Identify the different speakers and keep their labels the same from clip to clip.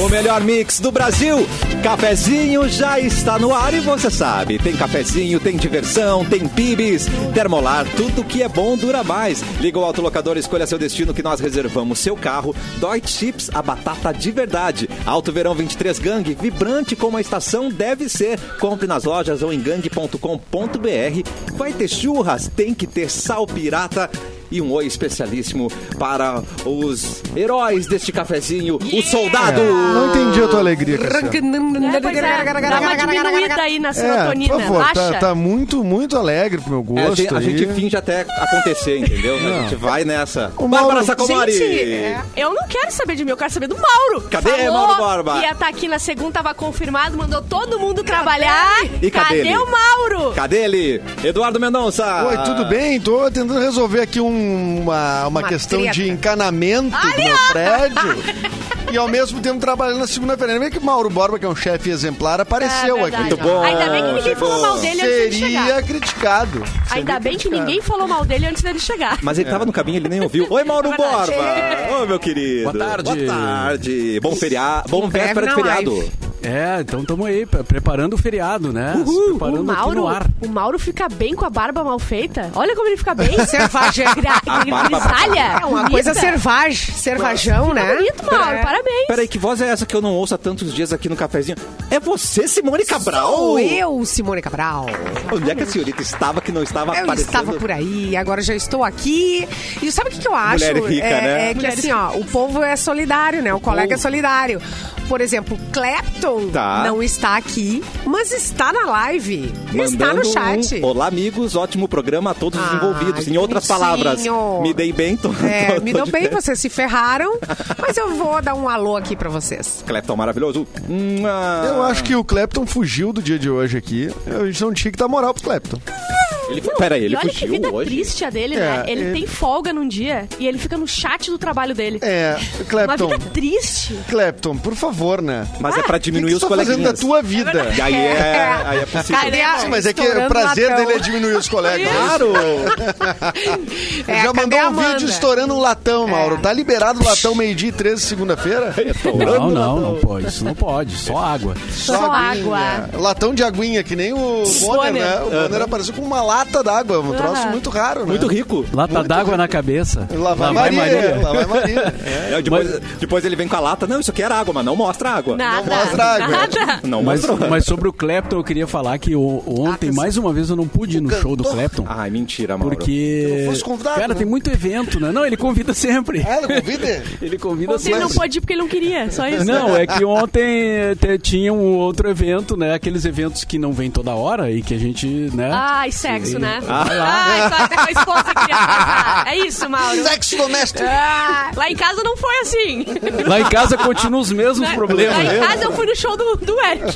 Speaker 1: O melhor mix do Brasil. Cafezinho já está no ar e você sabe, tem cafezinho, tem diversão, tem pibes, termolar, tudo que é bom dura mais. Liga o autolocador, escolha seu destino que nós reservamos seu carro. Dói Chips, a batata de verdade. Alto Verão 23 Gang, vibrante como a estação deve ser. Compre nas lojas ou em gang.com.br. Vai ter churras, tem que ter sal pirata e um oi especialíssimo para os heróis deste cafezinho, os soldados.
Speaker 2: Não entendi a tua alegria, Cassiano.
Speaker 3: É, pois é, dá uma diminuída aí na
Speaker 2: É,
Speaker 3: serotonina,
Speaker 2: por favor,
Speaker 3: baixa.
Speaker 2: tá, tá muito, muito alegre pro meu
Speaker 1: É, a
Speaker 2: gosto.
Speaker 1: gente, a
Speaker 2: aí.
Speaker 1: gente finge até acontecer, entendeu? A gente vai nessa.
Speaker 2: O
Speaker 1: Bárbara
Speaker 2: Mauro-
Speaker 1: Sacomori!
Speaker 3: Gente, é. eu não quero saber de mim, eu quero saber do Mauro.
Speaker 1: Cadê
Speaker 3: Falou
Speaker 1: Mauro Borba?
Speaker 3: Ia estar aqui na segunda, tava confirmado, mandou todo mundo trabalhar.
Speaker 1: E cadê ele?
Speaker 3: o Mauro?
Speaker 1: Cadê ele? Eduardo Mendonça!
Speaker 2: Oi, tudo bem? Tô tentando resolver aqui um- uma, uma,
Speaker 4: Uma
Speaker 2: questão
Speaker 4: treta.
Speaker 2: de encanamento do meu prédio. E ao mesmo tempo trabalhando na segunda-feira. Vem que Mauro Borba, que é um chefe exemplar, apareceu
Speaker 3: É
Speaker 2: aqui.
Speaker 3: verdade.
Speaker 1: Muito bom.
Speaker 3: Ainda bem que ninguém
Speaker 1: Chegou.
Speaker 3: falou mal dele antes dele chegar.
Speaker 2: Seria criticado.
Speaker 3: Ainda
Speaker 2: Seria
Speaker 3: bem que
Speaker 2: criticado.
Speaker 3: ninguém falou mal dele antes dele chegar.
Speaker 1: Mas ele tava no caminho, ele nem ouviu. Oi, Mauro
Speaker 3: É verdade.
Speaker 1: Borba! Oi, meu querido!
Speaker 5: Boa tarde.
Speaker 1: Boa tarde! Bom feriado! Bom
Speaker 3: um
Speaker 4: Em breve
Speaker 1: véspera de
Speaker 4: na
Speaker 1: feriado!
Speaker 4: live.
Speaker 5: É, então estamos aí, pre- preparando o feriado, né? Se
Speaker 3: O
Speaker 5: Preparando aqui
Speaker 3: Mauro,
Speaker 5: no ar.
Speaker 3: o Mauro fica bem com a barba mal feita. Olha como ele fica bem.
Speaker 4: Selvagem.
Speaker 3: Gra-
Speaker 1: A barba-
Speaker 3: Grisalha.
Speaker 4: É uma
Speaker 3: bonita.
Speaker 4: coisa servagem, servajão, né?
Speaker 3: Bonito, Mauro. Parabéns.
Speaker 1: É. Peraí, que voz é essa que eu não ouço há tantos dias aqui no cafezinho? É você, Simone Cabral?
Speaker 4: Sou eu, Simone Cabral.
Speaker 1: Onde é que a senhorita estava que não estava
Speaker 4: Eu
Speaker 1: aparecendo?
Speaker 4: estava por aí, agora já estou aqui. E sabe o que, que eu acho?
Speaker 1: Mulher rica,
Speaker 4: é,
Speaker 1: né?
Speaker 4: é que
Speaker 1: Mulher
Speaker 4: assim, ó, o povo é solidário, né? O, colega é
Speaker 1: povo.
Speaker 4: solidário. Por exemplo, Clapton
Speaker 1: Tá.
Speaker 4: não está aqui, mas está na live. está no
Speaker 1: Mandando
Speaker 4: chat.
Speaker 1: um Olá, amigos. Ótimo programa a todos os
Speaker 4: Ai,
Speaker 1: envolvidos. Em outras
Speaker 4: bonitinho.
Speaker 1: palavras, me dei bem. Tô,
Speaker 4: É,
Speaker 1: tô-
Speaker 4: me
Speaker 1: tô
Speaker 4: deu
Speaker 1: de
Speaker 4: bem,
Speaker 1: bem.
Speaker 4: vocês se ferraram, mas eu vou dar um alô aqui pra vocês.
Speaker 1: Clepton maravilhoso. Hum, ah.
Speaker 2: Eu acho que o Clapton fugiu do dia de hoje aqui. A gente não tinha que dar moral pro Clapton.
Speaker 1: Ele foi, peraí, ele
Speaker 3: e olha que
Speaker 1: fugiu
Speaker 3: vida
Speaker 1: hoje?
Speaker 3: triste a dele, né?
Speaker 2: É,
Speaker 3: Ele
Speaker 2: ele-
Speaker 3: tem folga num dia e ele fica no chat do trabalho dele.
Speaker 2: É,
Speaker 3: Uma
Speaker 2: Clapton.
Speaker 3: vida triste.
Speaker 2: Clapton, por favor, né?
Speaker 1: Mas é pra
Speaker 2: O que
Speaker 1: diminuir
Speaker 2: que
Speaker 1: os
Speaker 2: tu tá fazendo da
Speaker 1: coleguinhas.
Speaker 2: tua vida?
Speaker 1: E aí é, aí é possível.
Speaker 4: Cadê a-
Speaker 2: Sim, mas é que o
Speaker 4: Estourando
Speaker 2: prazer
Speaker 4: latão.
Speaker 2: dele é diminuir os colegas.
Speaker 1: Claro!
Speaker 2: Ele
Speaker 4: É,
Speaker 2: já
Speaker 4: cadê
Speaker 2: mandou
Speaker 4: a
Speaker 2: um vídeo
Speaker 4: Amanda?
Speaker 2: estourando um latão, Mauro. Tá liberado o latão meio-dia e 13, segunda-feira?
Speaker 1: É
Speaker 5: Não, não, não pode. Isso não pode. Só água.
Speaker 2: Só, aguinha. É. Latão de aguinha, que nem o Bonner, né? O Bonner apareceu com uma lata d'água, um troço muito raro, né?
Speaker 1: Muito rico.
Speaker 5: Lata d'água na cabeça.
Speaker 2: Lá vai Maria. Lá vai Maria.
Speaker 1: É, depois, depois ele vem com a lata. Não, isso aqui era água, mas não mostra água.
Speaker 3: Nada.
Speaker 2: mostra água.
Speaker 3: Nada.
Speaker 1: Não
Speaker 5: Mas,
Speaker 1: mostrou.
Speaker 5: mas sobre o Clapton, eu queria falar que o- ontem, mais uma vez, eu não pude ir no show do Clapton.
Speaker 1: Ai, mentira, Ah, Mauro.
Speaker 5: Porque.
Speaker 2: não fosse convidado,
Speaker 5: cara,
Speaker 2: né?
Speaker 5: tem muito evento, né? Não, ele convida sempre.
Speaker 2: Ah, ela convida?
Speaker 5: Ele convida
Speaker 3: Ontem
Speaker 5: sempre.
Speaker 3: ele não pôde ir porque ele não queria, só isso.
Speaker 5: Não, é que ontem te- tinha um outro evento, né? Aqueles eventos que não vem toda hora e que a gente, né?
Speaker 3: Ai, sexo, né? Ai, só até com a esposa que queria casar. É isso, Mauro.
Speaker 2: Sexo doméstico.
Speaker 3: Ah, lá em casa não foi assim.
Speaker 5: Lá em casa continuam os mesmos
Speaker 3: Né?
Speaker 5: problemas.
Speaker 3: Lá em casa eu fui no show do, do Eric.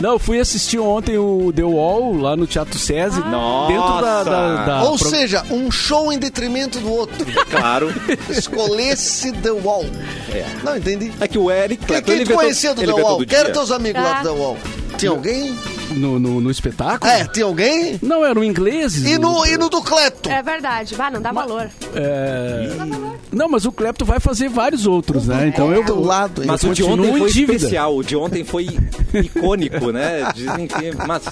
Speaker 5: Não, eu fui assistir ontem o The Wall lá no Teatro SESI.
Speaker 1: Nossa!
Speaker 5: Dentro da. da-
Speaker 1: Ah,
Speaker 5: da-
Speaker 2: Ou
Speaker 5: pro-
Speaker 2: seja, um show em detrimento do outro.
Speaker 1: Claro.
Speaker 2: Escolhesse The Wall. Não entendi.
Speaker 1: É que o Eric
Speaker 2: Quem,
Speaker 1: Clapton,
Speaker 2: quem
Speaker 1: ele
Speaker 2: tu
Speaker 1: vê
Speaker 2: conhecia
Speaker 1: todo,
Speaker 2: do
Speaker 1: ele
Speaker 2: The
Speaker 1: vê
Speaker 2: Wall?
Speaker 1: todo
Speaker 2: Quem era
Speaker 1: dia.
Speaker 2: teus amigos lá
Speaker 3: Ah.
Speaker 2: do The Wall? Tinha alguém?
Speaker 5: no, no, no espetáculo?
Speaker 2: É, tinha alguém?
Speaker 5: Não, eram ingleses.
Speaker 2: E no, e no do Cleto?
Speaker 3: É verdade. Bah, não dá valor.
Speaker 5: É... Não, mas o Clepto vai fazer vários outros, né? Então eu.
Speaker 2: do lado.
Speaker 1: Mas
Speaker 5: Eu
Speaker 1: o de
Speaker 5: continuo
Speaker 1: ontem
Speaker 5: em
Speaker 1: foi
Speaker 5: dívida.
Speaker 1: especial, o de ontem foi icônico, né? Dizem que. Mas.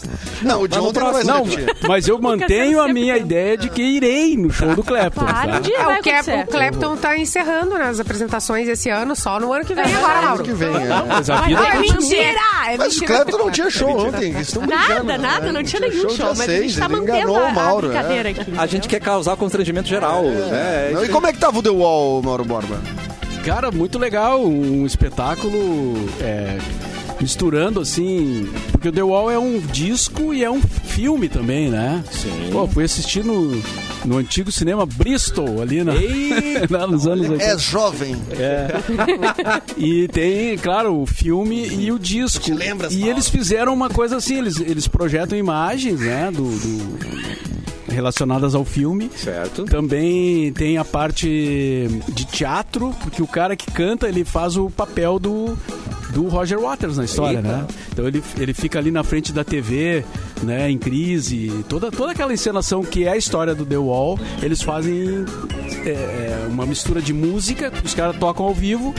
Speaker 2: Não, o de
Speaker 1: Mas no
Speaker 2: ontem não vai ser.
Speaker 5: Não,
Speaker 2: tia.
Speaker 5: mas eu mantenho a
Speaker 3: sempre
Speaker 5: minha
Speaker 3: tem.
Speaker 5: ideia de que irei no show do tá? Clepto.
Speaker 3: Claro, um dia
Speaker 4: É,
Speaker 3: vai
Speaker 4: o, Cap,
Speaker 3: acontecer.
Speaker 4: o Clapton tá encerrando né, as apresentações esse ano, só no ano que vem
Speaker 3: É
Speaker 4: agora,
Speaker 3: verdade.
Speaker 2: Ano
Speaker 4: Mauro.
Speaker 2: que vem, é.
Speaker 5: Mas a
Speaker 3: Vai,
Speaker 5: vida
Speaker 3: vai,
Speaker 4: É
Speaker 3: Continua.
Speaker 4: mentira! É
Speaker 2: Mas o
Speaker 4: mentira.
Speaker 2: Clepton não tinha show ontem. Vocês estão brincando,
Speaker 3: Nada, nada, não tinha nenhum show, mas a
Speaker 2: né? dia
Speaker 3: gente tá
Speaker 2: seis, ele
Speaker 3: mantendo
Speaker 2: enganou
Speaker 3: a,
Speaker 2: o Mauro,
Speaker 3: a
Speaker 2: é.
Speaker 3: brincadeira aqui.
Speaker 1: A gente quer causar constrangimento geral, né?
Speaker 2: Não, e como é que tava o The Wall, Mauro Borba?
Speaker 5: Cara, muito legal, um espetáculo é, misturando assim, porque o The Wall é um disco e é um filme também, né?
Speaker 1: Sim.
Speaker 5: Pô, fui assistir no, no antigo cinema Bristol ali na, lá nos anos 80.
Speaker 2: É jovem.
Speaker 5: E tem, claro, o filme e o disco.
Speaker 2: lembra,
Speaker 5: e
Speaker 2: Paulo?
Speaker 5: eles fizeram uma coisa assim, eles, eles projetam imagens, né, do, do- relacionadas ao filme.
Speaker 1: Certo.
Speaker 5: Também tem a parte de teatro, porque o cara que canta, ele faz o papel do, do Roger Waters na história, né? Então ele, ele fica ali na frente da TV né, em crise, toda, toda aquela encenação que é a história do The Wall, eles fazem é, é, uma mistura de música, os caras tocam ao vivo,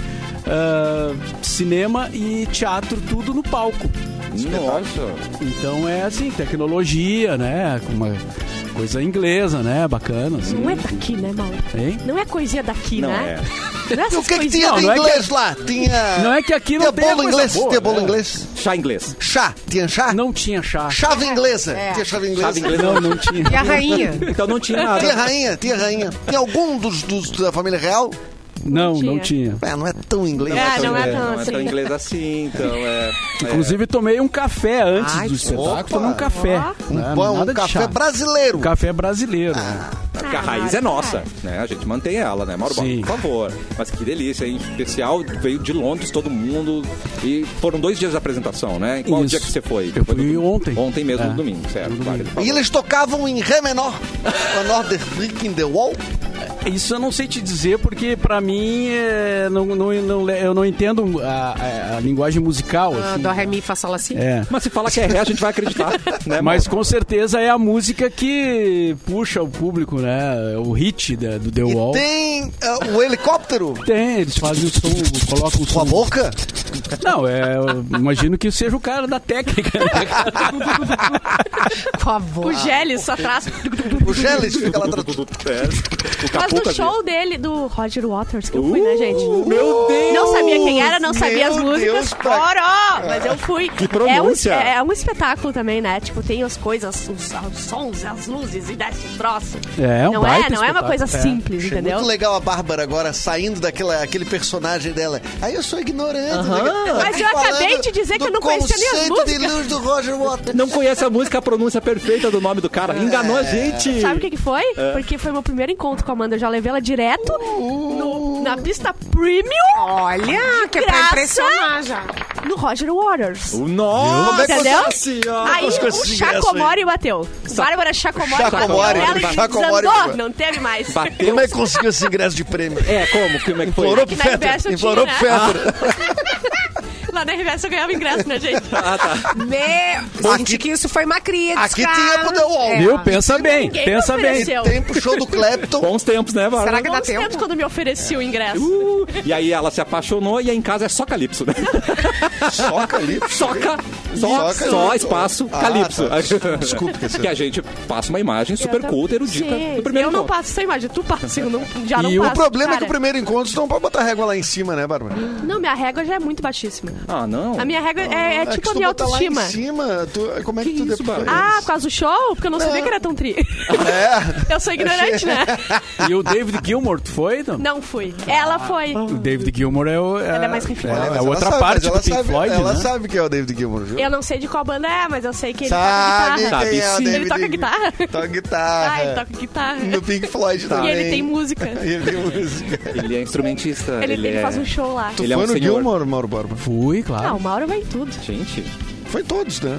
Speaker 5: ah, cinema e teatro, tudo no palco.
Speaker 1: Nossa.
Speaker 5: Então é assim, tecnologia, né? com Uma coisa inglesa, né? Bacana. Assim.
Speaker 6: Não é daqui, né, Mauro?
Speaker 5: Hein?
Speaker 6: Não é coisinha daqui,
Speaker 1: Não
Speaker 6: né?
Speaker 1: é.
Speaker 6: Não
Speaker 2: E o
Speaker 6: é essas
Speaker 2: que, que tinha
Speaker 6: coisinhas-
Speaker 2: de
Speaker 5: não é que-
Speaker 2: inglês lá? Tinha.
Speaker 5: Não é que aqui
Speaker 2: tinha
Speaker 5: não tenha
Speaker 2: bolo
Speaker 5: coisa
Speaker 2: inglês.
Speaker 5: boa,
Speaker 2: tinha bolo
Speaker 5: né?
Speaker 2: inglês.
Speaker 1: Chá inglês.
Speaker 2: Chá. Tinha chá?
Speaker 5: Não tinha chá.
Speaker 2: Chave inglesa.
Speaker 4: É.
Speaker 2: Tinha chave inglesa.
Speaker 1: Chave inglesa.
Speaker 5: Não, não tinha.
Speaker 4: E a rainha?
Speaker 1: Então não tinha
Speaker 2: Tinha
Speaker 1: nada.
Speaker 2: rainha, tinha rainha. Tem algum dos, dos da família real?
Speaker 5: Não, não
Speaker 3: Não
Speaker 5: tinha.
Speaker 2: É, não é tão inglês.
Speaker 3: É,
Speaker 2: assim,
Speaker 3: não é
Speaker 2: né?
Speaker 3: tão
Speaker 1: não é tão
Speaker 3: assim. Ah,
Speaker 1: inglês assim, então é.
Speaker 5: Inclusive, tomei um café antes
Speaker 4: Ai,
Speaker 5: do espetáculo.
Speaker 2: opa.
Speaker 5: Tomei um café.
Speaker 2: Um,
Speaker 5: né?
Speaker 2: pão,
Speaker 5: Nada
Speaker 2: um
Speaker 5: de
Speaker 2: café
Speaker 5: chá.
Speaker 2: brasileiro. Ah.
Speaker 5: Um café brasileiro. né?
Speaker 1: Porque a raiz é nossa, né? A gente mantém ela, né? Mauro Borba,
Speaker 5: Sim.
Speaker 1: por favor. Mas que delícia, hein? Especial, veio de Londres todo mundo. E foram dois dias de apresentação, né? Qual
Speaker 5: Isso.
Speaker 1: dia que você foi?
Speaker 5: Eu
Speaker 1: Foi no
Speaker 5: fui
Speaker 1: domingo?
Speaker 5: ontem.
Speaker 1: Ontem mesmo,
Speaker 5: É.
Speaker 1: no domingo, certo.
Speaker 5: No
Speaker 1: Claro,
Speaker 5: domingo.
Speaker 1: por favor.
Speaker 2: E eles tocavam em Ré menor. Another der Brick in the Wall.
Speaker 5: Isso eu não sei te dizer, porque pra mim é, não, não- não- eu não entendo a, a- a linguagem musical.
Speaker 4: Ah,
Speaker 5: assim.
Speaker 4: Dó, ré, mi, fá, sol, lá, si.
Speaker 5: É.
Speaker 1: Mas se falar que é ré, a gente vai acreditar,
Speaker 2: É,
Speaker 1: né?
Speaker 5: Mas
Speaker 1: Mauro?
Speaker 5: com certeza é a música que puxa o público, né? É O hit da- do The
Speaker 2: E
Speaker 5: Wall. Tem...
Speaker 2: tem ah, o helicóptero.
Speaker 5: eles fazem o som, colocam o
Speaker 2: Com a
Speaker 5: som.
Speaker 2: boca?
Speaker 5: Não, é, eu imagino que seja o cara da técnica. né?
Speaker 4: Com a voz.
Speaker 3: O Geles só traz.
Speaker 2: O Geles fica lá atrás.
Speaker 1: É. O
Speaker 3: Mas
Speaker 1: Capuca
Speaker 3: no
Speaker 1: viu.
Speaker 3: show dele, do Roger Waters, que eu fui, né, gente?
Speaker 1: Uh, Meu Deus!
Speaker 3: Não sabia quem era, não sabia as
Speaker 2: Meu
Speaker 3: músicas.
Speaker 2: Deus, pra-
Speaker 3: Coró! Mas eu fui.
Speaker 1: pronúncia!
Speaker 3: É um, é um espetáculo também, né? Tipo, tem as coisas, os, os sons, as luzes e desce o troço.
Speaker 5: É, um
Speaker 3: não é,
Speaker 5: baita
Speaker 3: não é uma
Speaker 5: espetáculo,
Speaker 3: coisa
Speaker 5: é.
Speaker 3: simples,
Speaker 2: Achei
Speaker 3: entendeu?
Speaker 2: Muito legal a Bárbara agora saindo daquele aquele personagem dela. Aí eu sou ignorante. tá
Speaker 3: Aham. Mas eu acabei de dizer que eu não conhecia nem as
Speaker 2: O conceito de luz do Roger Waters.
Speaker 1: Não conhece a música, a pronúncia perfeita do nome do cara. Enganou a gente.
Speaker 3: Sabe o que, que foi? Porque foi meu primeiro encontro com a Amanda. Eu já levei ela direto no- na pista premium
Speaker 4: Olha, que é pra
Speaker 3: Graça.
Speaker 4: impressionar já.
Speaker 3: no Roger Waters.
Speaker 1: Uh, Nossa,
Speaker 3: Entendeu?
Speaker 1: senhora!
Speaker 3: Aí
Speaker 2: As coisas
Speaker 3: o
Speaker 2: de graça
Speaker 3: Chacomori bateu. Bárbara Chacomori,
Speaker 2: Chacomori,
Speaker 3: bateu nela e
Speaker 2: Chacomori
Speaker 3: desandou.
Speaker 2: foi.
Speaker 3: Não teve mais.
Speaker 1: Bateu.
Speaker 2: Como é que conseguiu esse ingresso de prêmio?
Speaker 1: É, como? Como é que foi?
Speaker 2: Implorou
Speaker 3: que
Speaker 2: pro
Speaker 3: na Universo
Speaker 2: Fetter.
Speaker 3: tinha,
Speaker 2: Implorou
Speaker 3: né?
Speaker 2: pro Fetter.
Speaker 3: Lá na RBS eu ganhava ingresso, né, gente?
Speaker 4: Meu,
Speaker 2: Aqui-
Speaker 4: gente, que isso foi uma crítica.
Speaker 2: Aqui tinha pro The Wall.
Speaker 4: É.
Speaker 5: Viu? Pensa bem,
Speaker 3: Ninguém
Speaker 5: pensa
Speaker 3: me
Speaker 5: bem.
Speaker 3: ofereceu.
Speaker 2: Tem um pro show do Clapton.
Speaker 1: Bons tempos, né, Bárbara?
Speaker 4: Será que dá
Speaker 3: Bons
Speaker 4: tempo?
Speaker 3: tempos quando me oferecia o ingresso.
Speaker 1: Uh, e aí ela se apaixonou e aí em casa é só calypso, né?
Speaker 2: Soca ali.
Speaker 1: Soca, só,
Speaker 2: Soca,
Speaker 1: só
Speaker 2: né?
Speaker 1: espaço
Speaker 2: Ah,
Speaker 1: calypso.
Speaker 2: tá. Desculpa, desculpa, Cassiano.
Speaker 1: que a gente passa uma imagem super
Speaker 3: Eu
Speaker 1: culta,
Speaker 3: também-
Speaker 1: erudita
Speaker 3: Sim,
Speaker 1: do primeiro
Speaker 3: Eu não
Speaker 1: encontro.
Speaker 3: passo essa imagem, tu passa, eu não, já
Speaker 5: E
Speaker 3: não
Speaker 5: o
Speaker 3: passo.
Speaker 2: O problema é que o
Speaker 3: cara.
Speaker 2: primeiro encontro você não pode botar régua lá em cima, né, Bárbara?
Speaker 3: Não, minha régua já é muito baixíssima.
Speaker 1: Ah, não.
Speaker 3: A minha régua é, é
Speaker 2: que
Speaker 3: tipo
Speaker 2: se
Speaker 3: a
Speaker 2: tu
Speaker 3: minha
Speaker 2: botar lá em
Speaker 3: autoestima.
Speaker 2: cima, tu- como é que,
Speaker 1: Que
Speaker 2: tu
Speaker 1: isso,
Speaker 2: depois...
Speaker 1: Bárbara?
Speaker 3: Ah, por causa do show? Porque eu não sabia que era tão tri.
Speaker 2: É.
Speaker 3: Eu sou ignorante, né?
Speaker 5: E o David Gilmour, tu foi? Não?
Speaker 3: Não fui. Ela foi.
Speaker 5: O David Gilmour é, o, é,
Speaker 3: Ela é mais refinada.
Speaker 5: é
Speaker 2: Mas ela
Speaker 5: outra
Speaker 2: sabe,
Speaker 5: parte
Speaker 2: mas
Speaker 5: do
Speaker 2: ela
Speaker 5: Pink
Speaker 2: sabe,
Speaker 5: Floyd,
Speaker 2: Ela
Speaker 5: né?
Speaker 2: sabe quem é o David Gilmour, viu?
Speaker 3: Eu não sei de qual banda é, mas eu sei que ele toca guitarra.
Speaker 1: Sabe
Speaker 2: quem é o
Speaker 1: sim.
Speaker 2: David
Speaker 3: Ele toca guitarra?
Speaker 2: Toca guitarra.
Speaker 3: Ah, ele toca guitarra.
Speaker 2: No Pink Floyd
Speaker 3: E
Speaker 2: também.
Speaker 3: ele tem música.
Speaker 2: E ele tem música.
Speaker 1: Ele é instrumentista.
Speaker 3: Ele, ele
Speaker 1: é...
Speaker 3: faz um show lá.
Speaker 1: Ele é um
Speaker 2: Foi no
Speaker 1: senhor.
Speaker 2: Gilmour, Mauro Borba.
Speaker 5: Fui,
Speaker 3: Ah,
Speaker 5: claro.
Speaker 3: o Mauro vai em tudo.
Speaker 1: Gente,
Speaker 2: Foi todos, né?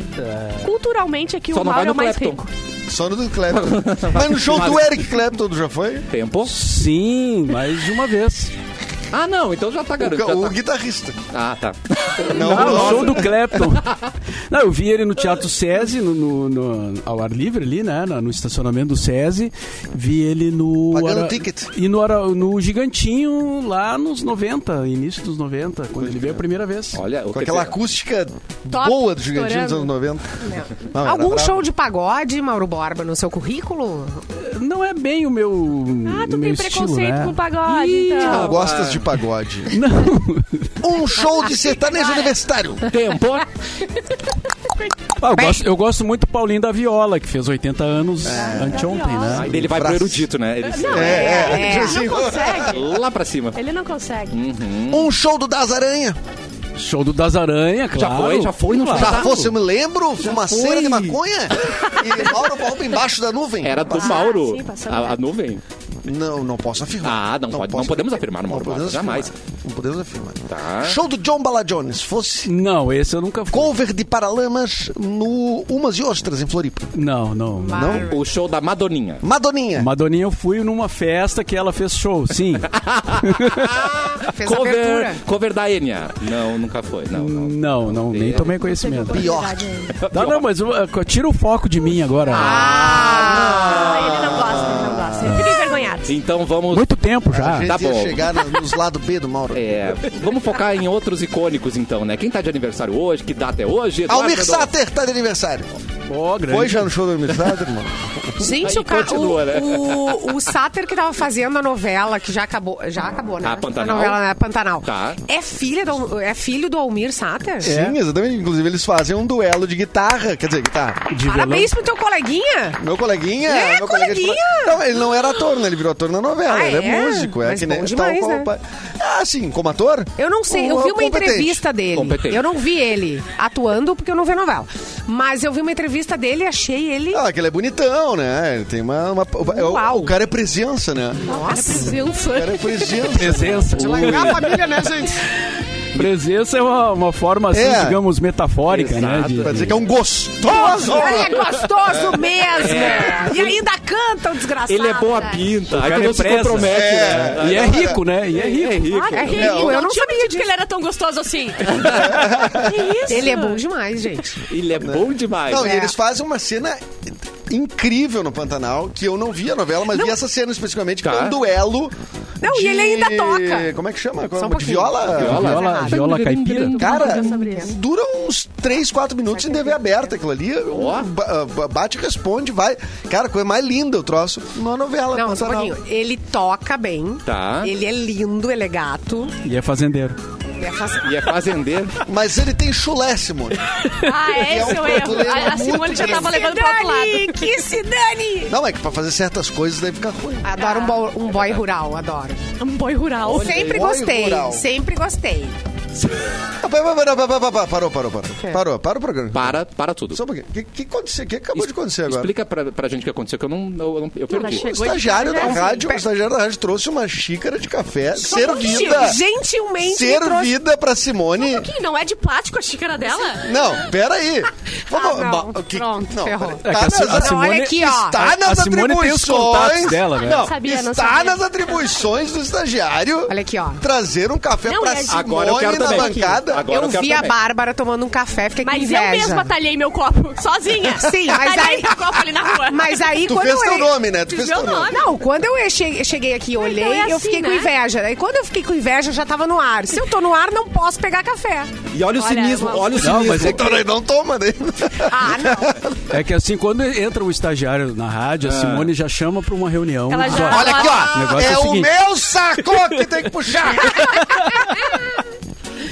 Speaker 3: Culturalmente aqui
Speaker 1: Só
Speaker 3: o
Speaker 1: não vai
Speaker 3: Mauro é
Speaker 1: no
Speaker 3: o mais
Speaker 1: Clapton.
Speaker 3: rico.
Speaker 2: Só no do Clapton. Mas no show do Eric Clapton, tu já foi?
Speaker 1: tempo?
Speaker 5: Sim, mais de uma vez.
Speaker 1: Ah, não, então já tá
Speaker 2: O,
Speaker 1: garantido.
Speaker 2: ca- o
Speaker 1: já
Speaker 2: guitarrista.
Speaker 1: tá- Ah, tá.
Speaker 2: Não,
Speaker 5: Ah, o
Speaker 2: nossa.
Speaker 5: show do Clapton. Não, eu vi ele no Teatro SESI, no, no- no- ao ar livre ali, né? na- No estacionamento do SESI. Vi ele no...
Speaker 2: Pagando
Speaker 5: Ara-
Speaker 2: ticket.
Speaker 5: E no, Ara- no Gigantinho, lá nos 90, início dos 90, quando ele veio a primeira vez.
Speaker 1: Olha, o
Speaker 2: Com
Speaker 1: que-
Speaker 2: aquela acústica
Speaker 3: Top,
Speaker 2: boa do Gigantinho dos
Speaker 3: estourando.
Speaker 2: anos 90. Não, era
Speaker 4: Algum
Speaker 2: brabo.
Speaker 4: show de pagode, Mauro Borba, no seu currículo?
Speaker 5: Não é bem o meu
Speaker 3: Ah, tu
Speaker 5: meu
Speaker 3: tem
Speaker 5: estilo,
Speaker 3: preconceito
Speaker 5: né?
Speaker 3: com pagode,
Speaker 5: Ih,
Speaker 2: Não
Speaker 3: então.
Speaker 2: gostas de pagode.
Speaker 5: Não.
Speaker 2: Um show de sertanejo universitário.
Speaker 1: Tempo?
Speaker 5: Ah, eu, gosto, eu gosto muito do Paulinho da Viola, que fez 80 anos anteontem,
Speaker 3: É. Viola.
Speaker 5: né?
Speaker 1: Aí ele vai pro
Speaker 2: Pra-
Speaker 1: erudito, né? Ele
Speaker 3: Não,
Speaker 2: É, é,
Speaker 3: é,
Speaker 2: é.
Speaker 3: ele não consegue.
Speaker 1: Lá pra cima.
Speaker 3: Ele não consegue.
Speaker 2: Um show do Das Aranha.
Speaker 5: Show do Das Aranha, claro.
Speaker 1: foi, já foi, não
Speaker 5: Claro.
Speaker 2: Já fosse, eu me lembro, fumaceira
Speaker 1: foi.
Speaker 2: de maconha e Mauro Borba embaixo da nuvem.
Speaker 1: Era do
Speaker 3: Ah,
Speaker 1: Mauro.
Speaker 3: sim, passando
Speaker 1: a,
Speaker 3: lá.
Speaker 1: a nuvem.
Speaker 2: Não, não posso afirmar.
Speaker 1: Ah, não pode- não
Speaker 2: posso
Speaker 1: podemos afirmar, Mauro Borba,
Speaker 2: afirmar.
Speaker 1: jamais.
Speaker 2: Não podemos afirmar.
Speaker 1: Tá.
Speaker 2: Show do John Bala Jones. Fosse
Speaker 5: Não, esse eu nunca fui.
Speaker 2: cover de Paralamas no Umas e Ostras, em Floripa.
Speaker 5: Não, não. não.
Speaker 4: Mara.
Speaker 1: O show da Madoninha.
Speaker 2: Madoninha.
Speaker 5: Madoninha, eu fui numa festa que ela fez show, sim.
Speaker 4: Fez a abertura.
Speaker 1: Cover, cover da Enya. Não, nunca foi. Não, não.
Speaker 5: não, não,
Speaker 2: É.
Speaker 5: nem tomei
Speaker 6: Teve
Speaker 5: conhecimento.
Speaker 6: oportunidade
Speaker 2: Bjork.
Speaker 6: ainda.
Speaker 5: Não, não, mas uh, tira o foco de mim agora.
Speaker 3: Ah, ele não gosta, ele não gosta. Ele fica envergonhado.
Speaker 1: Então vamos.
Speaker 5: Muito tempo já.
Speaker 2: A gente
Speaker 1: Tá
Speaker 2: ia
Speaker 1: bom.
Speaker 2: chegar na- nos lados B do Mauro.
Speaker 1: É, vamos focar em outros icônicos, então, né? Quem tá de aniversário hoje, que data é hoje? Eduardo
Speaker 2: Almir
Speaker 1: Mendonça.
Speaker 2: Sater tá de aniversário.
Speaker 5: Ó, grande.
Speaker 2: Foi já no show do Almir Sater, mano?
Speaker 4: Gente,
Speaker 1: Aí
Speaker 4: o, ca...
Speaker 1: continua,
Speaker 4: o,
Speaker 1: né?
Speaker 4: o, o Sáter que tava fazendo a novela, que já acabou, já acabou, né?
Speaker 1: Ah, Pantanal?
Speaker 4: A novela, né? Pantanal.
Speaker 1: Tá.
Speaker 4: É, filha do, é filho do Almir Sáter?
Speaker 1: É?
Speaker 2: Sim, exatamente. Inclusive, eles fazem um duelo de guitarra. Quer dizer, guitarra.
Speaker 5: De violão.
Speaker 4: Parabéns pro teu coleguinha.
Speaker 2: Meu coleguinha.
Speaker 4: É,
Speaker 2: meu colega de-
Speaker 4: coleguinha.
Speaker 2: Não, ele não era ator, né? Ele virou ator na novela.
Speaker 4: Ah,
Speaker 2: ele é,
Speaker 4: é?
Speaker 2: músico. É
Speaker 4: Mas
Speaker 2: que nem
Speaker 4: bom demais,
Speaker 2: tal qual
Speaker 4: né?
Speaker 2: o pai. Ah, sim, como ator?
Speaker 4: Eu não sei, eu
Speaker 2: Um-
Speaker 4: vi uma
Speaker 2: competente.
Speaker 4: entrevista dele.
Speaker 1: Competente.
Speaker 4: Eu não vi ele atuando, porque eu não vi a novela. Mas eu vi uma entrevista dele e achei ele.
Speaker 2: Ah, que ele é bonitão, né? Ele tem uma. uma-
Speaker 4: Uau.
Speaker 2: o, o cara é presença, né?
Speaker 4: Nossa,
Speaker 2: O cara é presença.
Speaker 5: Presença.
Speaker 2: a família, né, gente?
Speaker 5: Presença é uma, uma forma, assim,
Speaker 2: É.
Speaker 5: digamos, metafórica, né? de-
Speaker 2: pra dizer que é um gostoso.
Speaker 4: ele é gostoso mesmo! E ainda canta o desgraçado.
Speaker 1: Ele é boa pinta. Aí
Speaker 5: cara
Speaker 1: tu
Speaker 5: é
Speaker 1: não se
Speaker 5: presa.
Speaker 1: compromete, né?
Speaker 5: E é rico, né? E é rico.
Speaker 1: rico.
Speaker 4: É rico,
Speaker 2: Ah. Não,
Speaker 4: eu não
Speaker 3: tinha
Speaker 4: sabia
Speaker 3: medido
Speaker 4: disso.
Speaker 3: que ele era tão gostoso assim. que isso?
Speaker 4: Ele é bom demais, gente.
Speaker 1: Ele é bom demais.
Speaker 2: Não, e
Speaker 4: É.
Speaker 2: eles fazem uma cena incrível no Pantanal, que eu não vi a novela, mas vi essa cena especificamente, que
Speaker 1: Tá.
Speaker 2: é um duelo.
Speaker 4: Não, e
Speaker 2: de-
Speaker 4: ele ainda toca.
Speaker 2: Como é que chama?
Speaker 4: Só um
Speaker 2: de
Speaker 4: pouquinho.
Speaker 2: viola?
Speaker 1: Viola.
Speaker 5: Viola, viola caipira.
Speaker 2: Cara,
Speaker 6: sobre isso.
Speaker 2: dura uns 3, 4 minutos em TV aberta aquilo ali. um
Speaker 1: Ó.
Speaker 2: ba- ah, ba- Bate e responde, vai. Cara, coisa mais linda o troço na novela.
Speaker 4: Não, só um
Speaker 2: Pantanal.
Speaker 4: pouquinho. Ele toca bem.
Speaker 1: Tá.
Speaker 4: Ele é lindo, ele é gato.
Speaker 5: E é fazendeiro.
Speaker 4: Ele é fácil.
Speaker 1: E é fazendeiro.
Speaker 2: Mas ele tem chulé, Simone.
Speaker 3: Ah,
Speaker 2: é
Speaker 3: esse é
Speaker 2: um
Speaker 3: o erro.
Speaker 2: problema
Speaker 3: A- A Simone
Speaker 2: muito
Speaker 3: já tava
Speaker 4: Que se
Speaker 3: levando pro outro lado.
Speaker 4: dane! Que se dane!
Speaker 2: Não, é que pra fazer certas coisas daí fica ruim.
Speaker 4: Adoro um, bo- um boy rural, adoro.
Speaker 3: Um boy rural.
Speaker 4: sempre
Speaker 2: boy
Speaker 4: gostei,
Speaker 2: rural.
Speaker 4: sempre gostei.
Speaker 2: Ah, pa- pa- pa- pa- pa- pa- pa- Parou, parou, parou. Parou, parou o programa.
Speaker 1: Para, para tudo.
Speaker 2: Só um pouquinho. O que, que aconteceu? O que acabou de acontecer agora?
Speaker 1: Explica pra, pra gente o que aconteceu, que eu não, eu, não- eu
Speaker 3: Ela
Speaker 1: perdi.
Speaker 2: O
Speaker 3: chegou e-
Speaker 2: estagiário da
Speaker 3: Sim.
Speaker 2: rádio, o
Speaker 3: Pe-
Speaker 2: estagiário da rádio trouxe uma xícara de café
Speaker 4: Gentil-
Speaker 2: servida.
Speaker 4: Gentilmente me trouxe- um
Speaker 2: Servida pra Simone.
Speaker 3: Que não é de plástico a xícara dela?
Speaker 2: Não, peraí. Vamos,
Speaker 4: Ah, não.
Speaker 2: ba- o que-
Speaker 4: Pronto,
Speaker 2: não,
Speaker 4: ferrou.
Speaker 2: peraí. Tá
Speaker 5: É que a Si-
Speaker 2: nas-
Speaker 5: a Simone-
Speaker 4: olha aqui, ó.
Speaker 2: Está
Speaker 5: Ah, A-
Speaker 2: nas
Speaker 5: a Simone tem os
Speaker 2: atribuições.
Speaker 5: contatos dela, né?
Speaker 2: Não,
Speaker 6: sabia, não
Speaker 2: está
Speaker 6: sabia.
Speaker 2: nas atribuições do estagiário.
Speaker 4: Olha aqui, ó.
Speaker 2: Trazer um café
Speaker 3: Não,
Speaker 2: pra
Speaker 3: é de-
Speaker 2: Simone
Speaker 1: Agora eu quero
Speaker 2: na
Speaker 1: também.
Speaker 2: bancada.
Speaker 1: Agora
Speaker 4: eu
Speaker 1: eu quero
Speaker 4: vi a
Speaker 1: também.
Speaker 4: Bárbara tomando um café, fiquei com
Speaker 3: Mas eu
Speaker 4: inveja.
Speaker 3: mesma tá? talhei meu copo, sozinha.
Speaker 4: Sim, mas
Speaker 3: talhei
Speaker 4: aí-
Speaker 3: meu copo ali na rua.
Speaker 4: Ah, Mas aí
Speaker 2: Tu
Speaker 4: quando
Speaker 2: fez
Speaker 4: eu
Speaker 2: teu
Speaker 4: olhei-
Speaker 2: nome, né? Tu
Speaker 3: Fiz
Speaker 2: fez
Speaker 3: meu
Speaker 2: teu nome.
Speaker 3: nome.
Speaker 4: Não, quando eu che- cheguei aqui e olhei,
Speaker 3: é
Speaker 4: eu
Speaker 3: assim,
Speaker 4: fiquei com
Speaker 3: né?
Speaker 4: inveja. Aí quando eu fiquei com inveja, já tava no ar. Se eu tô no ar, não posso pegar café.
Speaker 1: E olha o
Speaker 3: Olha,
Speaker 1: cinismo,
Speaker 3: uma-
Speaker 1: olha o
Speaker 5: Não,
Speaker 1: cinismo.
Speaker 5: mas é que-
Speaker 2: Então daí não toma, né?
Speaker 4: Ah, não.
Speaker 5: É que assim, quando entra o estagiário na rádio, a
Speaker 2: Ah.
Speaker 5: Simone já chama pra uma reunião.
Speaker 3: Ela
Speaker 5: e diz,
Speaker 3: já-
Speaker 5: "Olha,
Speaker 2: Olha aqui,
Speaker 5: O
Speaker 2: ó.
Speaker 5: negócio
Speaker 2: É,
Speaker 5: é o
Speaker 2: o
Speaker 5: seguinte.
Speaker 2: meu saco que tem que puxar.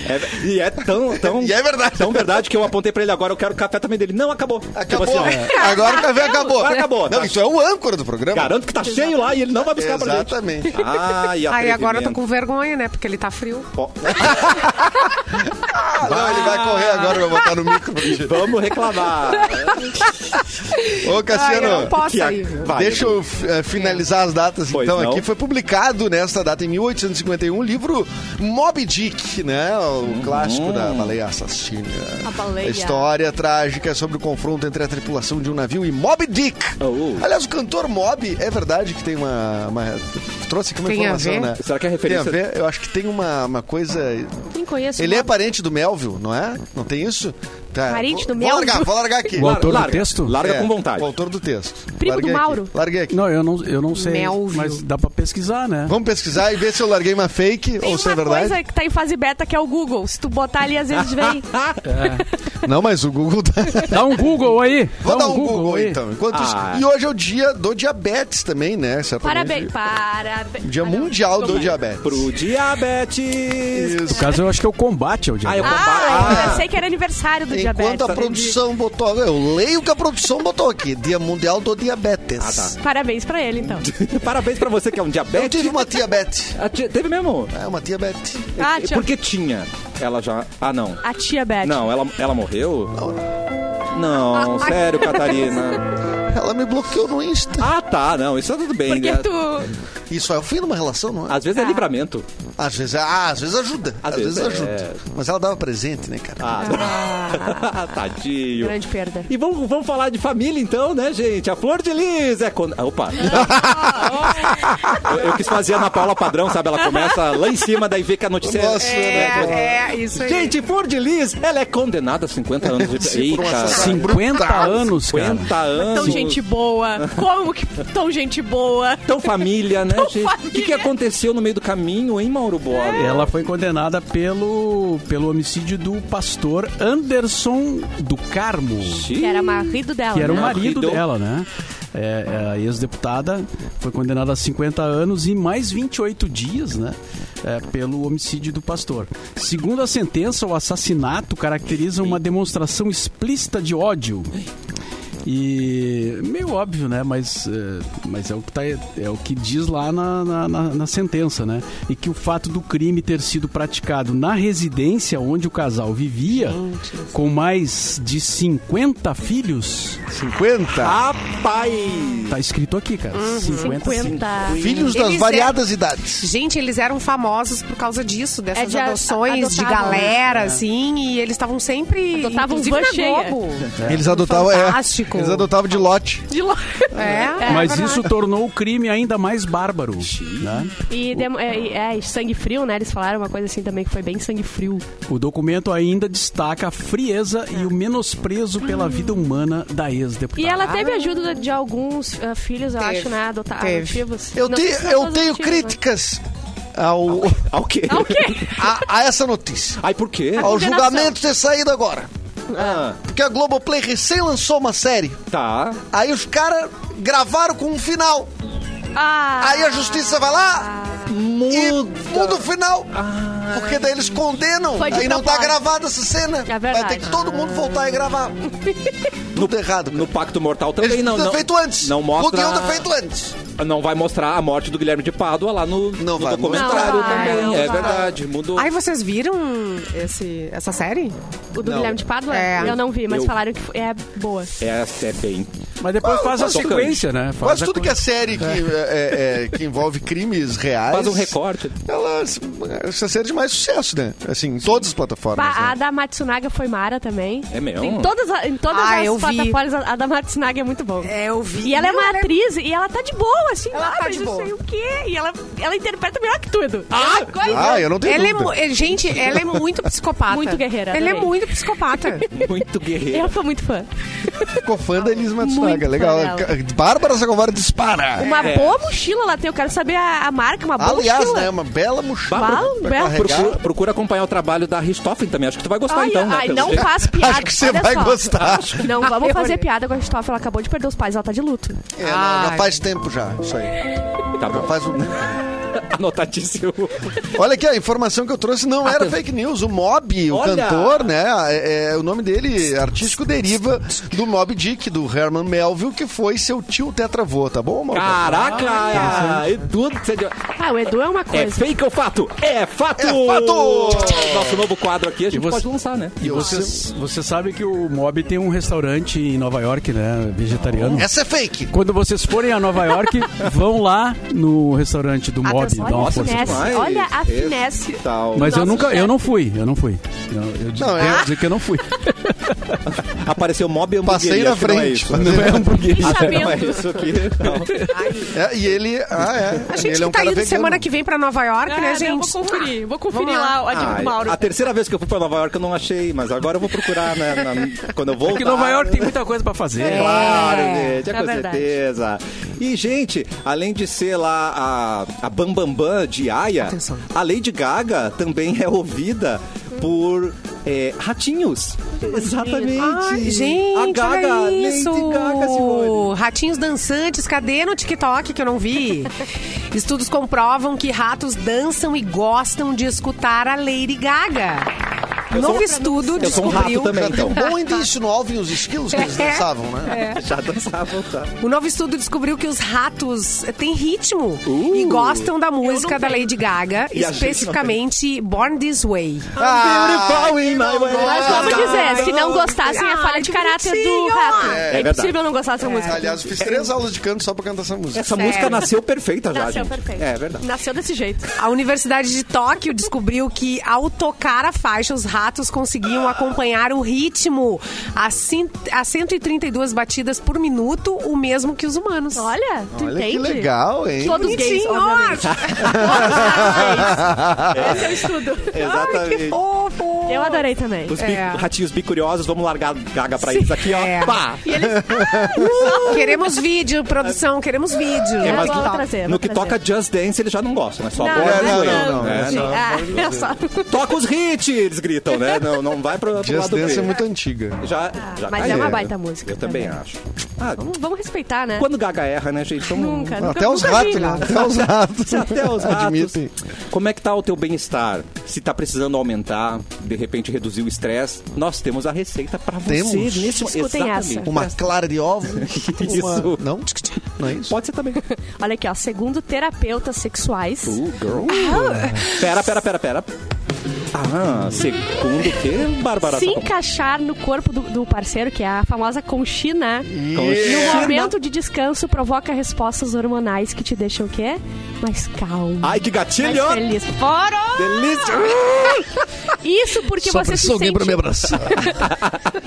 Speaker 1: É- e é tão, tão,
Speaker 2: E é verdade.
Speaker 1: tão verdade que eu apontei pra ele agora, eu quero o café também dele. Não, acabou.
Speaker 2: Acabou.
Speaker 1: Então, Tipo assim, ó,
Speaker 2: Agora o café acabou.
Speaker 1: Agora acabou,
Speaker 2: Não,
Speaker 1: tá.
Speaker 2: isso é o âncora do programa.
Speaker 1: garanto que tá cheio lá e ele não vai buscar pra gente.
Speaker 2: Exatamente.
Speaker 1: Ai,
Speaker 4: Aí agora eu tô
Speaker 1: atrevimento.
Speaker 4: com vergonha, né? Porque ele tá frio.
Speaker 2: Ah, não, ele vai correr agora, vai botar no micro.
Speaker 1: Vamos reclamar.
Speaker 2: Ô,
Speaker 4: Ai, eu não
Speaker 2: Cassiano.
Speaker 3: um
Speaker 4: posso
Speaker 1: Que a-
Speaker 4: aí, viu?
Speaker 1: Vai,
Speaker 2: Deixa eu eh, finalizar as datas
Speaker 1: Pois
Speaker 2: então
Speaker 1: não.
Speaker 2: aqui. Foi publicado nesta data em 1851 o livro Moby Dick, né? O
Speaker 1: Uhum.
Speaker 2: clássico da baleia assassina.
Speaker 3: A baleia.
Speaker 2: História trágica sobre o confronto entre a tripulação de um navio e Moby Dick.
Speaker 1: Oh.
Speaker 2: Aliás, o cantor Moby, é verdade que tem uma. uma- trouxe aqui uma
Speaker 4: Tem a
Speaker 2: informação,
Speaker 4: ver?
Speaker 2: né?
Speaker 1: Será que é
Speaker 2: Tem a
Speaker 1: referência?
Speaker 2: ver? Eu acho que tem uma, uma coisa
Speaker 6: Quem conhece
Speaker 2: Ele
Speaker 6: o
Speaker 2: é
Speaker 6: nome?
Speaker 2: parente do Melville, não é? Não tem isso? Tá,
Speaker 6: Parente
Speaker 2: vou- Vou
Speaker 6: do Melville?
Speaker 2: largar, vou largar aqui.
Speaker 5: O autor do
Speaker 1: Larga,
Speaker 5: texto?
Speaker 1: Larga
Speaker 2: É,
Speaker 1: com vontade.
Speaker 2: O autor do texto.
Speaker 6: Primo
Speaker 2: Larguei
Speaker 6: do
Speaker 2: aqui,
Speaker 6: Mauro.
Speaker 2: Larguei aqui.
Speaker 5: Não, eu não, eu não sei.
Speaker 4: Melvio.
Speaker 5: Mas dá pra pesquisar, né?
Speaker 2: Vamos pesquisar e ver se eu larguei uma fake
Speaker 3: Tem
Speaker 2: ou se é
Speaker 3: uma
Speaker 2: verdade.
Speaker 3: coisa que tá em fase beta que é o Google. Se tu botar ali, às vezes vem.
Speaker 5: É.
Speaker 2: Não, mas o Google tá...
Speaker 5: Dá um Google aí.
Speaker 2: Vou
Speaker 5: dá
Speaker 2: dar um Google, então. Enquanto isso-
Speaker 1: Ah.
Speaker 2: E hoje é o dia do diabetes também, né? Certamente.
Speaker 3: Parabéns, parabéns.
Speaker 2: Dia
Speaker 3: Ah, não.
Speaker 2: mundial do
Speaker 3: Desculpa.
Speaker 2: diabetes.
Speaker 1: Pro diabetes.
Speaker 5: No caso, eu acho que é o combate ao
Speaker 1: Ah, eu
Speaker 5: diabetes.
Speaker 3: Ah, eu pensei que era aniversário do diabetes.
Speaker 2: Enquanto a produção botou... Eu leio o que a produção botou aqui. Dia mundial do diabetes.
Speaker 1: Ah, tá.
Speaker 3: Parabéns pra ele, então.
Speaker 1: Parabéns pra você que é um
Speaker 2: Eu
Speaker 1: diabetes.
Speaker 2: tive uma diabetes.
Speaker 1: Ah, ti- Teve mesmo?
Speaker 2: É, uma diabetes.
Speaker 3: Ah, É, tia,
Speaker 1: Porque tinha. Ela já. Ah, não.
Speaker 3: a tia Beth.
Speaker 1: Não, ela, ela morreu? Não, sério, Catarina.
Speaker 2: Ela me bloqueou no Insta.
Speaker 1: Ah, tá, não, isso tá tudo bem.
Speaker 3: Porque
Speaker 1: né?
Speaker 3: tu.
Speaker 2: Isso é o fim de uma relação, não é?
Speaker 1: Às vezes é livramento.
Speaker 2: Às vezes, ah, às vezes ajuda. Às,
Speaker 1: Às
Speaker 2: vezes,
Speaker 1: vezes,
Speaker 2: ajuda.
Speaker 1: é.
Speaker 2: Mas ela dava presente, né, cara?
Speaker 1: Ah, tadinho.
Speaker 3: Grande perda.
Speaker 1: E vamos, vamos falar de família então, né, gente? A Flor de Lis é... Con... Ah, Opa! eu, eu quis fazer a Ana Paula padrão, sabe? Ela começa lá em cima, daí vê que a notícia...
Speaker 2: Nossa, né?
Speaker 4: É, é, isso aí.
Speaker 1: Gente, Flor de Lis, ela é condenada a 50 anos de...
Speaker 2: Sim, por um
Speaker 1: Eita,
Speaker 2: assassinato.
Speaker 5: 50 anos, cara.
Speaker 1: 50 anos.
Speaker 3: Tão gente boa. Como que tão gente boa?
Speaker 1: Tão família, né,
Speaker 3: Tão
Speaker 1: gente? O que, que
Speaker 3: família.
Speaker 1: aconteceu no meio do caminho, hein, Mauro Borba?
Speaker 5: Ela foi condenada pelo, pelo homicídio do pastor Anderson do Carmo,
Speaker 3: Que era marido dela.
Speaker 5: que era o
Speaker 3: né?
Speaker 5: marido
Speaker 1: Marido.
Speaker 5: dela, né? É, a ex-deputada foi condenada a 50 anos e mais 28 dias, né? É, pelo homicídio do pastor. Segundo a sentença, o assassinato caracteriza uma demonstração explícita de ódio. E meio óbvio, né? Mas, eh, mas é, o que tá, é o que diz lá na, na, na- na sentença, né? E que o fato do crime ter sido praticado na residência onde o casal vivia, com mais de 50 filhos,
Speaker 2: 50?
Speaker 1: Rapaz!
Speaker 5: tá escrito aqui, cara.
Speaker 2: Uhum.
Speaker 5: 50,
Speaker 3: 50.
Speaker 2: Filhos das
Speaker 4: Eles
Speaker 2: variadas idades.
Speaker 4: Gente, eles eram famosos por causa disso,
Speaker 3: É
Speaker 4: dessas
Speaker 3: de a-
Speaker 4: adoções de
Speaker 3: adotavam, né?
Speaker 4: galera, assim, e eles estavam sempre.
Speaker 3: Adotavam
Speaker 4: inclusive
Speaker 3: van
Speaker 4: na
Speaker 3: cheia.
Speaker 4: Globo.
Speaker 2: Eles adotavam, é,
Speaker 4: Fantástico.
Speaker 2: Eles adotavam de lote.
Speaker 3: De lo...
Speaker 4: É,
Speaker 5: Mas
Speaker 4: é
Speaker 5: isso tornou o crime ainda mais bárbaro. Né?
Speaker 3: E demo- é, e- é, e sangue frio, né? Eles falaram uma coisa assim também que foi bem sangue frio.
Speaker 5: O documento ainda destaca a frieza e o menosprezo
Speaker 2: Uhum.
Speaker 5: pela vida humana da ex-deputada.
Speaker 3: E ela teve ajuda de alguns ah, filhos, eu
Speaker 4: Teve.
Speaker 3: acho, né? Adotar
Speaker 4: Teve.
Speaker 3: adotivos.
Speaker 2: Eu,
Speaker 3: Não
Speaker 2: te,
Speaker 3: sei se são
Speaker 2: eu
Speaker 3: todos
Speaker 2: tenho
Speaker 3: adotivos, né?
Speaker 2: críticas né? ao,
Speaker 1: Ao quê?
Speaker 3: Ah, o quê?
Speaker 2: a, a essa notícia.
Speaker 1: Ai, por quê?
Speaker 2: Ao
Speaker 3: condenação.
Speaker 2: julgamento ter saído agora.
Speaker 1: Ah,
Speaker 2: Porque a Globoplay recém lançou uma série.
Speaker 1: tá.
Speaker 2: Aí os caras gravaram com um final.
Speaker 3: Ah,
Speaker 2: Aí a justiça vai lá e muda o final.
Speaker 1: Ah.
Speaker 2: Porque daí eles condenam.
Speaker 3: Foi de
Speaker 2: Aí não tá
Speaker 3: propósito.
Speaker 2: gravada essa cena. vai
Speaker 3: verdade.
Speaker 2: ter que todo mundo voltar e gravar. Tudo errado. cara.
Speaker 1: No Pacto Mortal também
Speaker 2: Eles
Speaker 1: não.
Speaker 2: podiam
Speaker 1: não
Speaker 2: ter feito antes.
Speaker 1: Não mostra.
Speaker 2: Podiam ter feito antes.
Speaker 1: Não vai mostrar a morte do Guilherme de Pádua lá no,
Speaker 2: Não
Speaker 1: no
Speaker 2: vai
Speaker 1: documentário
Speaker 3: mostrar. Não vai,
Speaker 1: também.
Speaker 3: não
Speaker 1: é
Speaker 3: vai.
Speaker 1: verdade, mudou.
Speaker 4: Ai, vocês viram esse, essa série?
Speaker 3: o do
Speaker 2: Não.
Speaker 3: Guilherme de Pádua?
Speaker 4: É.
Speaker 3: Eu não vi, mas
Speaker 1: Eu-
Speaker 3: falaram que foi- é boa.
Speaker 1: É, é bem.
Speaker 5: Mas depois
Speaker 2: Ah,
Speaker 5: faz a
Speaker 1: quase tocante.
Speaker 5: sequência, né? Faz
Speaker 2: Quase
Speaker 5: a
Speaker 2: tá tudo que é série que, é, é, é, que envolve crimes reais.
Speaker 1: Faz um recorte.
Speaker 2: Ela, essa série de mais sucesso, né? Assim, em todas as plataformas.
Speaker 3: Bah, A
Speaker 2: né?
Speaker 3: da Matsunaga foi Mara também.
Speaker 1: É mesmo?
Speaker 3: Em todas, a- em todas
Speaker 4: Ah, eu
Speaker 3: as
Speaker 4: vi.
Speaker 3: plataformas, a, a da Matsunaga é muito boa.
Speaker 4: É, eu vi.
Speaker 3: E ela é uma atriz, e ela tá de boa, assim,
Speaker 4: Ela
Speaker 3: ah,
Speaker 4: tá
Speaker 3: mas
Speaker 4: de
Speaker 3: eu
Speaker 4: boa.
Speaker 3: sei o quê. E ela, ela interpreta melhor que tudo. Ah,
Speaker 2: Ah, eu não tenho
Speaker 4: Ela é,
Speaker 2: dúvida.
Speaker 4: mu- é, gente, ela é muito psicopata.
Speaker 3: Muito guerreira,
Speaker 4: Ela é
Speaker 3: adorei.
Speaker 4: muito psicopata.
Speaker 1: Muito guerreiro.
Speaker 3: eu sou muito fã.
Speaker 2: Ficou fã da Elis Matsunaga.
Speaker 3: fã
Speaker 2: Legal.
Speaker 3: dela.
Speaker 2: Bárbara Sacovara dispara.
Speaker 3: Uma
Speaker 1: É.
Speaker 3: boa mochila ela tem, eu quero saber a, a marca, uma boa
Speaker 2: Aliás,
Speaker 3: mochila.
Speaker 2: né? Uma bela mochila.
Speaker 3: Bala,
Speaker 2: pra
Speaker 3: bela.
Speaker 2: carregar.
Speaker 1: Procura, procura acompanhar o trabalho da Richthofen também. Acho que tu vai gostar
Speaker 3: Ai,
Speaker 1: então, né?
Speaker 3: ai,
Speaker 1: pelo
Speaker 3: não
Speaker 1: jeito.
Speaker 3: faz piada.
Speaker 2: Acho que você
Speaker 3: olha
Speaker 2: vai
Speaker 3: só.
Speaker 2: gostar.
Speaker 3: Não vamos
Speaker 4: Eu
Speaker 3: fazer
Speaker 4: olhei.
Speaker 3: piada com a Stoff, ela acabou de perder os pais, ela tá de luto.
Speaker 2: É, não, já
Speaker 4: Ai.
Speaker 2: faz tempo já, isso aí.
Speaker 1: Tá
Speaker 2: Já
Speaker 1: bom,
Speaker 2: faz um...
Speaker 1: anotadíssimo.
Speaker 2: Olha aqui, a informação que eu trouxe não era fake news. O Mob, o
Speaker 1: Ah, Olha!
Speaker 2: cantor, né? é- é, o nome dele artístico deriva do Mob Dick, do Herman Melville, que foi seu tio tetravô, tá bom, Mauro?
Speaker 1: Ah. Caraca! Edu, você deu-
Speaker 3: Ah, o Edu é uma
Speaker 1: é
Speaker 3: coisa.
Speaker 1: fake ou fato? É fato!
Speaker 2: É fato!
Speaker 1: Nosso novo quadro aqui, a gente
Speaker 5: você-
Speaker 1: pode lançar, né?
Speaker 5: E vocês, você sabe que o Mob tem um restaurante em Nova York, né? Vegetariano.
Speaker 2: Essa é fake.
Speaker 5: Quando vocês forem a Nova York, vão lá no restaurante do Mob.
Speaker 3: Atenção, né?
Speaker 5: Dá uma
Speaker 3: olha a
Speaker 5: força.
Speaker 3: finesse,
Speaker 1: demais.
Speaker 3: olha a
Speaker 1: Esse
Speaker 3: finesse.
Speaker 1: Tal.
Speaker 5: Mas eu
Speaker 3: Nosso
Speaker 5: nunca, eu
Speaker 3: chefe.
Speaker 5: não fui, eu não fui. Eu, eu digo-
Speaker 2: Não, é-
Speaker 5: quero dizer que eu não fui.
Speaker 1: Apareceu Mob Hamburgueria,
Speaker 2: Passei na
Speaker 1: acho que não é
Speaker 2: frente.
Speaker 1: isso.
Speaker 2: Não é
Speaker 5: Hamburguês.
Speaker 1: Não é
Speaker 3: Pensamento.
Speaker 1: isso aqui. Não.
Speaker 2: É, e ele. Ah, é.
Speaker 4: A gente
Speaker 2: ele é um
Speaker 4: que tá
Speaker 2: cara
Speaker 4: indo
Speaker 2: vegano.
Speaker 4: semana que vem pra Nova York,
Speaker 3: Ah,
Speaker 4: né,
Speaker 3: né, eu
Speaker 4: gente?
Speaker 3: vou conferir, vou conferir
Speaker 4: Vamos lá.
Speaker 3: lá o dica
Speaker 1: Ah,
Speaker 3: do Mauro.
Speaker 1: a terceira vez que eu fui pra Nova York eu não achei, mas agora eu vou procurar, né? na- quando eu voltar. É,
Speaker 5: Porque Nova York tem muita coisa pra fazer.
Speaker 1: Claro, gente, é,
Speaker 3: é
Speaker 1: com
Speaker 3: verdade.
Speaker 1: certeza. E, gente, além de ser lá a, a Bam Bam Bam de Aya,
Speaker 4: Atenção.
Speaker 1: a Lady Gaga também é ouvida por é, ratinhos. Exatamente.
Speaker 4: Ai, gente,
Speaker 1: a Gaga,
Speaker 4: olha
Speaker 1: Lady
Speaker 4: isso.
Speaker 1: Gaga, Simone.
Speaker 4: Ratinhos dançantes, cadê no TikTok que eu não vi? Estudos comprovam que ratos dançam e gostam de escutar a Lady Gaga.
Speaker 1: Eu
Speaker 4: Novo
Speaker 1: sou-
Speaker 4: estudo
Speaker 1: Eu sou um rato
Speaker 4: descobriu.
Speaker 1: também,
Speaker 2: Já tem
Speaker 1: então.
Speaker 2: um bom indício no alvo e os esquilos que eles
Speaker 4: É.
Speaker 2: dançavam, né?
Speaker 1: Já dançava, tá.
Speaker 4: O novo estudo descobriu que os ratos eh, têm ritmo
Speaker 1: Uh.
Speaker 4: e gostam da música da Lady Gaga,
Speaker 1: E a gente não
Speaker 4: especificamente Born This Way.
Speaker 2: Ah,
Speaker 5: Ah,
Speaker 1: Beautiful in my way.
Speaker 3: Mas vamos dizer, se não gostassem, é falha de caráter do rato.
Speaker 1: É
Speaker 3: É,
Speaker 1: verdade.
Speaker 3: impossível não gostar dessa música.
Speaker 2: Aliás, eu fiz
Speaker 4: É.
Speaker 2: três aulas de canto só pra cantar essa música.
Speaker 1: Essa música nasceu perfeita já,
Speaker 3: Tá Nasceu
Speaker 1: gente.
Speaker 3: perfeito.
Speaker 1: É verdade.
Speaker 3: Nasceu desse jeito.
Speaker 4: A Universidade de Tóquio descobriu que, ao tocar a faixa, os ratos conseguiam acompanhar o ritmo a, cin- a 132 batidas por minuto, o mesmo que os humanos.
Speaker 3: Olha, tu
Speaker 2: Olha que
Speaker 3: entende?
Speaker 2: legal, hein?
Speaker 3: Todos gays,
Speaker 4: Bonitinho,
Speaker 3: obviamente.
Speaker 4: ó.
Speaker 3: Esse é o estudo.
Speaker 1: Exatamente.
Speaker 4: Que fofo!
Speaker 3: Eu adorei também.
Speaker 1: Os bi-
Speaker 4: É.
Speaker 1: ratinhos bicuriosos, vamos largar gaga pra eles aqui, ó.
Speaker 4: É.
Speaker 1: Pá!
Speaker 3: E eles...
Speaker 4: Queremos vídeo, produção, queremos vídeo.
Speaker 1: É, mas
Speaker 3: vou
Speaker 1: no-
Speaker 3: trazer, vou
Speaker 1: no que
Speaker 3: trazer.
Speaker 1: toca Just Dance, eles já não gostam, é só
Speaker 3: Não,
Speaker 1: Born
Speaker 2: É,
Speaker 1: This
Speaker 2: não,
Speaker 1: Way,
Speaker 2: não, não,
Speaker 1: né?
Speaker 2: é só-
Speaker 3: Ah, eu só-
Speaker 1: Toca os hits, eles gritam, né? Não, não vai pro, pro
Speaker 2: Just
Speaker 1: lado
Speaker 2: Dance é
Speaker 1: dele.
Speaker 2: muito antiga.
Speaker 1: Já, já
Speaker 3: Mas é
Speaker 1: caiu.
Speaker 3: uma baita música.
Speaker 1: Eu também acho. Ah,
Speaker 3: Vamos, vamos respeitar, né?
Speaker 1: quando Gaga erra, né, gente? Vamos-
Speaker 3: Nunca, nunca.
Speaker 2: Até os
Speaker 3: nunca
Speaker 2: ratos,
Speaker 3: vi.
Speaker 2: né? Até os ratos.
Speaker 1: Se Até os ratos.
Speaker 2: Admitem.
Speaker 1: Como é que tá o teu bem-estar? Se tá precisando aumentar, de repente reduzir o estresse, nós temos a receita pra você
Speaker 2: Temos.
Speaker 1: nesse
Speaker 3: Escutem
Speaker 1: Exatamente.
Speaker 3: essa.
Speaker 2: Uma clara de ovo.
Speaker 1: Isso.
Speaker 2: Uma... Não? Não é isso?
Speaker 1: Pode ser também.
Speaker 3: Olha aqui, ó. Segundo terapeutas sexuais,
Speaker 1: Uh, girl. Pera, pera, pera, pera. Ah, segundo o que, Bárbara? tá
Speaker 3: se encaixar no corpo do, do parceiro, que é a famosa conchina, no
Speaker 1: Yeah.
Speaker 3: momento de descanso provoca respostas hormonais que te deixam o quê? Mais calmo.
Speaker 1: Ai, que gatilho!
Speaker 3: mais feliz. Fora!
Speaker 1: Delícia!
Speaker 3: Isso porque
Speaker 2: Só
Speaker 3: você
Speaker 2: preciso
Speaker 3: se
Speaker 2: alguém
Speaker 3: sente.
Speaker 2: pra me abraçar.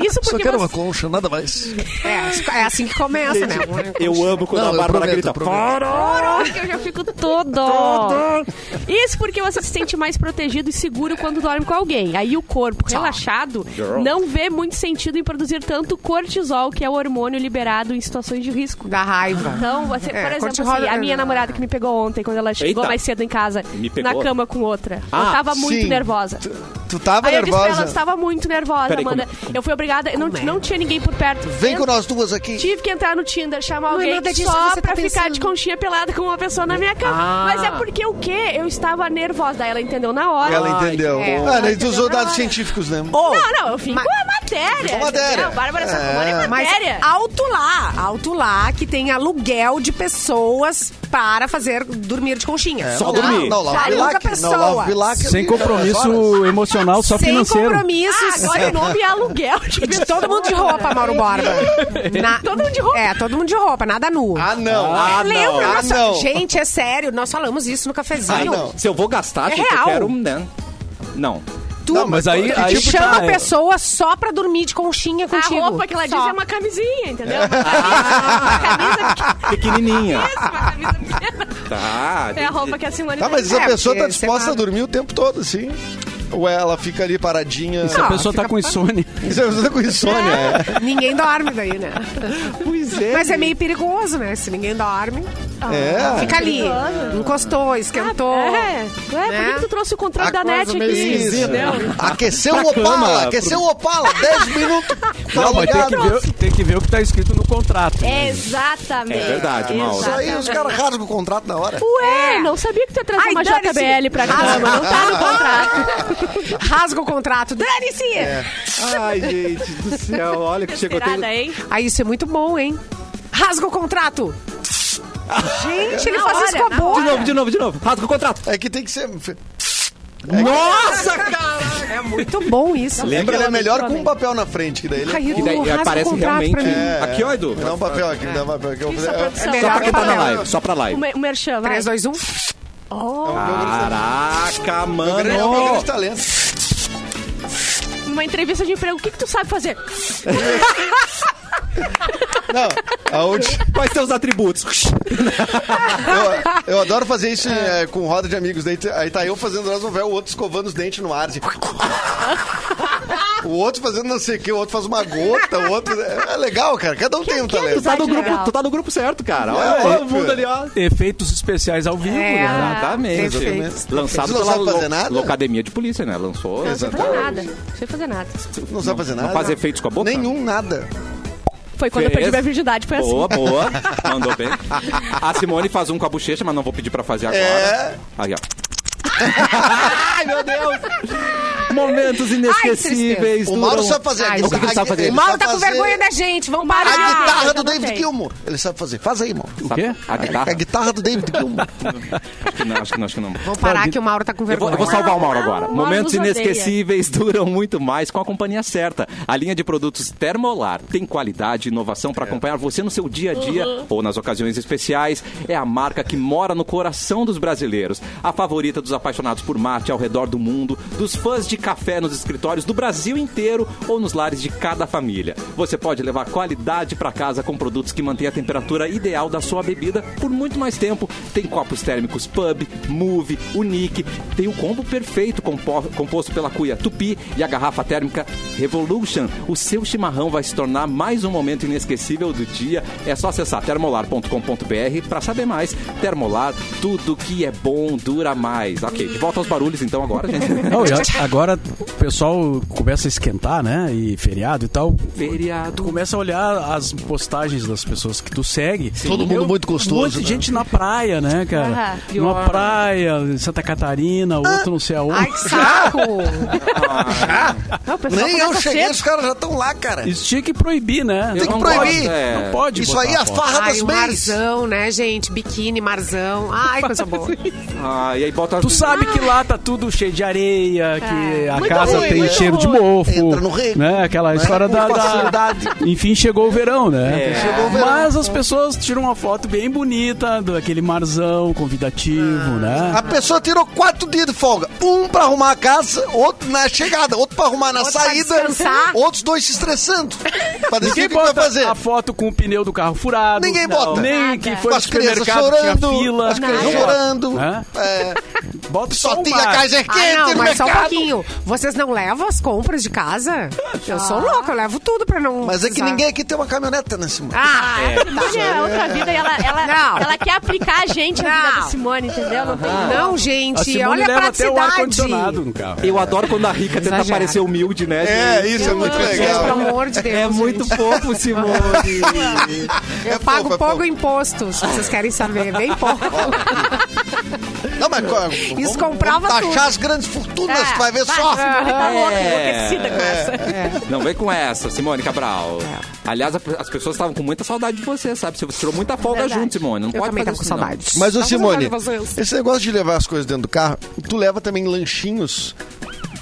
Speaker 3: Isso
Speaker 2: Só
Speaker 3: porque
Speaker 2: quero
Speaker 3: você...
Speaker 2: uma concha, nada mais.
Speaker 4: É, é assim que começa, né?
Speaker 1: Eu amo quando
Speaker 2: Não,
Speaker 1: a
Speaker 2: eu
Speaker 1: Bárbara
Speaker 2: prometo,
Speaker 1: grita.
Speaker 2: eu prometo.
Speaker 1: Fora!
Speaker 3: Chorou, que eu já fico todo. Isso porque você se sente mais protegido e seguro quando dorme com alguém. Aí o corpo relaxado
Speaker 1: Girl.
Speaker 3: não vê muito sentido em produzir tanto cortisol, que é o hormônio liberado em situações de risco.
Speaker 4: Da raiva.
Speaker 3: Então,
Speaker 4: É,
Speaker 3: você, por exemplo,
Speaker 4: cortisol-
Speaker 3: assim, a minha namorada que me pegou ontem, quando ela chegou
Speaker 1: Eita.
Speaker 3: mais cedo em casa,
Speaker 1: Me pegou?
Speaker 3: na cama com outra.
Speaker 1: Ah,
Speaker 3: eu tava Tá muito
Speaker 2: sim.
Speaker 3: nervosa.
Speaker 2: Tu, tu tava
Speaker 3: Aí eu disse pra ela, tá eu
Speaker 2: nervosa.
Speaker 3: estava muito nervosa,
Speaker 1: Peraí,
Speaker 3: Amanda. Eu fui obrigada, não,
Speaker 4: Como é?
Speaker 3: não tinha ninguém por perto.
Speaker 2: Vem
Speaker 3: Eu
Speaker 2: com nós duas aqui.
Speaker 3: Tive que entrar no Tinder, chamar
Speaker 4: Não é
Speaker 3: alguém
Speaker 4: nada disso que
Speaker 3: só
Speaker 4: você tá
Speaker 3: pra ficar
Speaker 4: pensando.
Speaker 3: de conchinha pelada com uma pessoa na minha cama.
Speaker 1: Ah.
Speaker 3: Mas é porque o quê? Eu estava nervosa. Daí ela entendeu na hora.
Speaker 2: Ela entendeu.
Speaker 4: que bom.
Speaker 2: Ah, né, tu usou dados científicos, né?
Speaker 3: Não, não, eu fico
Speaker 4: Mas-
Speaker 3: com a matéria.
Speaker 2: Com a matéria.
Speaker 3: entendeu? Bárbara
Speaker 2: É.
Speaker 3: Sacomori é
Speaker 4: Mas ah,
Speaker 3: matéria.
Speaker 4: alto lá, alto lá que tem aluguel de pessoas para fazer dormir de conchinha.
Speaker 2: É,
Speaker 1: Só
Speaker 2: não,
Speaker 1: dormir.
Speaker 2: Não, lá
Speaker 4: Sai outra
Speaker 2: Vilac. Não, lá é
Speaker 4: pessoa.
Speaker 2: Vilac.
Speaker 5: Sem compromisso emocional, só
Speaker 4: Sem
Speaker 5: financeiro.
Speaker 4: compromissos.
Speaker 3: Agora o nome é aluguel.
Speaker 4: de todo mundo de roupa, Mauro Borba. Na-
Speaker 3: Todo mundo de roupa.
Speaker 4: É, todo mundo de roupa, nada nu.
Speaker 2: Ah, não.
Speaker 1: Ah,
Speaker 4: Lembra?
Speaker 2: não.
Speaker 4: Nós-
Speaker 2: Ah, não.
Speaker 4: Gente, é sério, nós falamos isso no
Speaker 1: Ah,
Speaker 4: cafezinho.
Speaker 1: não. Se eu vou gastar,
Speaker 4: É
Speaker 1: gente, eu
Speaker 4: real.
Speaker 1: quero. Né? Não.
Speaker 4: Tu
Speaker 2: Não, mas aí-
Speaker 4: tu
Speaker 5: aí-
Speaker 4: chama
Speaker 5: tá,
Speaker 4: a
Speaker 5: é.
Speaker 4: pessoa só pra dormir de conchinha
Speaker 3: A
Speaker 4: contigo.
Speaker 3: roupa que ela diz
Speaker 4: Só.
Speaker 3: é uma camisinha,
Speaker 2: É.
Speaker 3: entendeu? Uma camisa, uma camisa
Speaker 1: Pequenininha.
Speaker 3: pequena, uma camisa pequena.
Speaker 1: Tá.
Speaker 3: É a roupa que a Simone
Speaker 2: Tá, mas
Speaker 3: tem.
Speaker 2: a
Speaker 4: É,
Speaker 2: pessoa tá
Speaker 4: porque
Speaker 2: disposta
Speaker 4: semana-
Speaker 2: a dormir o tempo todo, assim. Ou ela fica ali paradinha.
Speaker 5: Se a
Speaker 4: Ah,
Speaker 5: pessoa tá
Speaker 4: fica
Speaker 5: com insônia.
Speaker 2: Isso é coisa com insônia. é.
Speaker 4: Ninguém dorme daí, né?
Speaker 1: Pois é.
Speaker 4: Mas é meio perigoso, né? Se ninguém dorme,
Speaker 2: É.
Speaker 4: fica ali. Encostou, esquentou.
Speaker 3: Ah, É, Ué, por que
Speaker 4: Né?
Speaker 3: que tu trouxe o controle
Speaker 2: A
Speaker 3: da
Speaker 2: coisa
Speaker 3: net aqui?
Speaker 2: meio esquisita.
Speaker 3: Entendeu?
Speaker 2: Aqueceu
Speaker 1: Pra
Speaker 2: o
Speaker 1: cama,
Speaker 2: Opala,
Speaker 1: pro-
Speaker 2: aqueceu o Opala, 10 minutos. Tá
Speaker 5: Não, mas tem
Speaker 2: ligado?
Speaker 5: que, ver, tem que ver o que tá escrito no contrato.
Speaker 3: Exatamente.
Speaker 1: É verdade, Mauro.
Speaker 2: Isso aí os caras rasgam o contrato na hora.
Speaker 3: Ué, não sabia que tu ia trazer
Speaker 4: Ai,
Speaker 3: uma
Speaker 4: dane-se.
Speaker 3: JBL pra cama, não tá no contrato.
Speaker 4: Rasga o contrato. Dane-se!
Speaker 1: Ai, gente do céu. Olha que chegou. Tem...
Speaker 3: Irada, hein?
Speaker 4: Aí isso é muito bom, hein? Rasga o contrato! Gente, ele
Speaker 3: Na
Speaker 4: faz
Speaker 3: hora,
Speaker 4: isso com a
Speaker 3: na
Speaker 1: De
Speaker 4: boca.
Speaker 1: novo, de novo, de novo. Rasga o contrato.
Speaker 2: É que tem que ser. É
Speaker 1: Nossa,
Speaker 4: É muito bom isso.
Speaker 2: que ele é melhor com um
Speaker 3: Lembra-
Speaker 2: papel na frente, que daí ele.
Speaker 4: Ai, Edu,
Speaker 1: E daí
Speaker 4: rasga o
Speaker 1: aparece
Speaker 4: contrato
Speaker 1: realmente.
Speaker 4: pra mim.
Speaker 2: É,
Speaker 1: Aqui, ó, Edu.
Speaker 2: Me dá um papel aqui, me dá um papel aqui. Eu vou
Speaker 3: Isso é
Speaker 2: fazer-
Speaker 3: produção.
Speaker 4: É
Speaker 1: Só pra quem tá na
Speaker 4: Melhor
Speaker 1: live, só pra
Speaker 3: O,
Speaker 1: live.
Speaker 3: mer- o merchan, vai.
Speaker 4: 3, 2, 1.
Speaker 1: Ah, Caraca,
Speaker 2: É o meu é um grande
Speaker 1: mano!
Speaker 2: talento.
Speaker 3: Numa entrevista de emprego, o que, que tu sabe fazer?
Speaker 2: Não, aonde.
Speaker 1: Quais seus atributos? tá
Speaker 2: Eu, eu adoro fazer isso eh, com roda de amigos. Daí, t- aí tá eu fazendo nós novel, o outro escovando os dentes no ar. assim. O outro fazendo não sei o que, o outro faz uma gota, o outro. É é legal, cara. Cada um tem um
Speaker 1: Tu
Speaker 2: talento.
Speaker 1: tá, no
Speaker 3: Legal.
Speaker 1: grupo, tu tá no grupo certo, cara.
Speaker 2: É,
Speaker 1: Olha, olha o
Speaker 2: óbvio.
Speaker 1: mundo ali, ó.
Speaker 5: Efeitos especiais ao vivo,
Speaker 4: É.
Speaker 5: né?
Speaker 1: Exatamente.
Speaker 4: perfeito.
Speaker 1: Ah, tá Lançado
Speaker 2: Vocês Ah, não
Speaker 1: pela
Speaker 2: sabem fazer
Speaker 1: lo-
Speaker 2: nada?
Speaker 1: Locademia de Polícia, né? Lançou.
Speaker 3: Não sei
Speaker 2: Exato.
Speaker 3: fazer nada. Não sei fazer nada.
Speaker 2: Não sabe fazer nada.
Speaker 1: Não faz efeitos com a boca?
Speaker 2: Nenhum, nada.
Speaker 3: Foi quando eu
Speaker 1: Fez.
Speaker 3: perdi minha virgindade, foi assim.
Speaker 1: Boa, boa. Mandou bem. A Simone faz um com a bochecha, mas não vou pedir pra fazer agora.
Speaker 2: É.
Speaker 1: Aí, ó. Ai, meu Deus! Momentos inesquecíveis.
Speaker 2: O Mauro
Speaker 1: duram-
Speaker 2: sabe fazer a
Speaker 1: Ai, o que que ele
Speaker 2: guitarra-
Speaker 1: sabe fazer?
Speaker 2: ele
Speaker 4: O Mauro tá com
Speaker 2: sabe fazer
Speaker 4: vergonha da gente. Vamos
Speaker 2: A
Speaker 4: parar.
Speaker 2: guitarra do
Speaker 3: eu não
Speaker 2: David
Speaker 3: sei.
Speaker 2: Gilmour. Ele sabe fazer. Faz aí, Mauro.
Speaker 5: O quê?
Speaker 1: A guitarra?
Speaker 2: A guitarra do David Gilmour.
Speaker 1: Acho que não, acho que não, acho que não.
Speaker 4: Vamos parar que o Mauro tá com
Speaker 1: Eu vou,
Speaker 4: vergonha.
Speaker 1: eu vou salvar o Mauro agora.
Speaker 3: Mauro
Speaker 1: Momentos
Speaker 3: nos odeia.
Speaker 1: inesquecíveis duram muito mais com a companhia certa. A linha de produtos Termolar tem qualidade e inovação para acompanhar você no seu dia a dia
Speaker 3: Uhum.
Speaker 1: ou nas ocasiões especiais. É a marca que mora no coração dos brasileiros. A favorita dos apaixonados por mate ao redor do mundo, dos fãs de café nos escritórios do Brasil inteiro ou nos lares de cada família. Você pode levar qualidade para casa com produtos que mantêm a temperatura ideal da sua bebida por muito mais tempo. Tem copos térmicos Pub, Move, Unique. Tem o combo perfeito compo- composto pela cuia Tupi e a garrafa térmica Revolution. O seu chimarrão vai se tornar mais um momento inesquecível do dia. É só acessar termolar.com.br para saber mais. Termolar, tudo que é bom dura mais. Ok, de volta aos barulhos então agora, gente.
Speaker 5: Não, e a- agora o pessoal começa a esquentar, né? E feriado e tal. Tu
Speaker 1: Feriado.
Speaker 5: começa a olhar as postagens das pessoas que tu segue.
Speaker 2: Todo mundo muito gostoso,
Speaker 5: Muita
Speaker 2: né?
Speaker 5: gente na praia, né, cara?
Speaker 3: Aham, pior.
Speaker 5: Numa praia, em Santa Catarina, outro não sei aonde.
Speaker 4: Ai, que saco.
Speaker 3: Não, o pessoal
Speaker 2: Nem eu
Speaker 3: começa
Speaker 2: cheguei,
Speaker 3: cedo.
Speaker 2: os caras já estão lá, cara.
Speaker 5: Isso tinha que proibir, né?
Speaker 2: Tem que
Speaker 5: Não
Speaker 2: proibir.
Speaker 5: pode,
Speaker 1: É.
Speaker 5: Não pode.
Speaker 2: Isso
Speaker 5: botar
Speaker 2: aí é a
Speaker 5: foto.
Speaker 2: farra
Speaker 4: Ai,
Speaker 2: das
Speaker 4: o
Speaker 2: mês.
Speaker 4: marzão, né, gente? Biquíni, marzão. Ai, coisa boa.
Speaker 1: Ah, e aí bota
Speaker 5: Tu sabe que lá tá tudo cheio de areia, que a
Speaker 3: Muito
Speaker 5: casa
Speaker 2: ruim,
Speaker 5: tem
Speaker 2: muito
Speaker 5: cheiro de
Speaker 3: ruim.
Speaker 5: mofo.
Speaker 2: Entra no rego,
Speaker 5: né? Aquela história
Speaker 2: Com
Speaker 5: da, da-
Speaker 2: facilidade.
Speaker 5: Enfim, chegou o verão, né?
Speaker 1: É.
Speaker 2: Chegou o verão.
Speaker 5: Mas as pessoas tiram uma foto bem bonita daquele marzão convidativo, né?
Speaker 2: A pessoa tirou quatro dias de folga. Um pra arrumar a casa, outro na chegada, outro pra arrumar na
Speaker 4: Outro pra
Speaker 2: saída,
Speaker 4: descansar.
Speaker 2: outros dois se estressando. Pra decidir
Speaker 5: Ninguém
Speaker 2: o que vai
Speaker 5: bota
Speaker 2: fazer.
Speaker 5: a foto com o pneu do carro furado.
Speaker 2: Ninguém bota.
Speaker 5: Nem
Speaker 3: Nada.
Speaker 5: que foi
Speaker 2: Com
Speaker 5: no
Speaker 2: as crianças
Speaker 5: supermercado, que
Speaker 2: chorando,
Speaker 5: tinha fila.
Speaker 2: as crianças
Speaker 5: Não bota.
Speaker 2: chorando.
Speaker 5: Hã?
Speaker 2: É,
Speaker 5: Bota
Speaker 2: só
Speaker 5: um
Speaker 2: tem a
Speaker 5: bar.
Speaker 2: Kaiser quente
Speaker 4: Ah, não,
Speaker 2: no
Speaker 4: mas só um
Speaker 2: mercado.
Speaker 4: pouquinho. Vocês não levam as compras de casa? Eu sou louca, eu levo tudo pra não.
Speaker 2: Mas é que
Speaker 4: precisar.
Speaker 2: ninguém aqui tem uma caminhoneta, né, Simone?
Speaker 4: Ah,
Speaker 3: Simone é outra vida e ela, ela,
Speaker 4: Não.
Speaker 3: ela quer aplicar a gente na vida
Speaker 4: Não.
Speaker 3: da Simone, entendeu? Não tem
Speaker 4: não,
Speaker 5: A
Speaker 4: gente.
Speaker 5: Simone
Speaker 4: Olha a
Speaker 5: leva até o
Speaker 4: praticidade.
Speaker 5: ar-condicionado no carro.
Speaker 1: Eu adoro quando a rica tenta
Speaker 4: Exagerado.
Speaker 1: parecer humilde, né? gente?
Speaker 2: isso é muito
Speaker 4: Gente, pelo amor de Deus.
Speaker 1: É muito
Speaker 4: gente.
Speaker 1: fofo, Simone.
Speaker 4: Eu pago
Speaker 2: pouco,
Speaker 4: pouco
Speaker 2: é pouco.
Speaker 4: imposto, se vocês querem saber, bem pouco.
Speaker 2: Não, mas co- vamos-
Speaker 4: comprava
Speaker 2: vamos taxar
Speaker 4: tudo. Ah,
Speaker 2: as grandes fortunas,
Speaker 3: É,
Speaker 2: tu vai ver
Speaker 3: vai,
Speaker 2: só.
Speaker 3: Simone tá louca,
Speaker 1: É.
Speaker 3: enlouquecida com essa.
Speaker 1: Não vem com essa, Simone Cabral. Aliás, a- as pessoas estavam com muita saudade de você, sabe? Você tirou muita folga
Speaker 3: Verdade.
Speaker 1: junto, Simone. Não
Speaker 4: Eu
Speaker 1: pode
Speaker 4: também tava
Speaker 1: fazer
Speaker 4: com
Speaker 1: isso, não.
Speaker 4: saudades. Tá
Speaker 2: Mas, ô
Speaker 4: Tava com
Speaker 2: Simone,
Speaker 4: saudade de vocês.
Speaker 2: esse negócio de levar as coisas dentro do carro, tu leva também lanchinhos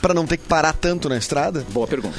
Speaker 2: pra não ter que parar tanto na estrada?
Speaker 1: Boa pergunta.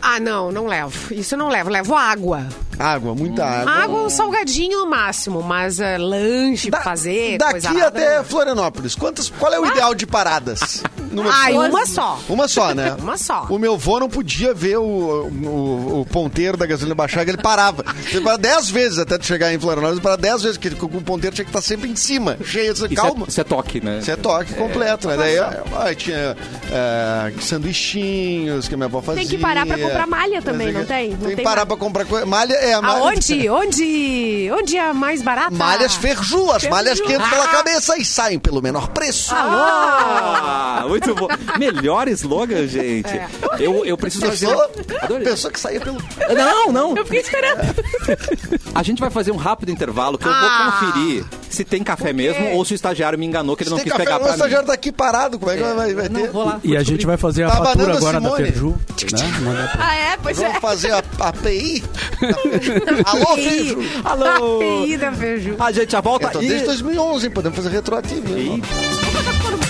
Speaker 4: Ah, não, não levo. Isso eu não levo. Levo água.
Speaker 2: Água, muita água.
Speaker 4: Água, um salgadinho no máximo, mas é, lanche pra fazer. coisa Ah.
Speaker 2: Daqui
Speaker 4: nada,
Speaker 2: até
Speaker 4: não.
Speaker 2: Florianópolis, quantas, qual é o ideal de paradas?
Speaker 4: Ah,
Speaker 2: Numa
Speaker 4: Ai,
Speaker 2: cidade?
Speaker 4: uma só.
Speaker 2: Uma só, né?
Speaker 4: Uma só.
Speaker 2: O meu vô não podia ver o, o, o ponteiro da gasolina baixar, que ele parava. Ele parava dez vezes até de chegar em Florianópolis, para dez vezes, porque o ponteiro tinha que estar sempre em cima, cheio de
Speaker 1: Isso é-
Speaker 2: calma.
Speaker 1: Isso é, toque, né?
Speaker 2: Isso é toque completo, né? Daí ah, tinha ah, sanduichinhos que a minha avó fazia. né?
Speaker 3: Tem que parar pra comprar malha também, não tem? Não
Speaker 2: tem que
Speaker 3: tem
Speaker 2: parar
Speaker 3: malha.
Speaker 2: pra comprar coisa. Malha é a malha.
Speaker 4: Aonde? Onde? Onde é mais barata?
Speaker 3: tá?
Speaker 2: Malhas ferju, as malhas que entram pela
Speaker 4: Ah.
Speaker 2: cabeça e saem pelo menor preço.
Speaker 1: Ah, muito bom. Melhor slogan, gente. Eu, eu preciso fazer.
Speaker 2: Pessoa,
Speaker 1: Adorei.
Speaker 2: pessoa que saía pelo.
Speaker 1: Não, não.
Speaker 3: Eu fiquei esperando.
Speaker 1: A gente vai fazer um rápido intervalo que eu
Speaker 4: Ah.
Speaker 1: vou conferir se tem café mesmo ou se o estagiário me enganou que ele não
Speaker 2: Tem
Speaker 1: quis
Speaker 2: café,
Speaker 1: pegar
Speaker 2: o
Speaker 1: pra mim.
Speaker 2: estagiário tá aqui parado, como é que vai, vai ter?
Speaker 1: Não, vou lá.
Speaker 5: E a gente vai fazer a
Speaker 2: Tá
Speaker 5: fatura
Speaker 2: abanando a
Speaker 5: agora da
Speaker 2: Simone.
Speaker 5: Perju. Né? Mandar pra-
Speaker 3: Ah, é? Pois é.
Speaker 2: Vamos fazer a, a PI? Alô, Fejo!
Speaker 4: Ah, Tá
Speaker 1: Alô.
Speaker 4: Feída, vejo.
Speaker 1: A gente já volta
Speaker 2: Eu tô
Speaker 1: e...
Speaker 2: Então, desde 2011, hein? podemos fazer retroativo. né? hein?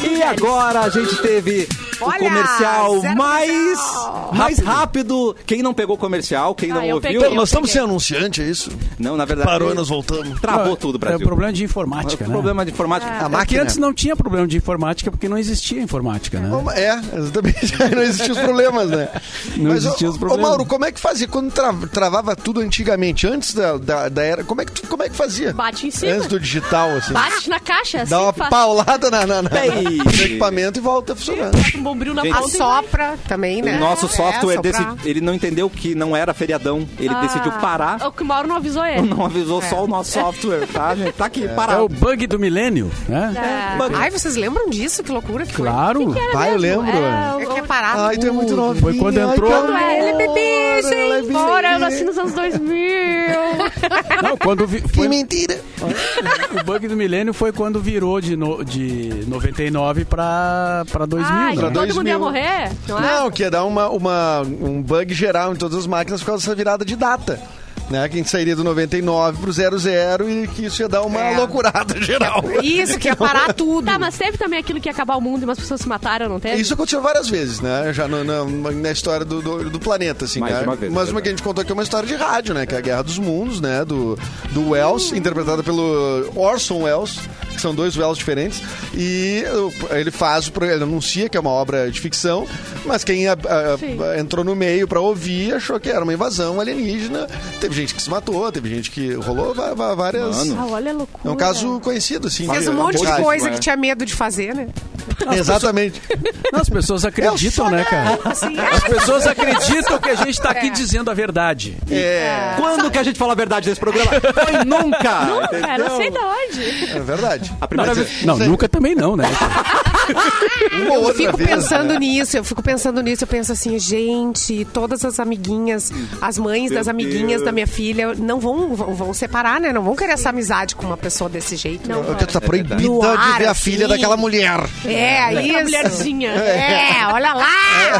Speaker 1: E agora a gente teve o
Speaker 4: Olha,
Speaker 1: comercial
Speaker 4: zero
Speaker 1: mais,
Speaker 4: comercial.
Speaker 1: mais rápido. Quem não pegou o comercial, quem não
Speaker 3: eu
Speaker 1: ouviu.
Speaker 3: peguei.
Speaker 2: Nós estamos sem anunciante, é isso?
Speaker 1: Não, na verdade.
Speaker 2: Parou e nós voltamos.
Speaker 1: Travou tudo,
Speaker 5: É
Speaker 1: Brasil.
Speaker 5: o problema de
Speaker 1: É
Speaker 5: informática,
Speaker 1: o
Speaker 5: né?
Speaker 1: problema de informática.
Speaker 2: A
Speaker 5: É que
Speaker 2: máquina.
Speaker 5: antes não tinha problema de informática porque não existia informática, né?
Speaker 2: É, exatamente. Aí Não existiam os problemas, né?
Speaker 5: Não existiam
Speaker 2: ô-
Speaker 5: os problemas.
Speaker 2: Ô, Mauro, como é que fazia? Quando tra- travava tudo antigamente, antes da, da, da era, como é, que tu- como é que fazia?
Speaker 3: Bate em cima.
Speaker 2: Antes do digital, assim.
Speaker 3: Bate na caixa, assim,
Speaker 2: Dá uma
Speaker 3: faz-
Speaker 2: paulada na, na- na-
Speaker 1: Pei.
Speaker 2: no equipamento e volta a funcionar.
Speaker 3: um bombril na
Speaker 1: Gente,
Speaker 3: ponta. e vai.
Speaker 4: Assopra também, né?
Speaker 1: O nosso
Speaker 4: É,
Speaker 1: software,
Speaker 4: assoprar.
Speaker 1: decidi- ele não entendeu que não era feriadão. Ele decidiu
Speaker 3: É
Speaker 1: parar.
Speaker 3: o que o Mauro não avisou ele.
Speaker 1: Não avisou só o nosso software, tá, gente? Tá aqui,
Speaker 5: É o
Speaker 1: parado.
Speaker 5: bug do milênio, né?
Speaker 3: É.
Speaker 1: Bug.
Speaker 4: Ai, vocês lembram disso? Que loucura que
Speaker 5: Claro.
Speaker 3: Era
Speaker 2: Pai, Ah, eu
Speaker 3: mesmo,
Speaker 2: lembro.
Speaker 3: é,
Speaker 4: foi. É
Speaker 3: o-
Speaker 4: que é parado.
Speaker 2: Ai, tu é muito novinho.
Speaker 3: é
Speaker 2: é
Speaker 5: Foi quando entrou-
Speaker 3: Quando é, ele é
Speaker 4: bebê, gente.
Speaker 3: Bora, eu nasci nos anos 2000.
Speaker 5: Não, quando vi-
Speaker 2: Que
Speaker 5: foi,
Speaker 2: mentira!
Speaker 5: o bug do milênio foi quando virou de, no- de 99 pra, pra 2000.
Speaker 3: Ai, que
Speaker 2: pra
Speaker 5: né?
Speaker 3: todo mundo
Speaker 2: 2000.
Speaker 3: ia morrer? Não, é?
Speaker 2: Não, que ia dar uma, uma, um bug geral em todas as máquinas por causa dessa virada de data. Né? Que a gente sairia do 99 pro 00 e que isso ia dar uma
Speaker 4: É.
Speaker 2: loucurada geral.
Speaker 4: Isso, que ia parar tudo.
Speaker 3: Tá, mas teve também aquilo que ia acabar o mundo e umas pessoas se mataram, não
Speaker 1: É
Speaker 3: teve?
Speaker 2: Isso aconteceu várias vezes, né? Já no- na, na história do, do, do planeta, assim.
Speaker 1: Mais
Speaker 2: né?
Speaker 1: uma vez,
Speaker 2: Mas
Speaker 1: é
Speaker 2: uma que a gente contou aqui é uma história de rádio, né? Que é a Guerra dos Mundos, né? Do, do Wells,
Speaker 4: Hum.
Speaker 2: interpretada pelo Orson Welles, que são dois Wells diferentes. E o- ele faz, o pro- ele anuncia que é uma obra de ficção, mas quem a- a-
Speaker 3: Sim.
Speaker 2: entrou no meio pra ouvir achou que era uma invasão alienígena. Teve gente que se matou, teve gente que rolou va- va- várias.
Speaker 1: Mano.
Speaker 3: Ah, olha a loucura.
Speaker 2: É um caso conhecido, assim.
Speaker 4: Fez
Speaker 2: de-
Speaker 4: um monte de
Speaker 2: rádio.
Speaker 4: coisa
Speaker 1: né?
Speaker 4: que tinha medo de fazer, né?
Speaker 2: Exatamente.
Speaker 5: Não, As pessoas acreditam, né, cara?
Speaker 4: Assim,
Speaker 5: As pessoas acreditam que a gente tá aqui dizendo a verdade.
Speaker 2: É,
Speaker 1: Quando que a gente fala a verdade nesse programa? Foi nunca!
Speaker 3: Cara, É, não sei
Speaker 1: entendeu?
Speaker 3: de onde.
Speaker 2: é verdade.
Speaker 1: A primeira vez.
Speaker 5: Não,
Speaker 2: sei.
Speaker 5: nunca também não, né?
Speaker 2: Uma
Speaker 4: é, Eu
Speaker 2: outra
Speaker 4: fico
Speaker 2: vez,
Speaker 4: pensando
Speaker 2: né?
Speaker 4: nisso, eu fico pensando nisso, eu penso assim, gente, todas as amiguinhas, as mães
Speaker 1: Meu
Speaker 4: das amiguinhas
Speaker 1: Deus.
Speaker 4: da minha filha não vão, vão, vão separar, né? Não vão querer essa amizade com uma pessoa desse jeito.
Speaker 3: Não,
Speaker 2: Porque tu tá proibida
Speaker 4: No
Speaker 2: de
Speaker 4: ar,
Speaker 2: ver a
Speaker 4: assim.
Speaker 2: filha daquela mulher.
Speaker 4: É,
Speaker 3: Aquela
Speaker 4: isso.
Speaker 3: mulherzinha.
Speaker 4: É, olha lá,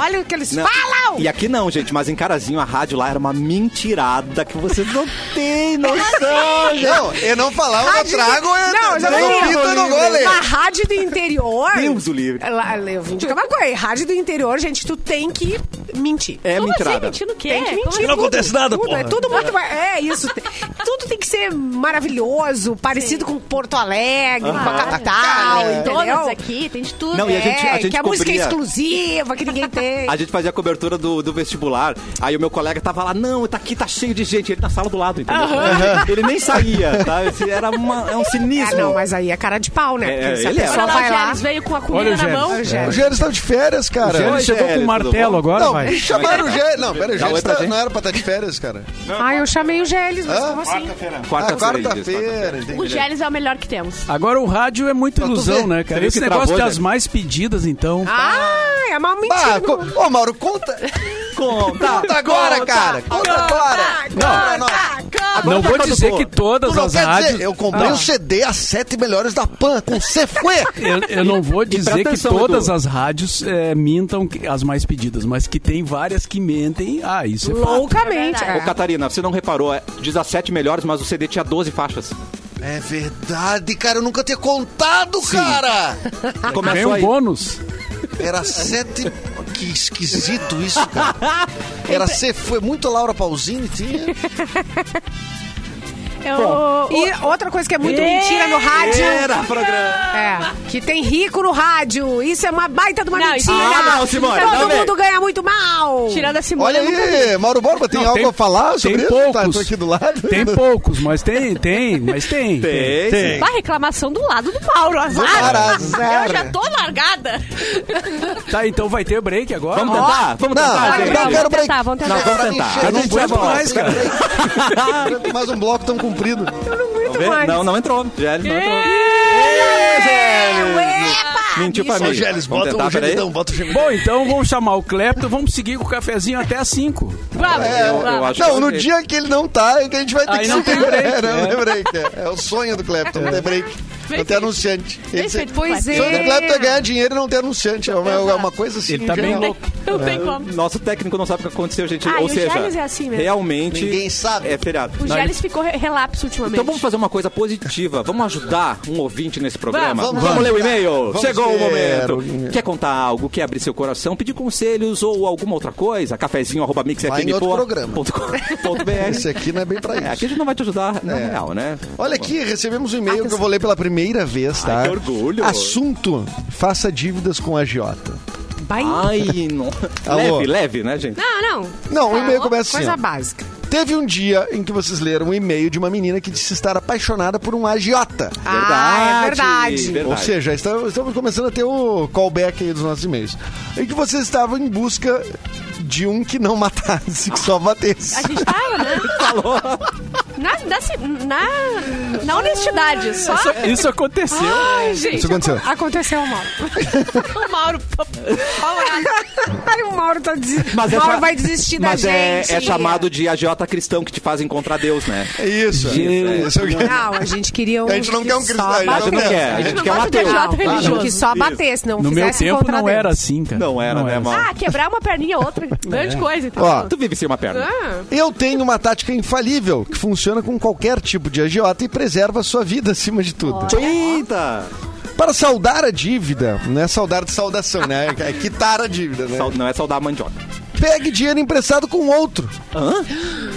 Speaker 4: olha o que eles
Speaker 1: Não,
Speaker 4: falam.
Speaker 1: E aqui não, gente, mas em Carazinho a rádio lá era uma mentirada que vocês não têm noção, gente.
Speaker 2: Não, eu não falar, eu não
Speaker 4: Rádio-
Speaker 2: trago, eu
Speaker 4: Não, eu já
Speaker 2: eu
Speaker 4: não
Speaker 2: pito, eu não vou ler.
Speaker 4: Na rádio do interior.
Speaker 1: Deus o livre.
Speaker 4: Lá, eu vim de Camacuã. Rádio do interior, gente, tu tem que mentir.
Speaker 1: É
Speaker 3: Como assim?
Speaker 1: mentirada.
Speaker 3: Mentindo o quê?
Speaker 4: Tem que mentir.
Speaker 3: Como assim?
Speaker 4: tudo, tudo, É tudo muito. ma- É isso. Tem- Tudo tem que ser maravilhoso, parecido com Porto Alegre, com a capital.
Speaker 3: Tem donuts
Speaker 4: entendeu?
Speaker 3: aqui, tem de tudo.
Speaker 1: Não, e a gente-
Speaker 4: É, que a
Speaker 1: cobria-
Speaker 4: música é exclusiva, que ninguém tem.
Speaker 1: A gente fazia a cobertura do, do vestibular, aí o meu colega tava lá, não, tá aqui, tá cheio de gente, ele na sala do lado, entendeu? Ele nem saía, tá? Esse era uma, é um
Speaker 4: Ah,
Speaker 1: cinismo.
Speaker 4: não, mas aí é cara de pau, né?
Speaker 1: É,
Speaker 4: Porque se a
Speaker 1: ele é.
Speaker 4: pessoa
Speaker 3: Olha lá,
Speaker 4: vai
Speaker 3: o
Speaker 4: lá.
Speaker 3: Gélis veio com a
Speaker 5: Olha
Speaker 3: comida
Speaker 5: o
Speaker 3: na
Speaker 5: Gélis.
Speaker 3: mão.
Speaker 4: É,
Speaker 2: O
Speaker 4: gente.
Speaker 2: Gélis tá de férias, cara.
Speaker 5: O Gênio chegou com
Speaker 1: é, tudo bom?
Speaker 5: um martelo agora,
Speaker 2: Não,
Speaker 5: vai.
Speaker 2: chamaram o Gélis. Não, pera, o
Speaker 1: Não, é
Speaker 2: Gélis
Speaker 1: pra
Speaker 2: tá-
Speaker 1: gente.
Speaker 2: não era pra estar de férias, cara.
Speaker 4: Ai, "Ah, eu chamei o Gélis, mas
Speaker 2: Hã?
Speaker 4: como assim?
Speaker 2: Ah,
Speaker 1: Quarta-feira. ele diz,
Speaker 2: quarta-feira,
Speaker 3: O
Speaker 2: entendi.
Speaker 3: Gélis é o melhor que temos.
Speaker 5: Agora o rádio é muita
Speaker 2: Pra tu ver.
Speaker 5: ilusão, né, cara?
Speaker 1: Seria
Speaker 5: Esse
Speaker 1: que
Speaker 5: negócio
Speaker 1: travou,
Speaker 5: das
Speaker 1: né?
Speaker 5: mais pedidas, então.
Speaker 4: Ah, é uma
Speaker 2: Bah,
Speaker 4: mentira.
Speaker 2: co- Ô, Mauro, conta.
Speaker 1: Conta!
Speaker 2: Conta agora, cara. Conta agora. Conta, nós.
Speaker 5: não
Speaker 2: tá
Speaker 5: vou
Speaker 2: coisa
Speaker 5: dizer
Speaker 2: boa.
Speaker 5: que
Speaker 2: Tu
Speaker 5: todas
Speaker 2: não
Speaker 5: as
Speaker 2: quer
Speaker 5: rádios.
Speaker 2: dizer, eu comprei
Speaker 5: Não.
Speaker 2: um CD, as sete melhores da PAN, com Cefue.
Speaker 5: Eu, eu não vou dizer que
Speaker 1: atenção,
Speaker 5: todas
Speaker 1: Edu.
Speaker 5: as rádios eh, mintam que- as mais pedidas, mas que tem várias que mentem. Ah, isso é fato.
Speaker 4: Loucamente.
Speaker 3: É
Speaker 1: Ô, Catarina, você não reparou, é 17 melhores, mas o CD tinha 12 faixas.
Speaker 2: É verdade, cara. Eu nunca tinha contado, cara.
Speaker 4: Ah,
Speaker 5: Vem
Speaker 1: Começou
Speaker 5: um
Speaker 1: aí.
Speaker 4: tá.
Speaker 5: bônus.
Speaker 2: Era sete. Que esquisito isso, cara. Era
Speaker 5: Então-
Speaker 2: ser. Foi muito Laura Pausini, tinha.
Speaker 3: É. Eu,
Speaker 4: E outra coisa que é muito mentira no rádio.
Speaker 1: Era programa.
Speaker 4: É, que tem rico no rádio. Isso é uma baita de uma
Speaker 3: Não, isso
Speaker 4: mentira.
Speaker 1: não é não, Simone, não
Speaker 4: Todo
Speaker 1: vem.
Speaker 4: mundo ganha muito mal.
Speaker 3: Tirando a Simone,
Speaker 2: Olha
Speaker 3: eu nunca vi.
Speaker 2: aí, Mauro Borba, tem
Speaker 5: Não,
Speaker 2: algo
Speaker 5: tem-
Speaker 2: a falar sobre
Speaker 5: tem
Speaker 2: isso?
Speaker 5: poucos.
Speaker 2: Tá, tô aqui do lado.
Speaker 5: Tem poucos, mas tem, tem, mas tem.
Speaker 1: Tem, tem.
Speaker 3: Bah, reclamação do lado do Mauro,
Speaker 2: Para,
Speaker 3: azar. Eu já
Speaker 2: azar.
Speaker 3: tô largada.
Speaker 5: Tá, então vai ter break agora.
Speaker 1: Vamos tentar? Vamos
Speaker 2: Não,
Speaker 1: tentar,
Speaker 2: não,
Speaker 1: gente.
Speaker 2: não quero
Speaker 3: Vamos
Speaker 2: break.
Speaker 3: tentar, vamos tentar.
Speaker 1: Não, vamos tentar.
Speaker 2: Chega,
Speaker 1: Eu não
Speaker 2: gente, já
Speaker 1: aguento
Speaker 2: volta.
Speaker 5: mais, cara.
Speaker 2: Aguento mais um bloco tão comprido.
Speaker 1: Vamos ver?
Speaker 4: mais.
Speaker 1: Não, não entrou. Gélis não entrou. Mentiu pra mim.
Speaker 2: Ô, Gélis,
Speaker 1: Vamos
Speaker 2: bota
Speaker 1: tentar,
Speaker 2: o
Speaker 1: peraí.
Speaker 2: gemidão, bota o gemidão.
Speaker 5: Bom, então vamos chamar o Clepto, vamos seguir com o cafezinho até às 5.
Speaker 3: Vamos,
Speaker 1: eu
Speaker 3: vamos.
Speaker 1: acho-
Speaker 2: Não, no
Speaker 1: Ok.
Speaker 2: dia que ele não tá, é que a gente vai ter
Speaker 5: é Aí
Speaker 2: que
Speaker 5: não
Speaker 2: se
Speaker 5: tem
Speaker 2: virar.
Speaker 5: break, né?
Speaker 2: É, não tem break. É, é o sonho do Clapton, não ter break. Não ter
Speaker 3: feito.
Speaker 2: anunciante. Ele se-
Speaker 3: feito.
Speaker 4: Pois
Speaker 2: O sonho do Clapton é
Speaker 4: é.
Speaker 2: ganhar dinheiro e não ter anunciante. É uma, é uma coisa assim.
Speaker 5: Ele tá
Speaker 2: em
Speaker 5: bem
Speaker 2: geral.
Speaker 5: louco.
Speaker 3: Não tem como.
Speaker 1: Nosso técnico não sabe o que aconteceu, gente.
Speaker 3: Ah,
Speaker 1: Ou
Speaker 3: e o Gélis
Speaker 1: seja,
Speaker 3: é assim mesmo.
Speaker 1: realmente.
Speaker 2: Ninguém sabe.
Speaker 1: É feriado.
Speaker 3: O
Speaker 1: Não,
Speaker 3: Gélis ficou re- relapso ultimamente.
Speaker 1: Então vamos fazer uma coisa positiva. Vamos ajudar um ouvinte nesse programa. Vamos,
Speaker 2: Vamos, vamos.
Speaker 1: ler o e-mail.
Speaker 2: Vamos
Speaker 1: Chegou o
Speaker 2: ver.
Speaker 1: momento. Quer contar algo? Quer abrir seu coração? Pedir conselhos ou alguma outra coisa? Cafezinho arroba
Speaker 2: Vai em outro programa. Esse
Speaker 1: mixfm.com.br.
Speaker 2: aqui não é bem pra
Speaker 1: É,
Speaker 2: isso.
Speaker 1: aqui a gente não vai te ajudar, na real, né?
Speaker 2: Olha aqui, recebemos um e-mail que eu vou ler pela primeira vez, tá?
Speaker 1: Ai, que orgulho.
Speaker 2: Assunto: faça dívidas com a agiota. Ah.
Speaker 1: Ai, não.
Speaker 2: Alô?
Speaker 1: Leve, leve, né, gente?
Speaker 3: Não, não.
Speaker 2: Não, o e-mail começa assim.
Speaker 4: Tá Coisa
Speaker 2: ó.
Speaker 4: básica.
Speaker 2: Teve um dia em que vocês leram um e-mail de uma menina que disse estar apaixonada por um agiota.
Speaker 4: Ah, é verdade.
Speaker 2: Ou seja, estamos, estamos começando a ter o callback aí dos nossos e-mails. Em que vocês estavam em busca de um que não
Speaker 3: tá,
Speaker 2: matasse, que só batesse.
Speaker 3: A gente tava, né? Falou. Na, na, se- na- Na honestidade, só.
Speaker 5: Isso, é-
Speaker 2: É.
Speaker 5: isso aconteceu.
Speaker 3: Ai, gente,
Speaker 2: Isso aconteceu.
Speaker 4: tá- Aconteceu, Mauro.
Speaker 3: o Mauro. Fala
Speaker 4: Ai, o Mauro, tá des...
Speaker 1: Mas é
Speaker 4: Mauro
Speaker 1: cha-
Speaker 4: vai desistir
Speaker 1: mas
Speaker 4: da
Speaker 1: é,
Speaker 4: gente.
Speaker 1: é chamado de agiota cristão que te faz encontrar Deus, né?
Speaker 2: É isso.
Speaker 5: Gente.
Speaker 2: Isso é o que-
Speaker 4: Não, a gente queria um
Speaker 2: A gente não
Speaker 4: que
Speaker 2: quer um
Speaker 4: só
Speaker 2: cristão, a gente
Speaker 1: A gente
Speaker 4: batesse.
Speaker 1: não
Speaker 2: Não,
Speaker 1: quer, a
Speaker 3: a gente
Speaker 1: gente
Speaker 3: não
Speaker 1: quer um
Speaker 3: gosta de
Speaker 1: ateu.
Speaker 3: agiota
Speaker 4: A gente
Speaker 3: religioso.
Speaker 4: que só batesse, não
Speaker 5: No meu
Speaker 4: fizesse
Speaker 5: tempo
Speaker 4: contra
Speaker 5: não
Speaker 4: Deus.
Speaker 5: era assim, cara.
Speaker 1: Não era, né, Mauro?
Speaker 3: Ah, quebrar uma perninha é outra grande coisa. Então.
Speaker 2: Ó.
Speaker 1: Tu vive sem uma perna.
Speaker 3: Ah,
Speaker 2: Eu tenho uma tática infalível que funciona com qualquer tipo de agiota e preserva a sua vida acima de tudo.
Speaker 3: é.
Speaker 2: Então,
Speaker 1: Eita!
Speaker 2: Para saldar a dívida, não é saudar de saudação, né? É quitar a dívida, né?
Speaker 1: Sal- Não é saudar a mandioca.
Speaker 2: Pegue dinheiro emprestado com outro.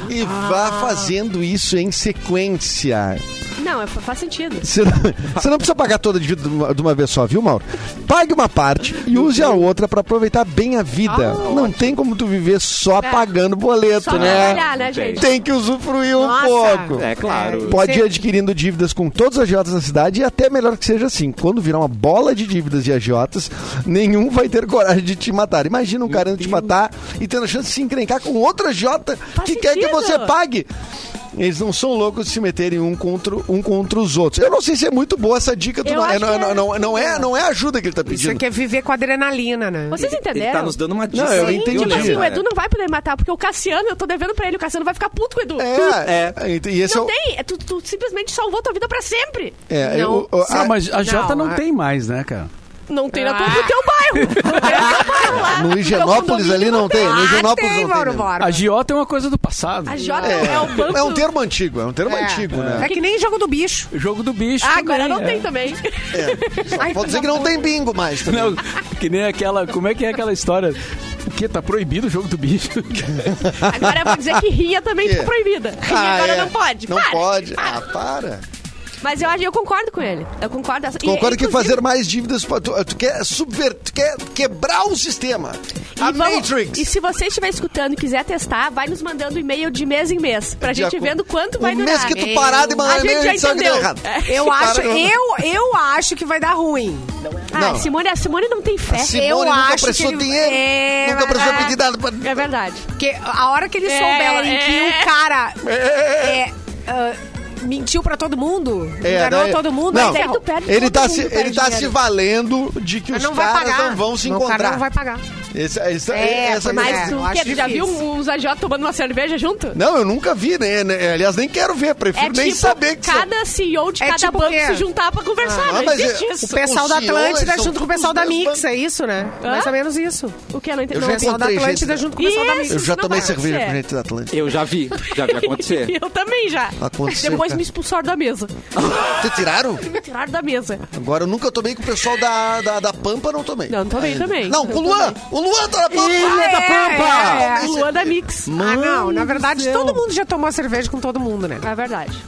Speaker 2: E
Speaker 3: Ah.
Speaker 2: vá fazendo isso em sequência.
Speaker 3: não, é- faz sentido.
Speaker 2: Você não, você não precisa pagar toda a dívida de uma, de uma vez só, viu, Mauro? Pague uma parte e use a outra para aproveitar bem a vida. não tem como tu viver só
Speaker 3: Ah, É.
Speaker 2: pagando boleto,
Speaker 3: Só
Speaker 2: né?
Speaker 3: trabalhar, né, gente?
Speaker 2: Tem que usufruir um
Speaker 4: Nossa.
Speaker 2: pouco.
Speaker 1: É claro.
Speaker 2: Pode
Speaker 4: Você-
Speaker 2: ir adquirindo dívidas com todos os agiotas da cidade e até melhor que seja assim. Quando virar uma bola de dívidas e agiotas, nenhum vai ter coragem de te matar. Imagina um cara indo te matar e tendo a chance de se encrencar com outro agiota que quer que
Speaker 3: sentido.
Speaker 2: você pague. Eles não são loucos de se meterem um contra, um contra os outros. Eu não sei se é muito boa essa dica. Do
Speaker 3: Eu
Speaker 2: não, é,
Speaker 3: acho
Speaker 2: não,
Speaker 3: que
Speaker 2: não,
Speaker 3: é.
Speaker 2: não, não é, não é ajuda que ele tá
Speaker 4: Isso
Speaker 2: pedindo.
Speaker 4: aqui é viver com adrenalina, né?
Speaker 3: Vocês entenderam?
Speaker 1: Ele tá nos dando uma dica.
Speaker 2: eu
Speaker 1: Sim,
Speaker 2: entendi.
Speaker 1: tipo
Speaker 3: Assim, o
Speaker 1: cara.
Speaker 3: Edu não vai poder me matar, porque o Cassiano, eu tô devendo pra ele, o Cassiano vai ficar puto com o Edu.
Speaker 2: É, é, e esse
Speaker 3: Não
Speaker 2: é o-
Speaker 3: tem, é, tu, tu simplesmente salvou tua vida pra sempre.
Speaker 2: é,
Speaker 4: Não.
Speaker 2: eu- eu-
Speaker 5: Ah,
Speaker 2: a-
Speaker 5: mas a Jota não,
Speaker 4: a-
Speaker 5: tem mais, né, cara?
Speaker 3: Não tem na tua,
Speaker 4: Ah.
Speaker 3: no teu bairro. Não tem no teu bairro lá.
Speaker 2: no
Speaker 3: teu
Speaker 2: Higienópolis
Speaker 3: condomínio
Speaker 2: ali não tem. É, né? No
Speaker 4: Ah,
Speaker 2: Higienópolis
Speaker 4: tem,
Speaker 2: não tem.
Speaker 4: Mauro
Speaker 2: mesmo.
Speaker 4: Borba.
Speaker 5: A Giota é uma coisa do passado.
Speaker 3: A Jota é, o banco...
Speaker 2: É um termo antigo, é um termo antigo, né?
Speaker 4: É que nem jogo do bicho.
Speaker 5: Jogo do bicho.
Speaker 3: Ah,
Speaker 5: também,
Speaker 3: agora não
Speaker 5: é.
Speaker 3: tem também.
Speaker 4: Ai, tá
Speaker 2: Pode dizer que não tem bingo mais. também.
Speaker 5: Não, que nem aquela. Como é que é aquela história? O que? Tá proibido o jogo do bicho?
Speaker 3: Agora eu vou dizer que ria também
Speaker 2: Que?
Speaker 3: tá proibida. Ria
Speaker 2: Ah,
Speaker 3: agora
Speaker 2: é.
Speaker 3: não pode.
Speaker 2: Não
Speaker 3: para.
Speaker 2: pode. Ah, para.
Speaker 3: Mas eu, acho- eu concordo com ele. Eu concordo. E-
Speaker 2: Concordo que
Speaker 3: inclusive-
Speaker 2: fazer mais dívidas. pode- Tu, tu quer subverter, tu quer quebrar o sistema.
Speaker 3: e
Speaker 2: A
Speaker 3: vamos- E
Speaker 2: Matrix.
Speaker 3: se você estiver escutando e quiser testar, vai nos mandando e-mail de mês em mês. Pra
Speaker 2: De
Speaker 3: gente
Speaker 2: acordo.
Speaker 3: vendo quanto
Speaker 2: O
Speaker 3: vai durar.
Speaker 2: mês que tu parar de mandar
Speaker 3: A gente
Speaker 2: e-mail, a
Speaker 3: já
Speaker 2: gente sabe que deu
Speaker 3: entendeu. É.
Speaker 2: errado.
Speaker 4: Eu acho,
Speaker 2: Para, não.
Speaker 4: eu, eu acho que vai dar ruim.
Speaker 3: Ah,
Speaker 2: Não.
Speaker 3: Simone, a Simone não tem fé.
Speaker 2: A Simone
Speaker 4: eu
Speaker 2: nunca
Speaker 4: acho
Speaker 2: prestou
Speaker 4: que ele-
Speaker 2: dinheiro.
Speaker 4: É,
Speaker 2: nunca
Speaker 4: mas-
Speaker 2: prestou pedir nada. pra-
Speaker 3: É verdade.
Speaker 4: Porque a hora que ele
Speaker 3: É,
Speaker 4: souber Lauren,
Speaker 3: é.
Speaker 4: que o cara é, ah, mentiu pra todo mundo, enganou
Speaker 2: daí-
Speaker 4: todo mundo,
Speaker 2: É,
Speaker 4: é
Speaker 2: não,
Speaker 4: aí ferrou.
Speaker 3: tu perde
Speaker 2: ele
Speaker 3: todo
Speaker 2: tá
Speaker 3: mundo,
Speaker 2: se,
Speaker 3: perde
Speaker 2: ele tá se
Speaker 3: dinheiro.
Speaker 2: valendo de que
Speaker 4: Mas
Speaker 2: os
Speaker 4: não vai
Speaker 2: caras
Speaker 4: pagar.
Speaker 2: não vão se
Speaker 4: Não, O cara
Speaker 2: encontrar.
Speaker 4: não vai pagar.
Speaker 2: Esse- essa-
Speaker 4: É,
Speaker 2: essa-
Speaker 4: mas
Speaker 3: Mas
Speaker 4: eu
Speaker 3: tu,
Speaker 4: acho
Speaker 3: quer, tu já viu
Speaker 4: difícil.
Speaker 3: uns AJ tomando uma cerveja junto? É
Speaker 2: Não, eu nunca vi, né? né, Aliás, nem quero ver, prefiro nem saber que são-
Speaker 3: tipo cada CEO de
Speaker 4: É
Speaker 3: cada
Speaker 4: tipo
Speaker 3: banco
Speaker 4: quê?
Speaker 3: se juntar pra conversar.
Speaker 2: Ah,
Speaker 3: não
Speaker 2: mas
Speaker 3: existe
Speaker 2: é-
Speaker 3: isso.
Speaker 4: O pessoal da
Speaker 2: Os senhores
Speaker 4: Atlântida
Speaker 2: são
Speaker 4: junto com o
Speaker 2: todos
Speaker 4: pessoal da
Speaker 2: meus
Speaker 4: Mix,
Speaker 2: bancos.
Speaker 4: é isso, né? Mais ou menos isso.
Speaker 3: O que? Eu não entendi.
Speaker 2: Eu
Speaker 3: Não,
Speaker 2: já
Speaker 4: O pessoal da
Speaker 2: Encontrei
Speaker 4: Atlântida
Speaker 2: gente,
Speaker 4: junto com o pessoal da
Speaker 3: Isso.
Speaker 4: Mix.
Speaker 2: Eu já
Speaker 3: não
Speaker 2: tomei
Speaker 3: vai
Speaker 2: cerveja com
Speaker 3: acontecer.
Speaker 2: gente da Atlântida.
Speaker 1: Eu já vi, já vi acontecer.
Speaker 3: Eu também já.
Speaker 2: Aconteceu,
Speaker 3: Depois
Speaker 2: cara.
Speaker 3: me expulsaram da mesa.
Speaker 2: Vocês tiraram?
Speaker 3: Me tiraram da mesa.
Speaker 2: Agora eu nunca tomei com o pessoal da, da, da Pampa, não tomei.
Speaker 3: Não, também, também.
Speaker 2: Não, com o Luan! O Luan tá na Pampa!
Speaker 4: Ah, é, é, é.
Speaker 3: O Luan da Mix.
Speaker 4: Ah, não. Na verdade, todo mundo já tomou cerveja com todo mundo,
Speaker 2: Tá,
Speaker 4: né?
Speaker 3: É verdade.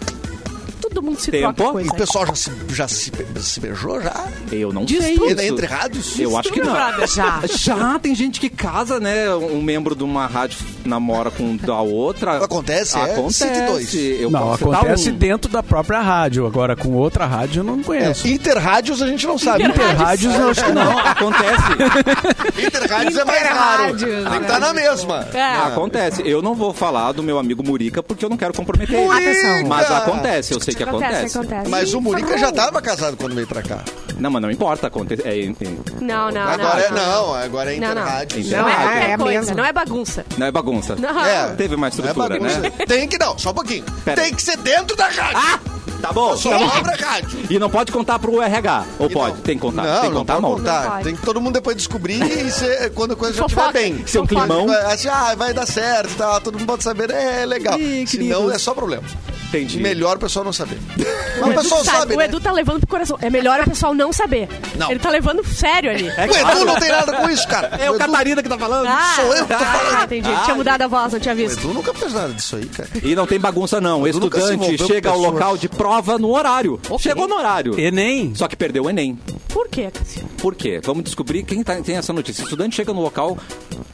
Speaker 3: Todo mundo se
Speaker 1: Tempo?
Speaker 3: troca
Speaker 2: E
Speaker 3: coisa.
Speaker 2: o pessoal já se, já se, se beijou já? é
Speaker 1: Eu não
Speaker 3: Diz
Speaker 1: sei.
Speaker 3: tu.
Speaker 1: isso.
Speaker 2: Entre rádios?
Speaker 1: Eu acho que não.
Speaker 3: brother.
Speaker 4: Já.
Speaker 1: Já tem gente que casa, né? Um membro de uma rádio namora com da outra.
Speaker 2: Acontece, é?
Speaker 1: acontece.
Speaker 2: Cite dois.
Speaker 1: Eu
Speaker 5: não,
Speaker 1: posso citar
Speaker 5: acontece
Speaker 1: um.
Speaker 5: dentro da própria rádio. Agora, com outra rádio, eu não
Speaker 1: é
Speaker 3: É,
Speaker 5: conheço.
Speaker 2: É, Interrádios a gente não sabe.
Speaker 3: Interrádios.
Speaker 5: Rádios, eu acho que não.
Speaker 1: Não, acontece.
Speaker 2: Interrádios é mais raro. Tem
Speaker 4: Interrádios,
Speaker 2: que tá na mesma.
Speaker 3: É.
Speaker 1: Ah, acontece. Eu não vou falar do meu amigo Murica porque eu não quero comprometer ele.
Speaker 2: Murica!
Speaker 1: Mas acontece, eu sei que acontece.
Speaker 3: Acontece, acontece.
Speaker 2: Mas o Murica já tava casado quando veio pra cá.
Speaker 1: Não, mas não importa. Acontece. É, é,
Speaker 3: Não, Ah, não,
Speaker 2: Agora é
Speaker 3: não.
Speaker 2: não, agora é
Speaker 3: Não, não.
Speaker 2: interrádios.
Speaker 1: Não,
Speaker 3: Não é qualquer
Speaker 4: É, é
Speaker 3: coisa,
Speaker 4: mesmo.
Speaker 3: não é bagunça.
Speaker 1: não é bagunça.
Speaker 3: Não.
Speaker 2: É.
Speaker 1: Teve uma estrutura,
Speaker 2: é bagunça.
Speaker 1: né?
Speaker 2: Tem que não, só um pouquinho.
Speaker 1: Pera
Speaker 2: Tem
Speaker 1: aí.
Speaker 2: que ser dentro da rádio.
Speaker 1: Ah! Tá bom,
Speaker 2: só
Speaker 1: tá bom.
Speaker 2: obra rádio.
Speaker 1: E não pode contar pro RH. Ou
Speaker 2: E
Speaker 1: pode?
Speaker 2: não.
Speaker 1: Tem que contar.
Speaker 2: Não,
Speaker 1: tem que
Speaker 2: não
Speaker 1: contar,
Speaker 2: pode
Speaker 1: Mauro.
Speaker 2: contar.
Speaker 3: pode.
Speaker 2: Tem que todo mundo depois descobrir e ser- quando a coisa já estiver
Speaker 3: Fofoca.
Speaker 2: bem.
Speaker 1: Ser um
Speaker 3: Fofoca.
Speaker 1: climão.
Speaker 2: Assim, ah, vai dar certo, tá, todo mundo pode saber, é legal.
Speaker 1: Ih,
Speaker 2: Se
Speaker 1: querido.
Speaker 2: não, é só problema.
Speaker 1: Entendi.
Speaker 2: Melhor o pessoal não saber. Mas
Speaker 3: O
Speaker 2: o
Speaker 3: Edu,
Speaker 2: pessoal
Speaker 3: sabe,
Speaker 2: sabe,
Speaker 3: o
Speaker 2: né?
Speaker 3: Edu tá levando pro coração. É melhor o pessoal não saber.
Speaker 2: Não.
Speaker 3: Ele tá levando sério ali.
Speaker 1: É
Speaker 2: O
Speaker 1: claro.
Speaker 2: Edu não tem nada com isso, cara.
Speaker 1: É o
Speaker 2: Edu-
Speaker 1: Catarina que tá falando.
Speaker 2: sou eu que tô
Speaker 3: Ah,
Speaker 2: falando.
Speaker 3: entendi. Tinha mudado a voz, não tinha
Speaker 2: O
Speaker 3: visto.
Speaker 2: Edu nunca fez nada disso aí, cara.
Speaker 1: E não tem bagunça, não. O
Speaker 2: Edu nunca um se
Speaker 1: estudante
Speaker 2: envolveu com
Speaker 1: chega ao
Speaker 2: pessoas.
Speaker 1: local de prova no horário. Chegou no horário.
Speaker 5: Enem.
Speaker 1: Só que perdeu o Enem.
Speaker 3: Por quê, Cassio?
Speaker 1: Por quê? Vamos descobrir quem tá- tem essa notícia. O estudante chega no local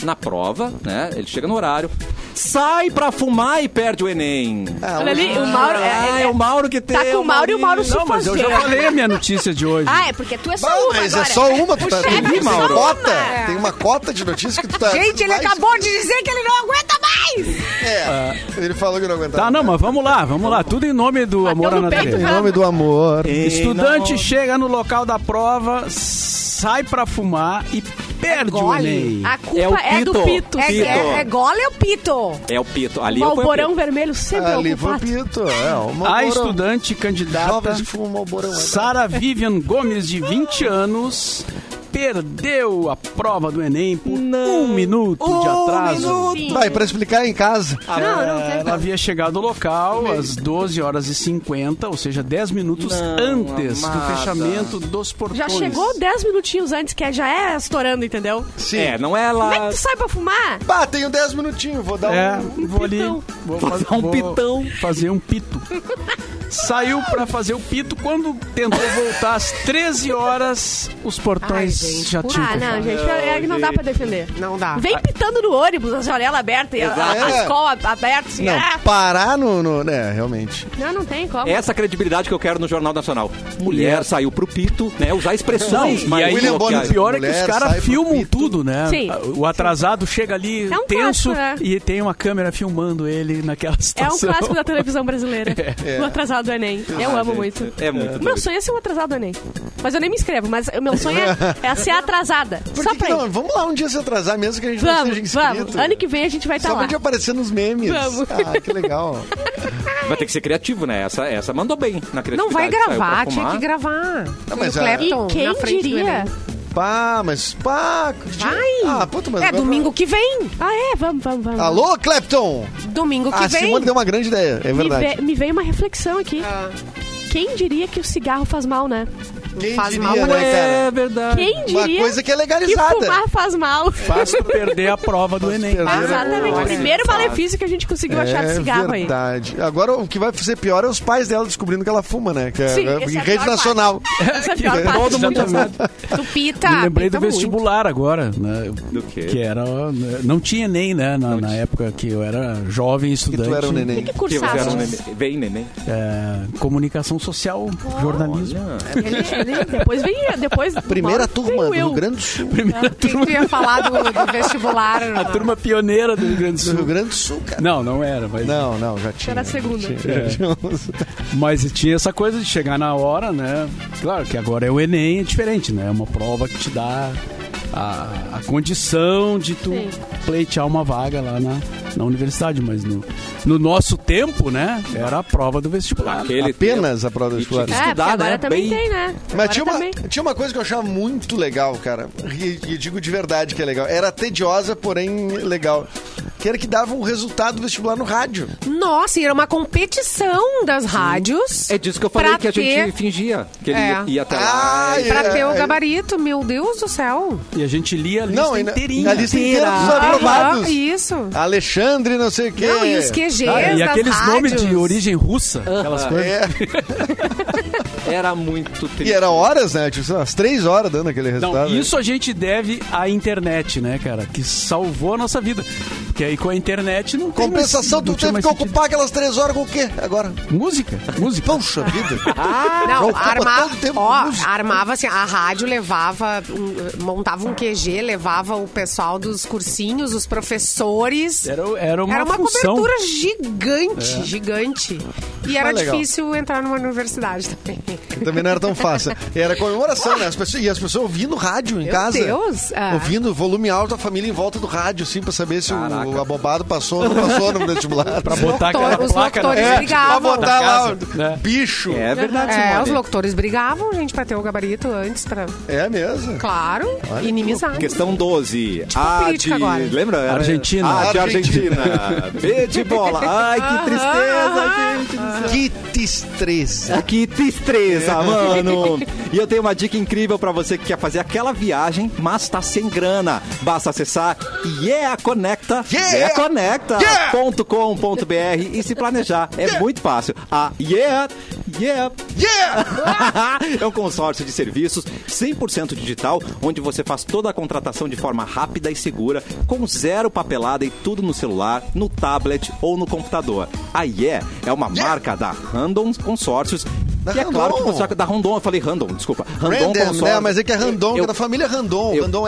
Speaker 1: na prova, né? Ele chega no horário, sai pra fumar e perde o Enem.
Speaker 2: Ah,
Speaker 3: Olha ali, o Mauro. é-
Speaker 1: Ah,
Speaker 3: é-
Speaker 1: é o Mauro que tem.
Speaker 3: Tá com o Mauro e o Mauro
Speaker 5: Não, mas eu já
Speaker 3: sufazeiro.
Speaker 5: falei a minha notícia de hoje.
Speaker 6: Ah, é porque tu é só
Speaker 2: Bom,
Speaker 6: uma
Speaker 2: mas é
Speaker 6: agora.
Speaker 2: só uma, tu tá
Speaker 6: chefe
Speaker 2: tem
Speaker 6: é só
Speaker 2: uma
Speaker 6: uma.
Speaker 2: cota, tem uma cota de notícias que tu tá.
Speaker 4: Gente, ele
Speaker 2: mais-
Speaker 4: acabou de dizer que ele não aguenta mais!
Speaker 2: É, ele falou que não aguentava.
Speaker 5: Tá, não, mas vamos lá, vamos lá. Tudo em nome do amor à
Speaker 3: no peito,
Speaker 5: natureza.
Speaker 2: Em nome do amor.
Speaker 5: Estudante chega no local da prova, sai pra fumar e perde o
Speaker 4: Gole.
Speaker 5: Enem.
Speaker 3: A
Speaker 1: É o
Speaker 3: culpa é, do
Speaker 1: Pito.
Speaker 3: Pito.
Speaker 4: É,
Speaker 1: Pito.
Speaker 4: é, é gole ou pito?
Speaker 1: É o Pito.
Speaker 3: O
Speaker 1: Ali eu
Speaker 3: Malborão vermelho sempre é
Speaker 2: Ah, Ali
Speaker 3: o
Speaker 2: foi o
Speaker 3: culpado.
Speaker 2: Pito. É, uma
Speaker 5: A estudante candidata
Speaker 2: Jovens que fumam Malborão.
Speaker 5: Sara Vivian Gomes, de 20 anos, perdeu a prova do Enem por um minuto de atraso.
Speaker 2: um
Speaker 5: É,
Speaker 2: Vai, pra explicar em casa.
Speaker 3: Não, não,
Speaker 5: Ela
Speaker 3: tem-
Speaker 5: havia chegado ao local às 12 horas e 50, ou seja, 10 minutos
Speaker 1: Não,
Speaker 5: antes
Speaker 1: amada.
Speaker 5: do fechamento dos portões.
Speaker 3: Já chegou 10 minutinhos antes, que já é estourando, entendeu?
Speaker 2: Sim.
Speaker 1: É, não é
Speaker 3: Como é
Speaker 1: lá.
Speaker 2: Ah.
Speaker 3: que tu sai pra fumar?
Speaker 2: Bah, tenho 10 minutinhos, vou dar
Speaker 5: É,
Speaker 2: um.
Speaker 5: vou ali.
Speaker 3: pitão.
Speaker 5: Vou
Speaker 1: Vou
Speaker 5: faz-
Speaker 1: dar um
Speaker 3: é
Speaker 5: vou
Speaker 1: pitão.
Speaker 5: Fazer um pito. Saiu pra fazer o pito quando tentou voltar às 13 horas, os portões
Speaker 4: Ai, gente,
Speaker 5: já
Speaker 4: por-
Speaker 5: tinham.
Speaker 3: Ah, não,
Speaker 5: fechado.
Speaker 3: gente, é que não dá pra defender.
Speaker 4: Não dá.
Speaker 3: Vem pitando no ônibus, as janelas abertas, e a, a, a
Speaker 2: Ah, É.
Speaker 3: escola aberta. Assim, ah.
Speaker 2: Não, parar no. no né, realmente.
Speaker 3: não, não tem como.
Speaker 2: É
Speaker 1: Essa é credibilidade que eu quero no Jornal Nacional. Mulher saiu pro Pito, né? Usar expressões,
Speaker 5: Não, e aí,
Speaker 2: William Bonner-
Speaker 5: o pior é que os
Speaker 2: Mulher,
Speaker 5: caras
Speaker 2: sai pro
Speaker 5: filmam
Speaker 2: pito.
Speaker 5: tudo, né?
Speaker 3: Sim.
Speaker 5: O atrasado chega ali
Speaker 3: É um
Speaker 5: tenso
Speaker 3: clássico, né?
Speaker 5: e tem uma câmera filmando ele naquela
Speaker 3: É um
Speaker 5: situação.
Speaker 3: clássico da televisão brasileira.
Speaker 2: É.
Speaker 3: O atrasado do Enem. Eu amo muito.
Speaker 1: É muito
Speaker 3: Meu
Speaker 1: doido.
Speaker 3: sonho é ser um atrasado do Enem. Mas eu nem me inscrevo, mas o meu sonho é, é ser atrasada.
Speaker 2: Por
Speaker 3: Só
Speaker 2: que
Speaker 3: pra
Speaker 2: que
Speaker 3: ir.
Speaker 2: não? Vamos lá um dia se atrasar, mesmo que a gente não
Speaker 3: Vamos,
Speaker 2: seja
Speaker 3: vamos.
Speaker 2: inscrito.
Speaker 3: Ano que vem a gente vai estar
Speaker 2: Só pra
Speaker 3: lá.
Speaker 2: gente aparecer nos memes.
Speaker 3: Vamos.
Speaker 2: Ah, que legal.
Speaker 1: Vai ter que ser criativo, né? Essa, essa mandou bem na credibilidade.
Speaker 4: Não vai
Speaker 1: Saiu pra
Speaker 4: gravar, tinha
Speaker 1: fumar.
Speaker 4: que gravar.
Speaker 2: Não, mas
Speaker 4: Do
Speaker 2: a-
Speaker 4: Clapton,
Speaker 3: E quem
Speaker 4: na frente do
Speaker 3: diria?
Speaker 4: Enem.
Speaker 2: Pá, mas pá.
Speaker 4: Vai!
Speaker 2: Ah, puta, mas
Speaker 4: é
Speaker 2: agora-
Speaker 4: domingo que vem!
Speaker 3: Ah, é? Vamos, vamos, vamos.
Speaker 2: Alô, Clapton!
Speaker 4: Domingo que
Speaker 2: A
Speaker 4: vem!
Speaker 2: Ah, Simone deu uma grande ideia, é
Speaker 3: Me,
Speaker 2: verdade. Ah.
Speaker 3: ve- me veio uma reflexão aqui. Quem diria que o cigarro faz mal, né?
Speaker 2: Quem
Speaker 4: Faz
Speaker 2: diria,
Speaker 4: mal,
Speaker 2: né,
Speaker 1: É
Speaker 2: cara?
Speaker 1: verdade.
Speaker 3: Quem
Speaker 2: Uma
Speaker 3: diria
Speaker 2: coisa que é
Speaker 3: que
Speaker 2: legalizada.
Speaker 3: fumar faz mal?
Speaker 5: Fácil perder a prova do Enem.
Speaker 2: perder.
Speaker 3: Exatamente.
Speaker 1: Nossa.
Speaker 3: Primeiro malefício que a gente conseguiu achar de cigarro aí.
Speaker 2: É verdade. Agora o que vai ser pior é os pais dela descobrindo que ela fuma, né? Que é-
Speaker 3: Sim,
Speaker 2: é,
Speaker 3: essa
Speaker 2: em
Speaker 3: é a
Speaker 2: rede
Speaker 3: pior
Speaker 2: nacional.
Speaker 3: Essa é a pior parte. Tá,
Speaker 5: Todo mundo já sabe.
Speaker 4: Tu pita!
Speaker 5: Me lembrei
Speaker 4: pita
Speaker 3: então
Speaker 5: do
Speaker 3: é
Speaker 4: muito.
Speaker 5: vestibular agora, né?
Speaker 1: Do quê?
Speaker 2: É.
Speaker 5: Que era. Não tinha Enem, né? Na, na época que eu era jovem
Speaker 2: Que
Speaker 5: estudante.
Speaker 2: tu era um neném.
Speaker 3: Que
Speaker 1: Que
Speaker 3: cursaço.
Speaker 1: fizeram neném. Vem, neném.
Speaker 5: é, comunicação social, jornalismo.
Speaker 3: Ele- ele- depois vem. Depois,
Speaker 2: Primeira
Speaker 3: Mauro,
Speaker 2: turma do
Speaker 3: venho eu.
Speaker 2: Rio Grande do Sul.
Speaker 5: Primeira
Speaker 4: O que que
Speaker 5: turma,
Speaker 4: tu ia falar do, do vestibular?
Speaker 5: a turma pioneira do Rio Grande do
Speaker 2: Do Rio
Speaker 5: Sul.
Speaker 2: Grande do Sul, cara.
Speaker 5: Não, não era, mas,
Speaker 2: Não, não, já tinha.
Speaker 3: Era a
Speaker 5: É.
Speaker 3: segunda.
Speaker 2: Já tinha uns-
Speaker 5: mas tinha essa coisa de chegar na hora, né? Claro que agora é o Enem, é diferente, né? É uma prova que te dá a, a condição de tu
Speaker 3: Sim.
Speaker 5: pleitear uma vaga lá na, na universidade, mas no, no nosso tempo, né? Era a prova do vestibular.
Speaker 1: Aquele
Speaker 2: Apenas a prova do
Speaker 1: E
Speaker 2: vestibular.
Speaker 1: tinha
Speaker 3: É, porque
Speaker 1: Estudar,
Speaker 3: agora
Speaker 1: né?
Speaker 3: também
Speaker 1: Bem-
Speaker 3: tem, né?
Speaker 2: Mas
Speaker 3: Agora
Speaker 2: tinha uma,
Speaker 3: também.
Speaker 2: tinha uma coisa que eu achava muito legal, cara. E, e digo de verdade que é legal. Era tediosa, porém legal. Que era que dava um resultado vestibular no rádio.
Speaker 4: Nossa, e era uma competição das rádios.
Speaker 1: É disso que eu falei
Speaker 4: pra
Speaker 1: que a gente
Speaker 4: ter-
Speaker 1: fingia. Que ele
Speaker 4: É.
Speaker 1: ia, ia até lá.
Speaker 2: Ah,
Speaker 1: e-
Speaker 4: Pra
Speaker 2: É,
Speaker 4: ter o
Speaker 2: é.
Speaker 4: gabarito, meu Deus do céu.
Speaker 5: E a gente lia a lista
Speaker 2: Não, e na-
Speaker 5: inteirinha. Tá?
Speaker 2: na lista inteira dos
Speaker 5: Inteira.
Speaker 2: aprovados. É.
Speaker 4: Aham, isso.
Speaker 2: Alexandre, não sei o quê.
Speaker 4: Não, e os QGs
Speaker 5: Cara, Ah, é. e
Speaker 4: das
Speaker 5: aqueles
Speaker 4: rádios.
Speaker 5: nomes de origem russa, aquelas coisas.
Speaker 2: É.
Speaker 1: Era muito triste.
Speaker 2: E era horas, né? Tipo, sei lá, às três horas dando aquele
Speaker 5: Não,
Speaker 2: resultado.
Speaker 5: isso a gente deve à internet, né, cara? Que salvou a nossa vida. Porque aí com a internet não tem
Speaker 2: Compensação,
Speaker 5: mais,
Speaker 2: tu
Speaker 5: não
Speaker 2: teve
Speaker 5: tinha mais
Speaker 2: que
Speaker 5: sentido.
Speaker 2: ocupar aquelas três horas com o quê? Agora.
Speaker 5: Música, música. Ah,
Speaker 2: Puxa vida.
Speaker 4: Não,
Speaker 2: Ocupa
Speaker 4: arma...
Speaker 2: Ah, todo o tempo
Speaker 4: ó,
Speaker 2: com música.
Speaker 4: armava assim, a rádio levava, um- montava um QG, levava o pessoal dos cursinhos, os professores.
Speaker 5: Era, era uma,
Speaker 4: Era uma
Speaker 5: função. É.
Speaker 4: cobertura gigante, gigante. E era
Speaker 2: Mas legal.
Speaker 4: difícil entrar numa universidade também.
Speaker 2: Também não era tão fácil. Era comemoração, né? As pessoas, e as pessoas ouvindo rádio em
Speaker 4: Meu
Speaker 2: casa.
Speaker 4: Deus, ah.
Speaker 2: Ouvindo volume alto, a família em volta do rádio, assim, pra saber se
Speaker 1: Caraca.
Speaker 2: o abobado passou ou não passou no vestibular.
Speaker 5: Pra
Speaker 4: Locutor-
Speaker 5: botar aquela
Speaker 4: os
Speaker 5: placa na
Speaker 4: locutores
Speaker 2: pra
Speaker 5: frente.
Speaker 4: brigavam.
Speaker 2: botar É, lá,
Speaker 5: Casa, né?
Speaker 2: bicho.
Speaker 1: É verdade,
Speaker 4: É, os
Speaker 1: Simone.
Speaker 4: locutores brigavam, gente, pra ter o gabarito antes, pra...
Speaker 2: É mesmo.
Speaker 4: Claro,
Speaker 2: que
Speaker 4: inimizade.
Speaker 1: Questão 12. a de...
Speaker 4: tipo política agora.
Speaker 1: Lembra? Era-
Speaker 5: Argentina.
Speaker 1: A de Argentina. B de bola. Ai, que tristeza, gente.
Speaker 2: Que destreza.
Speaker 1: Que tristeza, mano! E eu tenho uma dica incrível pra você que quer fazer aquela viagem, mas tá sem grana. Basta acessar yeaconecta,
Speaker 2: Yeah!
Speaker 1: yeaconecta.com.br e se planejar. É muito fácil. A Yeah Yeah!
Speaker 2: Yeah!
Speaker 1: é um consórcio de serviços 100% digital, onde você faz toda a contratação de forma rápida e segura, com zero papelada e tudo no celular, no tablet ou no computador. A Yeah é uma marca da Randon Consórcios.
Speaker 2: Da
Speaker 1: que é claro que
Speaker 2: Randon.
Speaker 1: você... Da Rondon, eu falei Randon, desculpa. Randon
Speaker 2: Random,
Speaker 1: Consórcios.
Speaker 2: né? Mas é que é Randon, que
Speaker 1: Eu-
Speaker 2: é da família Randon.
Speaker 1: eu-
Speaker 2: Randon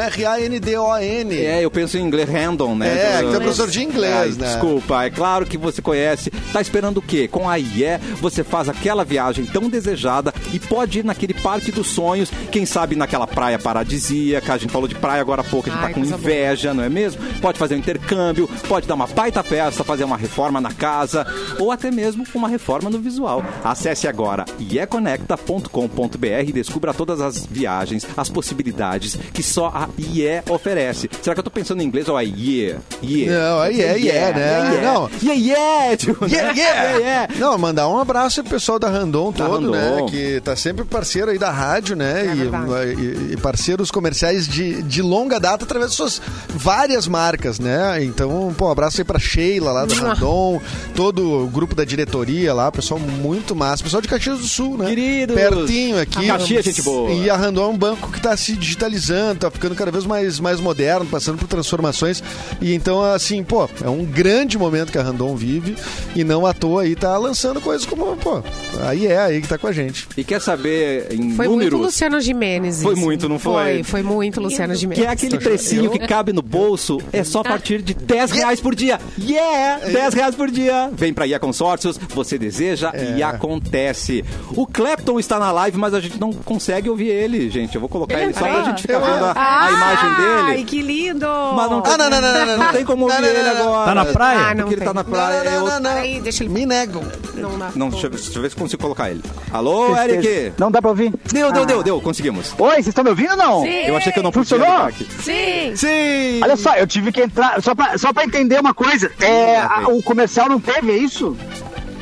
Speaker 2: R-A-N-D-O-N.
Speaker 1: É, eu penso em inglês random, né?
Speaker 2: É, que tu é
Speaker 1: Eu-
Speaker 2: professor de inglês,
Speaker 1: Ai,
Speaker 2: né?
Speaker 1: Desculpa, é claro que você conhece. Tá esperando o quê? Com a IE, você faz aquela viagem tão desejada e pode ir naquele parque dos sonhos, quem sabe naquela praia paradisíaca. A gente falou de praia agora há pouco, a gente
Speaker 4: Ai,
Speaker 1: tá com
Speaker 4: coisa boa.
Speaker 1: inveja, não é mesmo? Pode fazer um intercâmbio, pode dar uma baita festa, fazer uma reforma na casa ou até mesmo uma reforma no visual. Acesse agora ieconecta.com.br e descubra todas as viagens, as possibilidades que só a IE oferece. Será que eu tô pensando em inglês ou a IE? IE.
Speaker 2: Não, a IE, né? Não.
Speaker 1: é Yeah, yeah, tipo, né?
Speaker 2: Yeah, yeah.
Speaker 1: yeah.
Speaker 2: Não, mandar um abraço pro pessoal da Randon
Speaker 1: Da
Speaker 2: todo, né?
Speaker 1: Randon.
Speaker 2: Que tá sempre parceiro aí da rádio, né? e-
Speaker 4: verdade.
Speaker 2: e, e parceiros comerciais de, de longa data através de suas várias marcas, né? Então, pô, um abraço aí pra Sheila lá da Randon, todo o grupo da diretoria lá, pessoal muito massa. Pessoal de Caxias do Sul, né?
Speaker 1: Queridos.
Speaker 2: Pertinho aqui.
Speaker 1: Caxias, gente boa.
Speaker 2: E a Randon é um banco que tá se digitalizando, tá ficando cada vez mais, mais moderno, passando por transformações. E então, assim, pô, é um grande momento que a Randon vive e não à toa aí tá lançando coisas como, pô, aí é aí que tá com a gente.
Speaker 1: E quer saber em
Speaker 4: Foi muito
Speaker 1: números?
Speaker 4: Luciano Jimenez.
Speaker 1: Foi
Speaker 4: isso.
Speaker 1: muito, não foi?
Speaker 4: Foi, foi muito Luciano Jimenez.
Speaker 1: Que é aquele precinho que cabe no bolso, é
Speaker 4: Ah.
Speaker 1: só a partir de 10 reais por dia. Yeah!
Speaker 2: É.
Speaker 1: 10 reais por dia. Vem pra IA Consórcios, você deseja
Speaker 2: É.
Speaker 1: e acontece. O Clapton está na live, mas a gente não consegue ouvir ele, gente. Eu vou colocar ele, só pra gente ficar
Speaker 2: Eu-
Speaker 1: vendo a, a imagem
Speaker 4: tá. Ai,
Speaker 1: dele.
Speaker 4: que lindo!
Speaker 1: Mas não, tá- tem-
Speaker 2: Ah, não, não, não, não, não, não.
Speaker 1: tem como ouvir
Speaker 2: Não, não,
Speaker 1: ele
Speaker 2: não, não.
Speaker 1: agora.
Speaker 5: Tá na praia?
Speaker 4: Ah, não
Speaker 1: Porque ele tá
Speaker 4: tem.
Speaker 1: na praia. é outro-
Speaker 4: Peraí, deixa ele...
Speaker 2: Me nego.
Speaker 4: Não, dá.
Speaker 1: Não, deixa, eu- deixa eu ver se consigo colocar ele. Alô,
Speaker 5: Tá
Speaker 1: Eric!
Speaker 7: Não dá pra ouvir?
Speaker 1: Deu, deu, deu, deu, conseguimos.
Speaker 7: Oi, vocês estão me ouvindo ou não?
Speaker 1: Eu achei que eu não podia
Speaker 7: Funcionou?
Speaker 1: entrar aqui.
Speaker 3: Sim!
Speaker 1: Sim!
Speaker 7: Olha só, eu tive que entrar. Só pra, só pra entender uma coisa. É, a- o comercial não teve, é isso?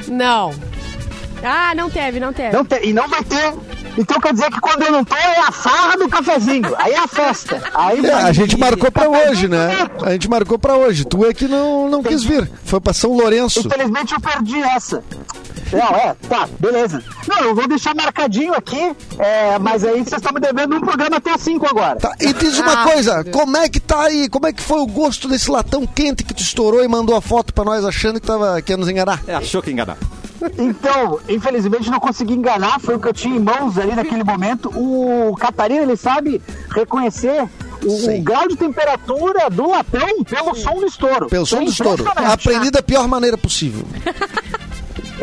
Speaker 4: Não.
Speaker 3: Ah, não teve, não teve.
Speaker 7: Não te- e não vai ter. Então quer dizer que quando eu não tô, é a farra do cafezinho. Aí é a festa. Aí
Speaker 2: É, a
Speaker 7: vai-
Speaker 2: gente marcou pra hoje, né? A gente marcou pra hoje. Tu é que não, não quis vir. Foi pra São Lourenço.
Speaker 7: Infelizmente eu perdi essa. Não, é, tá, beleza. Não, eu vou deixar marcadinho aqui, é, mas aí vocês estão me devendo um programa até as 5 agora.
Speaker 2: Tá, e diz
Speaker 4: Ah,
Speaker 2: uma coisa, como é que tá aí? Como é que foi o gosto desse latão quente que tu estourou e mandou a foto pra nós achando que tava querendo nos enganar?
Speaker 1: É, Achou que ia enganar.
Speaker 7: Então, infelizmente não consegui enganar, foi o que eu tinha em mãos ali naquele momento. O Catarina, ele sabe reconhecer o,
Speaker 2: Sim.
Speaker 7: o grau de temperatura do latão pelo som do estouro.
Speaker 2: Pelo som
Speaker 7: É
Speaker 2: do estouro.
Speaker 7: impressionante.
Speaker 2: Aprendi da pior maneira possível.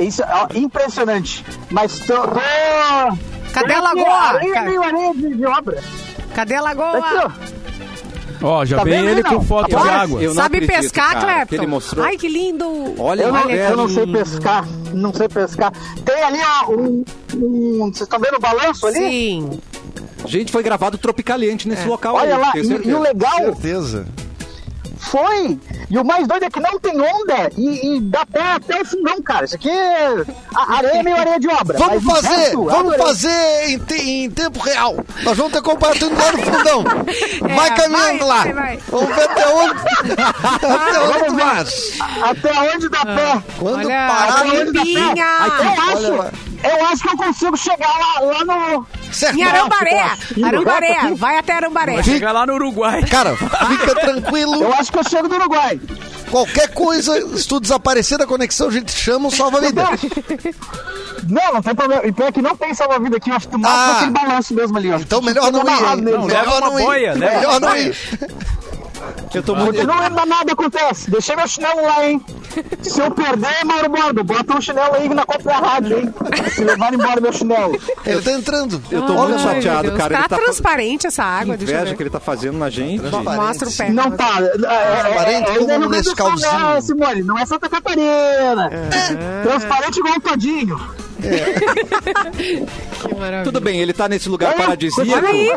Speaker 7: Isso é impressionante. Mas tô... tô-
Speaker 4: Cadê a
Speaker 7: Meio
Speaker 4: lagoa?
Speaker 7: areia,
Speaker 4: Ca-
Speaker 7: meio areia de, de obra.
Speaker 4: Cadê a
Speaker 1: Tá
Speaker 7: Aqui, ó.
Speaker 4: lagoa?
Speaker 5: Ó, já
Speaker 7: Tá
Speaker 5: vem
Speaker 7: vendo aí,
Speaker 5: ele
Speaker 7: não?
Speaker 5: com foto de
Speaker 7: Rapaz,
Speaker 5: água.
Speaker 1: eu não
Speaker 4: Sabe
Speaker 1: acredito,
Speaker 4: pescar,
Speaker 1: cara, que
Speaker 4: Clepton?
Speaker 1: ele mostrou.
Speaker 4: Ai, que lindo!
Speaker 1: Olha, é,
Speaker 7: Eu não,
Speaker 1: olha
Speaker 7: eu não
Speaker 1: ali.
Speaker 7: sei pescar, não sei pescar. Tem ali, ó, um. um- vocês estão vendo o balanço ali?
Speaker 4: Sim.
Speaker 1: Gente, foi gravado Tropicaliente nesse local
Speaker 7: Olha
Speaker 1: aí,
Speaker 7: lá,
Speaker 1: tenho
Speaker 7: e, e
Speaker 1: certeza.
Speaker 7: o legal
Speaker 2: Certeza.
Speaker 7: foi. E o mais doido é que não tem onda e, e dá pé até o fundão, cara. Isso aqui é a- areia é meio areia de obra.
Speaker 2: Vamos
Speaker 7: mas o
Speaker 2: fazer,
Speaker 7: resto,
Speaker 2: vamos
Speaker 7: adorei.
Speaker 2: fazer em, te- em tempo real. Nós vamos ter compartilhado lá no fundão. vai
Speaker 4: É, vai,
Speaker 2: caminhando lá.
Speaker 4: vai, vai.
Speaker 2: Vamos ver até onde. até onde tu vas.
Speaker 7: Até onde dá pé.
Speaker 2: Quando
Speaker 4: Olha,
Speaker 2: parar,
Speaker 7: Até onde dá pé.
Speaker 4: Limpinha!
Speaker 2: olha
Speaker 7: Eu
Speaker 2: lá.
Speaker 7: acho, eu acho que eu consigo chegar lá, lá no.
Speaker 2: certo.
Speaker 4: Em Arambaré!
Speaker 7: Ih,
Speaker 4: Arambaré!
Speaker 7: aqui.
Speaker 4: Vai até Arambaré!
Speaker 5: Chega lá no Uruguai.
Speaker 2: Cara, fica tranquilo.
Speaker 7: Eu acho que eu chego do Uruguai.
Speaker 2: Qualquer coisa, se tu desaparecer da conexão, a gente chama o salva-vida.
Speaker 7: Não, não tem problema. E pior que não tem salva-vida aqui, eu acho que tu mata
Speaker 2: Ah.
Speaker 7: naquele balanço mesmo ali, ó.
Speaker 2: Então melhor não
Speaker 7: Dá uma
Speaker 2: ir.
Speaker 7: rada
Speaker 2: hein?
Speaker 7: nele. né?
Speaker 5: Não,
Speaker 7: Melhor
Speaker 5: leva
Speaker 2: melhor
Speaker 5: uma
Speaker 2: não
Speaker 5: boia,
Speaker 2: ir.
Speaker 5: leva
Speaker 2: Melhor
Speaker 5: uma
Speaker 2: não
Speaker 5: boia.
Speaker 2: ir.
Speaker 1: Eu tô muito...
Speaker 7: Não é- lembra nada acontece. Deixei meu chinelo lá, hein? Se eu perder, Mauro Borba, bota um chinelo aí na conta da rádio, hein? Se levar embora meu chinelo.
Speaker 2: Ele tá entrando.
Speaker 1: Eu tô
Speaker 4: Ai,
Speaker 1: muito
Speaker 4: meu
Speaker 1: chateado,
Speaker 4: Deus.
Speaker 1: cara.
Speaker 4: Tá,
Speaker 1: ele tá
Speaker 4: transparente essa
Speaker 1: Que
Speaker 4: água, deixa eu
Speaker 1: inveja
Speaker 4: ver.
Speaker 1: que ele tá fazendo na gente.
Speaker 4: Mostra o pé.
Speaker 7: Não tá. É, é, é,
Speaker 2: Transparente
Speaker 7: é,
Speaker 2: como
Speaker 7: ainda
Speaker 2: um
Speaker 7: não tem
Speaker 2: Nescauzinho.
Speaker 7: São Paulo, Simone, não é Santa Catarina.
Speaker 1: É.
Speaker 7: Transparente igual um todinho.
Speaker 1: Tudo bem, ele tá nesse lugar
Speaker 7: Olha,
Speaker 1: paradisíaco.
Speaker 7: É? olha aí.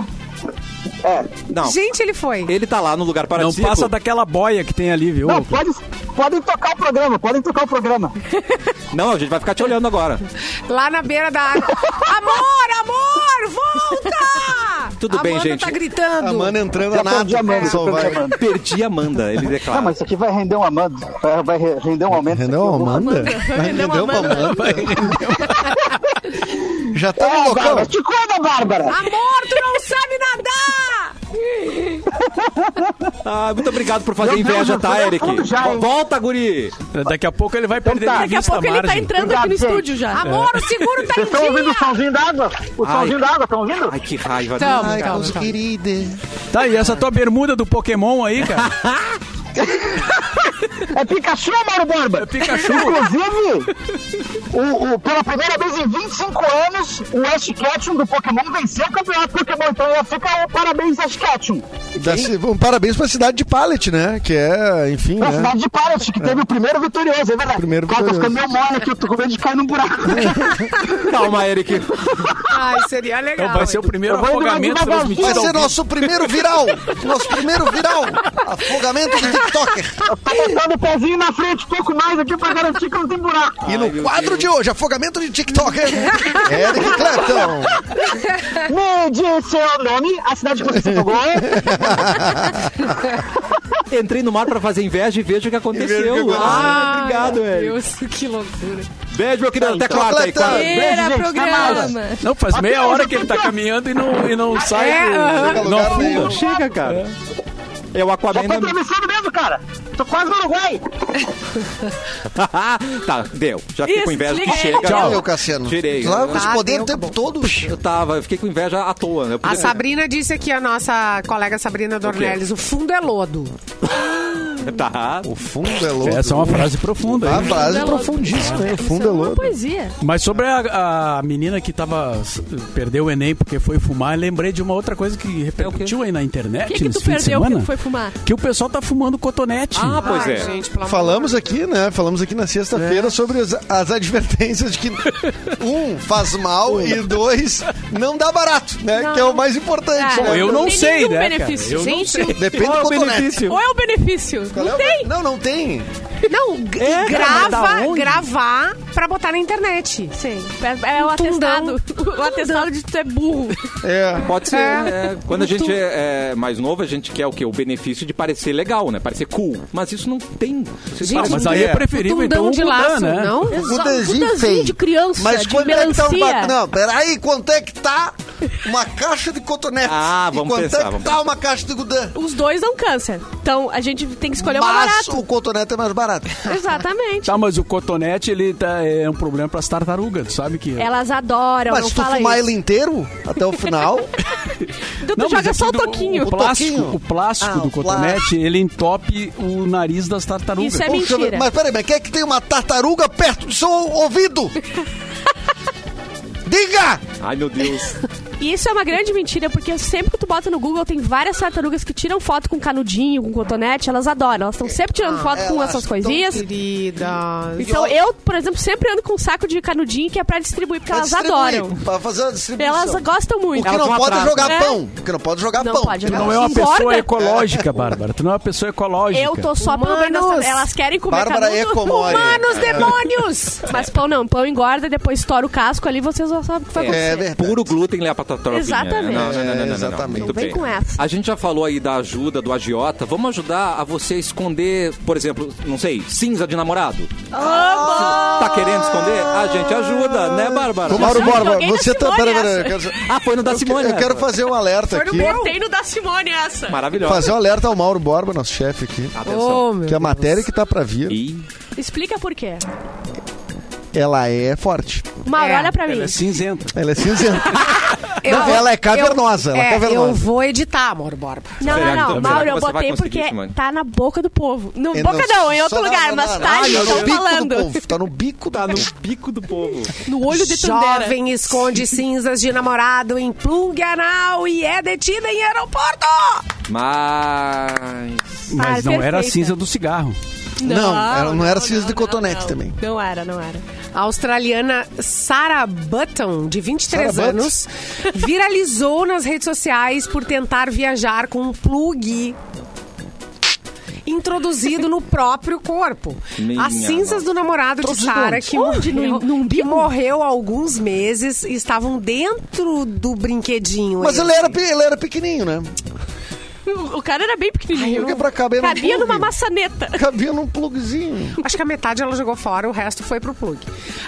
Speaker 1: Não,
Speaker 4: Gente, ele foi.
Speaker 1: ele tá lá no lugar
Speaker 5: Não
Speaker 1: paradisíaco.
Speaker 5: passa daquela boia que tem ali, viu?
Speaker 7: Não, pode, podem tocar o programa, podem tocar o programa.
Speaker 1: Não, a gente vai ficar te olhando agora.
Speaker 4: Lá na beira da água. amor, amor, volta!
Speaker 1: Tudo bem,
Speaker 4: Amanda
Speaker 1: gente.
Speaker 4: tá gritando.
Speaker 2: A mana entrando
Speaker 7: Já
Speaker 2: a nada.
Speaker 7: perdi a Amanda,
Speaker 2: Só
Speaker 7: já perdi
Speaker 2: vai.
Speaker 7: a Amanda.
Speaker 1: Perdi a Amanda, ele declara.
Speaker 7: Não, mas isso aqui vai render um amando. Vai, vai re- render um aumento.
Speaker 2: Rendeu
Speaker 7: aqui,
Speaker 2: uma
Speaker 7: eu vou-
Speaker 2: Amanda? Vai, Rendeu uma Amanda? Já tá no
Speaker 7: É,
Speaker 2: local.
Speaker 7: Bárbara, te cuida, Bárbara.
Speaker 4: Amor, tu não sabe nadar!
Speaker 1: Ah, muito obrigado por fazer
Speaker 7: Meu Deus,
Speaker 1: inveja,
Speaker 7: eu
Speaker 1: tá,
Speaker 7: fui
Speaker 1: Eric?
Speaker 7: fundo já, hein?
Speaker 1: Volta, guri!
Speaker 5: Daqui a pouco ele vai perder
Speaker 7: tá.
Speaker 5: de
Speaker 8: Daqui a
Speaker 5: vista
Speaker 8: pouco
Speaker 5: a
Speaker 8: ele tá
Speaker 5: margem.
Speaker 8: entrando aqui
Speaker 7: Obrigado,
Speaker 8: no
Speaker 7: gente.
Speaker 8: estúdio já.
Speaker 4: Amor, o seguro tá em
Speaker 7: Vocês estão ouvindo o
Speaker 4: dia!
Speaker 7: somzinho d'água? O
Speaker 1: Ai.
Speaker 7: somzinho d'água, estão ouvindo?
Speaker 1: Ai, que raiva.
Speaker 4: Tamo,
Speaker 1: né,
Speaker 4: calma,
Speaker 1: cara?
Speaker 4: calma.
Speaker 5: Tá, e essa tua bermuda do Pokémon aí, cara?
Speaker 7: É Pikachu, Mauro Borba.
Speaker 5: É Pikachu.
Speaker 7: Inclusive, o, o- pela primeira vez em 25 anos, o Ash Ketchum do Pokémon venceu o campeonato Pokémon. Então ia ficar um parabéns, Ash Ketchum.
Speaker 2: Da ci- um parabéns pra cidade de Pallet, né? Que é, enfim,
Speaker 7: Na
Speaker 2: né?
Speaker 7: cidade de Pallet, que teve o primeiro vitorioso, é verdade.
Speaker 2: Primeiro
Speaker 7: Cara, tô
Speaker 2: vitorioso. É.
Speaker 7: ficando meio mole aqui, eu tô com medo de cair num buraco.
Speaker 1: Calma, Eric.
Speaker 4: Ai, seria legal.
Speaker 5: Então vai ser o
Speaker 4: hein?
Speaker 5: primeiro
Speaker 7: Eu vou indo mais
Speaker 5: afogamento
Speaker 7: devagarzinho.
Speaker 5: transmitido
Speaker 2: Vai
Speaker 5: ao
Speaker 2: ser
Speaker 5: vivo.
Speaker 2: nosso primeiro viral! Nosso primeiro viral! Afogamento de TikToker!
Speaker 7: Tá botando o pezinho na frente, um pouco mais aqui pra garantir que não tem buraco.
Speaker 2: E no quadro de hoje, afogamento de TikToker! Eric Clapton!
Speaker 7: Me diz seu nome, a cidade que você jogou.
Speaker 1: Entrei no mar pra fazer inveja e vejo o que aconteceu. Ah, obrigado,
Speaker 3: Ai,
Speaker 1: Eric.
Speaker 3: meu Deus, que loucura.
Speaker 1: Beijo, meu querido. Até quarta aí,
Speaker 2: Chocolatão.
Speaker 1: quarta.
Speaker 3: Primeira
Speaker 7: gente, até
Speaker 3: programa.
Speaker 5: Não, faz meia hora que ele tá caminhando e não, e não sai.
Speaker 4: É,
Speaker 5: do-
Speaker 4: aham.
Speaker 2: Chega a
Speaker 5: não
Speaker 2: lugar nenhum.
Speaker 5: afunda.
Speaker 1: Não chega, cara. É o
Speaker 7: Já
Speaker 1: Aquaman
Speaker 7: tô
Speaker 1: na
Speaker 7: atravessando mesmo, cara. Tô quase no Uruguai.
Speaker 1: tá, deu. Já fiquei com inveja que
Speaker 3: Desliga ele.
Speaker 1: chega.
Speaker 2: Tchau, meu Cassiano.
Speaker 1: Tirei.
Speaker 2: Claro, com esse
Speaker 4: Tá,
Speaker 2: poder
Speaker 4: deu,
Speaker 2: o tempo todo.
Speaker 1: Eu tava, eu fiquei com inveja à toa, né? Eu
Speaker 4: A
Speaker 1: podia-
Speaker 4: Sabrina disse aqui, a nossa colega Sabrina Dornelles, o fundo é lodo.
Speaker 1: Tá.
Speaker 2: O fundo é louco.
Speaker 5: Essa é uma frase profunda.
Speaker 2: A
Speaker 5: hein?
Speaker 2: frase profundíssima, né? O fundo é
Speaker 3: é Uma
Speaker 2: louco.
Speaker 3: poesia.
Speaker 5: Mas sobre a, a menina que tava perdeu o Enem porque foi fumar, lembrei de uma outra coisa que repercutiu aí na
Speaker 3: É O
Speaker 5: internet
Speaker 3: que, que
Speaker 5: nesse
Speaker 3: tu
Speaker 5: fim de
Speaker 3: perdeu
Speaker 5: semana.
Speaker 3: que foi fumar?
Speaker 5: Que o pessoal tá fumando cotonete.
Speaker 1: Ah, pois
Speaker 4: Ai,
Speaker 1: é.
Speaker 4: gente, pelo amor
Speaker 2: Falamos aqui, né? Falamos aqui na sexta-feira sobre as, as advertências de que um faz mal e dois não dá barato, né?
Speaker 3: Não.
Speaker 2: Que é o mais importante.
Speaker 3: Ah,
Speaker 2: né?
Speaker 5: eu não
Speaker 3: Tem
Speaker 5: sei,
Speaker 3: nenhum
Speaker 5: né, cara?
Speaker 3: benefício.
Speaker 5: Eu não
Speaker 4: Gente,
Speaker 5: sei.
Speaker 2: Depende
Speaker 1: Qual é
Speaker 2: do
Speaker 1: o
Speaker 2: cotonete.
Speaker 1: benefício?
Speaker 3: Qual é o benefício?
Speaker 2: Qual é
Speaker 3: Não
Speaker 2: o-
Speaker 3: tem.
Speaker 2: Não, não tem.
Speaker 4: Não, g-
Speaker 1: É, cara, mas da
Speaker 4: grava,
Speaker 1: onde?
Speaker 4: gravar pra botar na internet.
Speaker 3: Sim. É, é o
Speaker 4: tundão.
Speaker 3: atestado. O atestado de tu é burro.
Speaker 2: É.
Speaker 1: Pode ser. é. Quando a gente é, é mais novo, a gente quer o quê? O benefício de parecer legal, né? Parecer cool. Mas isso não tem. Você
Speaker 4: Gente,
Speaker 5: Ah,
Speaker 1: fala,
Speaker 5: mas aí é
Speaker 2: É.
Speaker 3: um
Speaker 5: preferível, então,
Speaker 4: Tundão de
Speaker 5: mudar,
Speaker 4: laço,
Speaker 5: né?
Speaker 4: não?
Speaker 3: Exato.
Speaker 2: Budanzinho feio.
Speaker 3: um de criança,
Speaker 2: Mas
Speaker 3: de
Speaker 2: quanto é que tá um
Speaker 3: melancia.
Speaker 2: ba- Não, peraí, quanto é que tá uma caixa de cotonete?
Speaker 1: Ah, vamos
Speaker 2: e quanto
Speaker 1: pensar,
Speaker 2: é que
Speaker 1: vamos
Speaker 2: tá uma caixa de gudã?
Speaker 3: Os dois dão câncer. Então a gente tem que escolher o mais
Speaker 2: Mas
Speaker 3: barato.
Speaker 2: o cotonete é mais barato.
Speaker 3: Exatamente.
Speaker 5: Tá, mas o cotonete, ele tá, é um problema pras tartarugas, tu sabe que... é.
Speaker 3: Elas adoram,
Speaker 2: Mas
Speaker 3: não
Speaker 2: se tu
Speaker 3: fala
Speaker 2: fumar
Speaker 3: isso.
Speaker 2: ele inteiro, até o final,
Speaker 3: Então tu
Speaker 5: Não, mas
Speaker 3: joga
Speaker 5: é
Speaker 3: só o
Speaker 5: que do-
Speaker 3: toquinho.
Speaker 5: O plástico,
Speaker 2: toquinho?
Speaker 5: o plástico
Speaker 2: Ah,
Speaker 5: do
Speaker 2: o
Speaker 5: cotonete, ele entope o nariz das tartarugas.
Speaker 3: Isso é
Speaker 2: Poxa,
Speaker 3: mentira.
Speaker 2: Mas peraí, mas quem é que tem uma tartaruga perto do seu ouvido? Diga!
Speaker 1: Ai, meu Deus.
Speaker 3: E isso é uma grande mentira, porque sempre que tu bota no Google, tem várias tartarugas que tiram foto com canudinho, com cotonete, elas adoram. Elas estão sempre tirando foto com
Speaker 2: Ah, elas
Speaker 3: essas coisinhas.
Speaker 4: Queridas.
Speaker 3: Então eu, por exemplo, sempre ando com um saco de canudinho que é pra distribuir, porque
Speaker 2: Pra
Speaker 3: elas
Speaker 2: distribuir,
Speaker 3: adoram.
Speaker 2: Pra fazer uma distribuição.
Speaker 3: Elas gostam
Speaker 2: O
Speaker 3: muito.
Speaker 2: que
Speaker 1: Elas
Speaker 2: não
Speaker 1: vão
Speaker 2: pode é
Speaker 1: atrás,
Speaker 2: jogar
Speaker 3: né?
Speaker 2: pão. O que não pode jogar
Speaker 3: Não
Speaker 2: pão.
Speaker 3: pode jogar
Speaker 5: Não é uma
Speaker 3: Se engorda.
Speaker 5: pessoa ecológica, Bárbara. Tu não é uma pessoa ecológica.
Speaker 3: Eu tô só pelo bem das
Speaker 4: Humanos.
Speaker 3: Elas querem comer
Speaker 2: Bárbara
Speaker 3: canudo.
Speaker 2: Ecomori. É.
Speaker 4: Humanos, demônios!
Speaker 3: Mas pão não, pão engorda, depois estoura o casco ali, vocês já sabem o que vai acontecer.
Speaker 2: É verdade.
Speaker 1: Puro glúten leva pra tatuagem.
Speaker 3: Exatamente.
Speaker 1: Não, não, não, não, não, não.
Speaker 2: Exatamente.
Speaker 1: Muito
Speaker 3: Não vem
Speaker 1: bem.
Speaker 3: com essa.
Speaker 1: A gente já falou aí da ajuda do agiota. Vamos ajudar a você a esconder, por exemplo, não sei, cinza de namorado? Tá querendo esconder? A gente ajuda, né, Bárbara?
Speaker 2: Ô, Mauro
Speaker 3: Sabe que
Speaker 2: Borba,
Speaker 3: alguém
Speaker 2: você
Speaker 3: da
Speaker 2: tá...
Speaker 3: Simone
Speaker 2: Pera, pera,
Speaker 3: essa.
Speaker 2: eu quero-
Speaker 1: Ah, foi no da Simone.
Speaker 2: Eu
Speaker 1: né?
Speaker 2: quero fazer um alerta aqui.
Speaker 3: Botei no da Simone é essa.
Speaker 1: Maravilhosa.
Speaker 2: Fazer um alerta ao Mauro Borba, nosso chefe aqui.
Speaker 1: Atenção.
Speaker 2: Que a matéria que tá pra vir,
Speaker 1: Ih,
Speaker 3: Explica por quê.
Speaker 2: ela é forte.
Speaker 3: Mauro,
Speaker 4: É,
Speaker 3: olha pra mim.
Speaker 5: Ela é cinzenta.
Speaker 2: Ela é cinzenta.
Speaker 4: Eu-
Speaker 2: Não, ela é cavernosa, ela é
Speaker 4: é,
Speaker 2: cavernosa.
Speaker 4: Eu vou editar, amor Borba.
Speaker 3: Não,
Speaker 1: Será que- será
Speaker 3: não, não.
Speaker 1: que
Speaker 3: Mauro, eu
Speaker 1: você vai
Speaker 3: botei
Speaker 1: conseguir
Speaker 3: porque
Speaker 1: isso, mano?
Speaker 3: tá na boca do povo. No,
Speaker 2: É,
Speaker 3: boca não, em outro
Speaker 2: só na-
Speaker 3: lugar,
Speaker 2: na-
Speaker 3: mas
Speaker 2: na-
Speaker 3: tá,
Speaker 2: Ah,
Speaker 3: ali,
Speaker 2: no
Speaker 3: estão
Speaker 2: bico do
Speaker 3: falando.
Speaker 2: povo, Tá no bico da...
Speaker 1: tá no pico do povo.
Speaker 3: No olho de Tandera.
Speaker 4: Jovem esconde cinzas de namorado em plugue anal e é detida em aeroporto!
Speaker 1: Mas.
Speaker 5: Mas não era a
Speaker 3: perfeita.
Speaker 5: cinza do cigarro.
Speaker 2: Não, ela não era cinza de cotonete
Speaker 3: não.
Speaker 2: também.
Speaker 3: Não era, não era.
Speaker 4: A australiana Sarah Button, de 23
Speaker 2: Sarah Button.
Speaker 4: anos, viralizou nas redes sociais por tentar viajar com um plug introduzido no próprio corpo.
Speaker 1: Minha
Speaker 4: As cinzas do namorado de
Speaker 2: Introduzido
Speaker 4: Sarah,
Speaker 2: onde?
Speaker 4: que,
Speaker 3: Onde? No-
Speaker 4: morreu,
Speaker 3: no
Speaker 4: que
Speaker 3: umbigo?
Speaker 4: morreu há alguns meses, estavam dentro do brinquedinho.
Speaker 2: Mas
Speaker 4: esse.
Speaker 2: ele era, pe- ele era pequenininho, né?
Speaker 3: O cara era bem pequenininho.
Speaker 2: Porque pra caber num
Speaker 3: Cabia
Speaker 2: plug.
Speaker 3: numa maçaneta.
Speaker 2: Cabia num plugzinho.
Speaker 4: Acho que a metade ela jogou fora, o resto foi pro plug.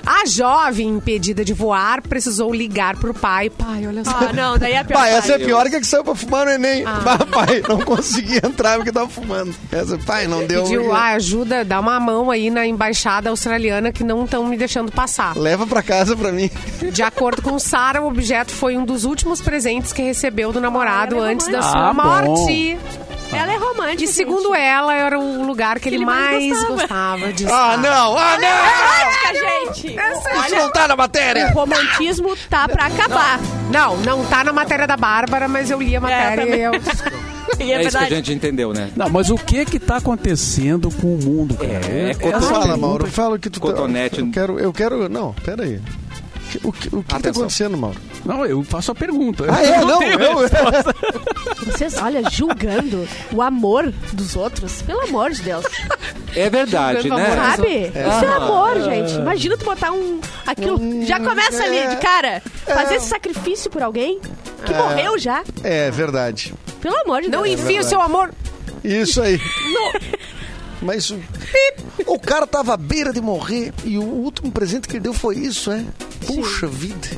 Speaker 4: A jovem impedida de voar precisou ligar pro pai. Pai, olha só.
Speaker 3: Ah, não, daí é a pior.
Speaker 2: Pai, essa é
Speaker 3: parte.
Speaker 2: pior que a que saiu pra fumar no Enem. Ah. Pai, não consegui entrar porque tava fumando. Essa, pai, não deu. um
Speaker 4: Pediu, ah, ajuda, dá uma mão aí na embaixada australiana que não estão me deixando passar.
Speaker 2: Leva pra casa pra mim.
Speaker 4: De acordo com Sara, o objeto foi um dos últimos presentes que recebeu do namorado
Speaker 3: Ah, é
Speaker 4: antes da
Speaker 5: romântico.
Speaker 4: sua
Speaker 5: Ah, bom.
Speaker 4: morte.
Speaker 3: Ela é romântica.
Speaker 4: E segundo
Speaker 3: gente.
Speaker 4: ela, era o lugar que, ele,
Speaker 3: ele
Speaker 4: mais,
Speaker 3: mais
Speaker 4: gostava. de estar.
Speaker 2: Ah,
Speaker 4: é
Speaker 2: não! Ah, não!
Speaker 3: É Romântica, gente.
Speaker 2: Isso não tá na matéria!
Speaker 3: O romantismo tá pra acabar.
Speaker 4: Não, não tá na matéria da Bárbara, mas eu li a matéria e eu...
Speaker 3: E é,
Speaker 6: É isso que a
Speaker 3: verdade.
Speaker 6: gente entendeu, né?
Speaker 5: Não, mas o que que tá acontecendo com o mundo, cara?
Speaker 6: É, é
Speaker 5: Essa
Speaker 6: cotonete.
Speaker 5: pergunta-
Speaker 2: Fala, Mauro, fala o que tu tá-
Speaker 6: Cotonete.
Speaker 2: Eu quero, eu quero. Não, peraí. O que, o que tá
Speaker 6: Atenção.
Speaker 2: acontecendo, Mauro?
Speaker 5: Não, eu faço a pergunta.
Speaker 2: Ah, é? Não, eu.
Speaker 3: Vocês, olha, julgando o amor dos outros, pelo amor de Deus.
Speaker 6: É verdade,
Speaker 4: Jogando amor
Speaker 6: né?
Speaker 3: Sabe? Isso é amor, gente. Imagina tu botar um. Aquilo. Já começa ali, de cara. Fazer esse sacrifício por alguém que morreu já.
Speaker 2: É verdade.
Speaker 3: Pelo amor de
Speaker 4: Não
Speaker 3: Deus.
Speaker 4: enfia o seu amor...
Speaker 2: Isso aí. Mas o, o cara tava à beira de morrer e o último presente que ele deu foi isso, é? Puxa vida.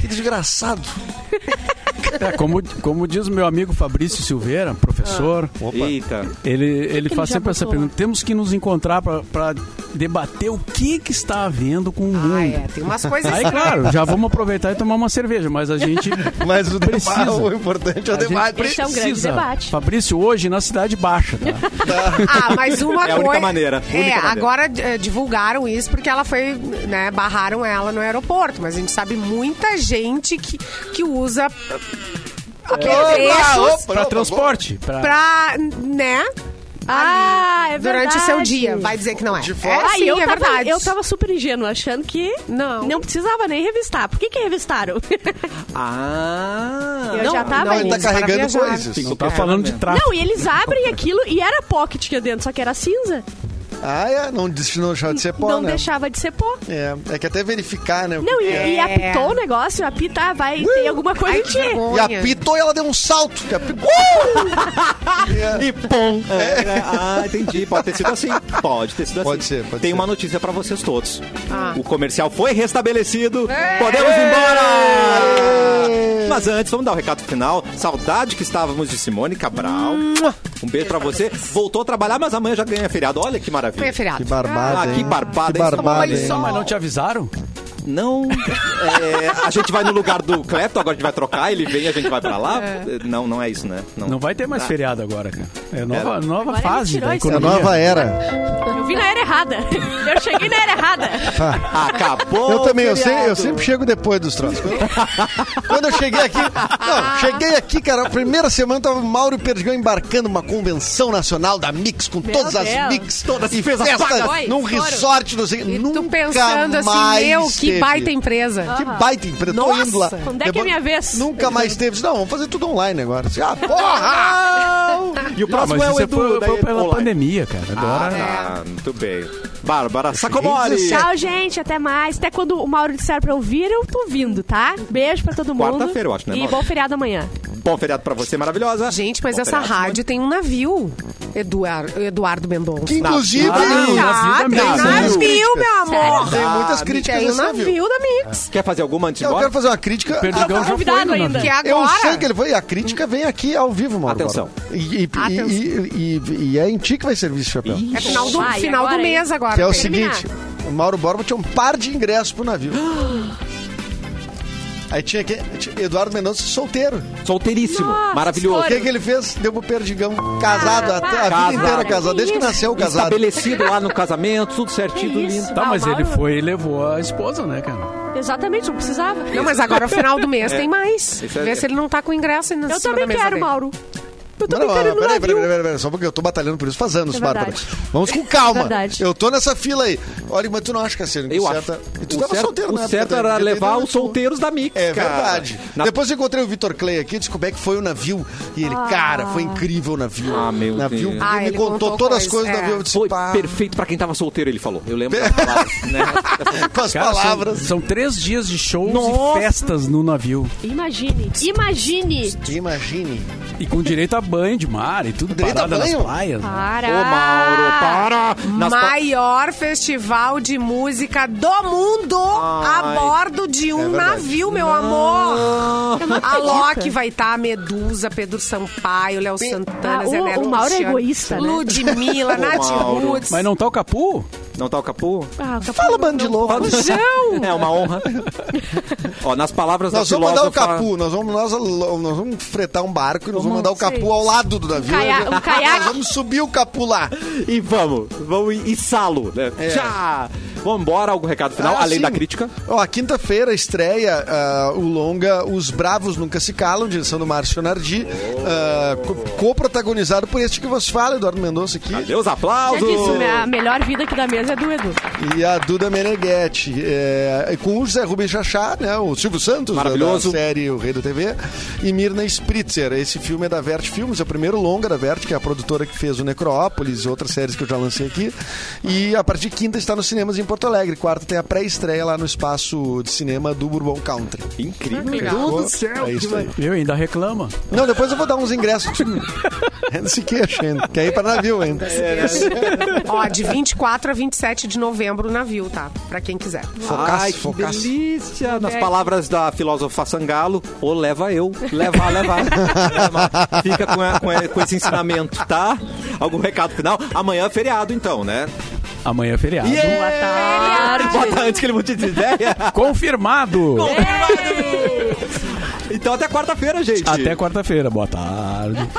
Speaker 2: Que desgraçado.
Speaker 5: É, como, como diz meu amigo Fabrício Silveira, professor,
Speaker 6: Eita.
Speaker 5: ele, ele
Speaker 3: ele
Speaker 5: faz
Speaker 3: já
Speaker 5: sempre essa
Speaker 3: botou lá?
Speaker 5: pergunta. Temos que nos encontrar para debater o que que está havendo com o
Speaker 4: Ah,
Speaker 5: mundo.
Speaker 4: é, tem umas coisas...
Speaker 5: Aí, Hum. claro, já vamos aproveitar e tomar uma cerveja, mas a gente
Speaker 2: Mas o,
Speaker 5: Precisa.
Speaker 2: debate, o importante é o
Speaker 5: A gente-
Speaker 2: debate.
Speaker 3: Esse é um grande
Speaker 5: precisa.
Speaker 3: debate.
Speaker 5: Fabrício, hoje na Cidade Baixa, tá?
Speaker 4: Ah, mas uma
Speaker 6: É a
Speaker 4: coisa.
Speaker 6: única maneira,
Speaker 4: É,
Speaker 6: única maneira.
Speaker 4: agora eh, divulgaram isso porque ela foi, né, barraram ela no aeroporto, mas a gente sabe muita gente que, que usa aqueles preços
Speaker 5: Para transporte. pra-
Speaker 4: pra, né,
Speaker 3: Ah, é verdade.
Speaker 4: durante o seu dia. Vai dizer que não é.
Speaker 2: De
Speaker 4: É,
Speaker 2: fora.
Speaker 3: Ah,
Speaker 4: sim,
Speaker 3: eu,
Speaker 4: é
Speaker 3: tava,
Speaker 4: verdade.
Speaker 3: eu tava super ingênua, achando que
Speaker 4: Não.
Speaker 3: não precisava nem revistar. Por que, que revistaram?
Speaker 6: Ah.
Speaker 3: Eu já tava
Speaker 2: Não, ele tá
Speaker 4: Para
Speaker 2: carregando
Speaker 4: viajar.
Speaker 2: coisas.
Speaker 6: Sim.
Speaker 5: Não tá falando de tráfico.
Speaker 3: Não, e eles abrem aquilo e era pó que tinha dentro, só que era cinza.
Speaker 2: Ah, é? Não, des- não deixar de ser pó,
Speaker 3: não
Speaker 2: né?
Speaker 3: deixava de ser pó.
Speaker 2: É, é que até verificar, né? o
Speaker 3: Não,
Speaker 2: que
Speaker 3: e,
Speaker 2: que é.
Speaker 3: e apitou o negócio, apita, ah, vai, tem alguma coisa
Speaker 4: Ai,
Speaker 3: que
Speaker 4: que vergonha.
Speaker 2: E apitou e ela deu um salto. Que é. apitou.
Speaker 6: E pom. Ah, entendi. Pode ter sido assim. Pode ter sido assim.
Speaker 2: Pode ser, pode
Speaker 6: Tem
Speaker 2: ser.
Speaker 6: uma notícia pra vocês todos.
Speaker 4: Ah.
Speaker 6: O comercial foi restabelecido. Podemos ir embora! Mas antes, vamos dar o recado final. Saudade que estávamos de Simone Cabral. Um beijo pra você. Voltou a trabalhar, mas amanhã já ganha feriado. Olha que maravilha.
Speaker 4: Foi feriado.
Speaker 2: Que barbada,
Speaker 6: Ah, que
Speaker 2: hein?
Speaker 6: barbada,
Speaker 2: Que
Speaker 6: hein?
Speaker 2: barbada,
Speaker 4: Olha
Speaker 2: hein?
Speaker 4: só.
Speaker 5: Não, mas não te avisaram?
Speaker 6: Não. é, a gente vai no lugar do Clepto, agora a gente vai trocar, ele vem e a gente vai pra lá. Não, não é isso, né?
Speaker 5: Não vai ter mais
Speaker 6: Ah.
Speaker 5: feriado agora, cara. É nova, nova
Speaker 3: Agora ele
Speaker 5: fase
Speaker 3: tirou
Speaker 5: da
Speaker 3: isso.
Speaker 2: É a
Speaker 5: economia.
Speaker 2: nova era.
Speaker 3: Eu vi na era errada. Eu cheguei na era errada.
Speaker 6: Acabou.
Speaker 2: Eu também, eu,
Speaker 6: o
Speaker 2: sei- eu
Speaker 6: feriado.
Speaker 2: sempre chego depois dos troços. Quando- Quando eu cheguei aqui, não, cheguei aqui, cara, a primeira semana tava o Mauro Perdigão embarcando uma convenção nacional da Mix, com todas as
Speaker 3: Deus.
Speaker 2: Mix,
Speaker 6: Todas
Speaker 2: e
Speaker 6: fez as
Speaker 2: festa
Speaker 6: pagas.
Speaker 3: Oi,
Speaker 2: num
Speaker 3: foram.
Speaker 2: resort, não sei,
Speaker 4: E
Speaker 2: nunca
Speaker 4: tu pensando assim,
Speaker 2: mais
Speaker 4: meu, que
Speaker 2: teve.
Speaker 4: baita empresa.
Speaker 2: Que baita empresa, tô
Speaker 4: Nossa,
Speaker 2: indo lá.
Speaker 4: quando
Speaker 3: é que é minha vez?
Speaker 2: Nunca mais teve. Não, vamos fazer tudo online agora. Assim, Ah, porra!
Speaker 6: E
Speaker 5: Não,
Speaker 6: o próximo
Speaker 5: mas
Speaker 6: é o
Speaker 5: isso
Speaker 6: Edu.
Speaker 5: foi,
Speaker 6: daí
Speaker 5: foi pela
Speaker 6: online.
Speaker 5: pandemia, cara. Agora...
Speaker 6: Ah,
Speaker 2: É.
Speaker 6: tá. Muito bem. Bárbara Sacomori.
Speaker 2: Gente,
Speaker 3: Tchau, gente. Até mais. Até quando o Mauro disser pra eu vir, eu tô vindo, tá? Beijo pra todo mundo.
Speaker 6: Quarta-feira, eu acho, né,
Speaker 3: E
Speaker 6: Mauro?
Speaker 3: bom feriado amanhã.
Speaker 6: Bom feriado pra você,
Speaker 3: Ah.
Speaker 6: maravilhosa.
Speaker 4: Gente, mas
Speaker 6: Bom
Speaker 4: essa
Speaker 6: feriado.
Speaker 4: rádio tem um navio, Eduardo, Eduardo Mendonça.
Speaker 2: Que inclusive.
Speaker 5: Ah, não,
Speaker 4: Ah,
Speaker 5: navio da
Speaker 4: tem
Speaker 5: Mix.
Speaker 4: navio, meu amor.
Speaker 2: Tem muitas
Speaker 6: Ah,
Speaker 2: críticas
Speaker 4: Tem
Speaker 2: nesse navio.
Speaker 4: navio da Mix.
Speaker 6: Quer fazer alguma antes de ir
Speaker 2: Eu
Speaker 6: embora?
Speaker 2: quero fazer uma crítica.
Speaker 5: Perdigão já foi
Speaker 3: convidado
Speaker 5: no
Speaker 3: ainda.
Speaker 5: navio.
Speaker 4: Que agora...
Speaker 2: Eu sei que ele foi. E a crítica vem aqui ao vivo, Mauro.
Speaker 6: Atenção.
Speaker 2: Borba. E, e-
Speaker 4: Atenção.
Speaker 2: e- e- e- e é em ti que vai servir esse chapéu.
Speaker 6: Ih,
Speaker 4: É final do,
Speaker 3: Vai,
Speaker 4: final
Speaker 3: agora,
Speaker 4: do
Speaker 3: hein?
Speaker 4: mês agora.
Speaker 2: que é o
Speaker 4: Pedro.
Speaker 3: terminar.
Speaker 2: seguinte: o Mauro Borba tinha um par de ingressos pro navio. Aí tinha que. tinha Eduardo Mendonça solteiro.
Speaker 6: Solteiríssimo.
Speaker 3: Nossa,
Speaker 6: maravilhoso.
Speaker 2: O que, que ele fez? Deu pro perdigão. Casado,
Speaker 3: Ah,
Speaker 2: até- a
Speaker 6: para.
Speaker 2: vida inteira
Speaker 6: Casado.
Speaker 2: casado. Desde que
Speaker 3: Que
Speaker 2: nasceu casado.
Speaker 6: Estabelecido lá no casamento, tudo certinho,
Speaker 3: Que
Speaker 6: tudo
Speaker 3: isso?
Speaker 6: lindo.
Speaker 5: Tá,
Speaker 3: Ah, o
Speaker 5: mas ele
Speaker 3: Mauro-
Speaker 5: foi e levou a esposa, né, cara?
Speaker 3: Exatamente, não precisava.
Speaker 4: Não, mas agora final do mês tem mais.
Speaker 6: Isso é-
Speaker 4: Vê se ele não tá com ingresso ainda.
Speaker 3: Eu também quero,
Speaker 4: mal.
Speaker 3: Mauro.
Speaker 2: Não,
Speaker 3: Eu também quero ir no
Speaker 2: peraí, peraí,
Speaker 3: navio.
Speaker 2: peraí, peraí, peraí, só porque eu tô batalhando por isso faz anos,
Speaker 3: É
Speaker 2: Bárbara.
Speaker 3: verdade.
Speaker 2: Vamos com calma.
Speaker 3: É verdade.
Speaker 2: Eu tô nessa fila aí. Olha, mas tu não acha, Cassiano, que
Speaker 6: Eu
Speaker 2: o
Speaker 6: acho.
Speaker 2: certo... E tu
Speaker 6: o
Speaker 2: tava
Speaker 6: certo,
Speaker 2: solteiro,
Speaker 6: o
Speaker 2: né?
Speaker 6: certo era levar os solteiros da Mix,
Speaker 2: É
Speaker 6: cara.
Speaker 2: verdade.
Speaker 6: Na-
Speaker 2: Depois eu encontrei o Vitor Clay aqui, disse como é que foi o navio. E ele, cara, foi incrível o navio.
Speaker 6: Ah, meu
Speaker 2: navio,
Speaker 6: Deus.
Speaker 2: Ele
Speaker 4: Ah,
Speaker 2: me
Speaker 4: ele
Speaker 2: contou,
Speaker 4: contou
Speaker 2: todas as
Speaker 4: coisas,
Speaker 2: coisas do
Speaker 4: é.
Speaker 2: navio. Eu disse,
Speaker 6: Foi
Speaker 2: pá,
Speaker 6: perfeito pra quem tava solteiro, ele falou. Eu lembro das palavras, né?
Speaker 2: com as
Speaker 6: assim,
Speaker 5: Cara, são-
Speaker 2: palavras.
Speaker 5: São, três dias de shows
Speaker 6: Nossa.
Speaker 5: e festas no navio.
Speaker 3: Imagine, imagine
Speaker 2: Imagine.
Speaker 5: E com direito a banho de mar e tudo
Speaker 2: Direito a
Speaker 5: parada nas
Speaker 2: banho?
Speaker 5: praias. né?
Speaker 3: Para!
Speaker 6: Ô, Mauro,
Speaker 2: Ah,
Speaker 6: para! Nas pa-
Speaker 4: Maior festival de música do mundo
Speaker 6: Ai,
Speaker 4: a bordo de um
Speaker 2: verdade.
Speaker 4: navio, meu amor. A Loki vai estar, a Medusa, Pedro Sampaio, Léo Santana,
Speaker 3: Ah,
Speaker 4: Zé
Speaker 3: o-
Speaker 4: Neto,
Speaker 3: o Mauro é
Speaker 4: Cristiano,
Speaker 3: egoísta, né?
Speaker 4: Ludmilla, Nath
Speaker 6: Mauro.
Speaker 4: Roots.
Speaker 5: Mas não tá o capu?
Speaker 6: Não tá o capu?
Speaker 3: Ah, o
Speaker 2: Fala, bando de louco.
Speaker 6: É uma honra. Ó, nas palavras
Speaker 2: Nós
Speaker 6: da
Speaker 2: vamos mandar o
Speaker 6: filósofa-
Speaker 2: capu, nós vamos, nós, nós vamos fretar um barco e nós vamos mandar o capu ao lado do navio. né?
Speaker 3: caia- um caiaque.
Speaker 2: Nós vamos subir o capu lá.
Speaker 6: E vamos, vamos içá-lo, né?
Speaker 2: É.
Speaker 6: Tchau! Vamos embora, algum recado final,
Speaker 2: Ah,
Speaker 6: além
Speaker 2: sim.
Speaker 6: da crítica?
Speaker 2: Ó, quinta-feira estreia ah, o longa Os Bravos Nunca Se Calam, direção do Márcio Nardi, ah, co- co-protagonizado por este que vos fala, Eduardo Mendonça aqui,
Speaker 6: Cadê os
Speaker 3: Já
Speaker 6: aplausos?
Speaker 3: disse, né? a melhor vida aqui da mesa é do Edu.
Speaker 2: e a Duda Meneghetti, é, e com o José Rubens Chachá, né, o Silvio Santos, da, da
Speaker 6: Maravilhoso.
Speaker 2: série O Rei da TV, e Mirna Spritzer. Esse filme é da Vert Filmes, é o primeiro longa da Vert, que é a produtora que fez o Necrópolis e outras séries que eu já lancei aqui. E a partir de quinta está nos cinemas em Porto Alegre, quarta tem a pré-estreia lá no espaço de cinema do Bourbon Country.
Speaker 6: Incrível.
Speaker 2: Deus do céu, é isso aí.
Speaker 5: Eu ainda reclama.
Speaker 2: Não, depois eu vou dar uns ingressos. Hum, Ainda se queixa ainda. Quer ir pra navio ainda.
Speaker 4: Ó, de 24 a 27 de novembro, o navio, tá? Pra quem quiser.
Speaker 6: Ai,
Speaker 2: Focaço,
Speaker 6: que
Speaker 2: focaço.
Speaker 6: delícia! Nas palavras da filósofa Sangalo, ou leva eu, levar, levar. Leva. Fica com, a- com a- com esse ensinamento, tá? Algum recado final? Amanhã é feriado, então, né?
Speaker 5: Amanhã é feriado.
Speaker 6: Yeah! Bota antes que ele mude de ideia.
Speaker 5: Confirmado!
Speaker 6: Então até quarta-feira, gente.
Speaker 5: Até quarta-feira. Boa tarde.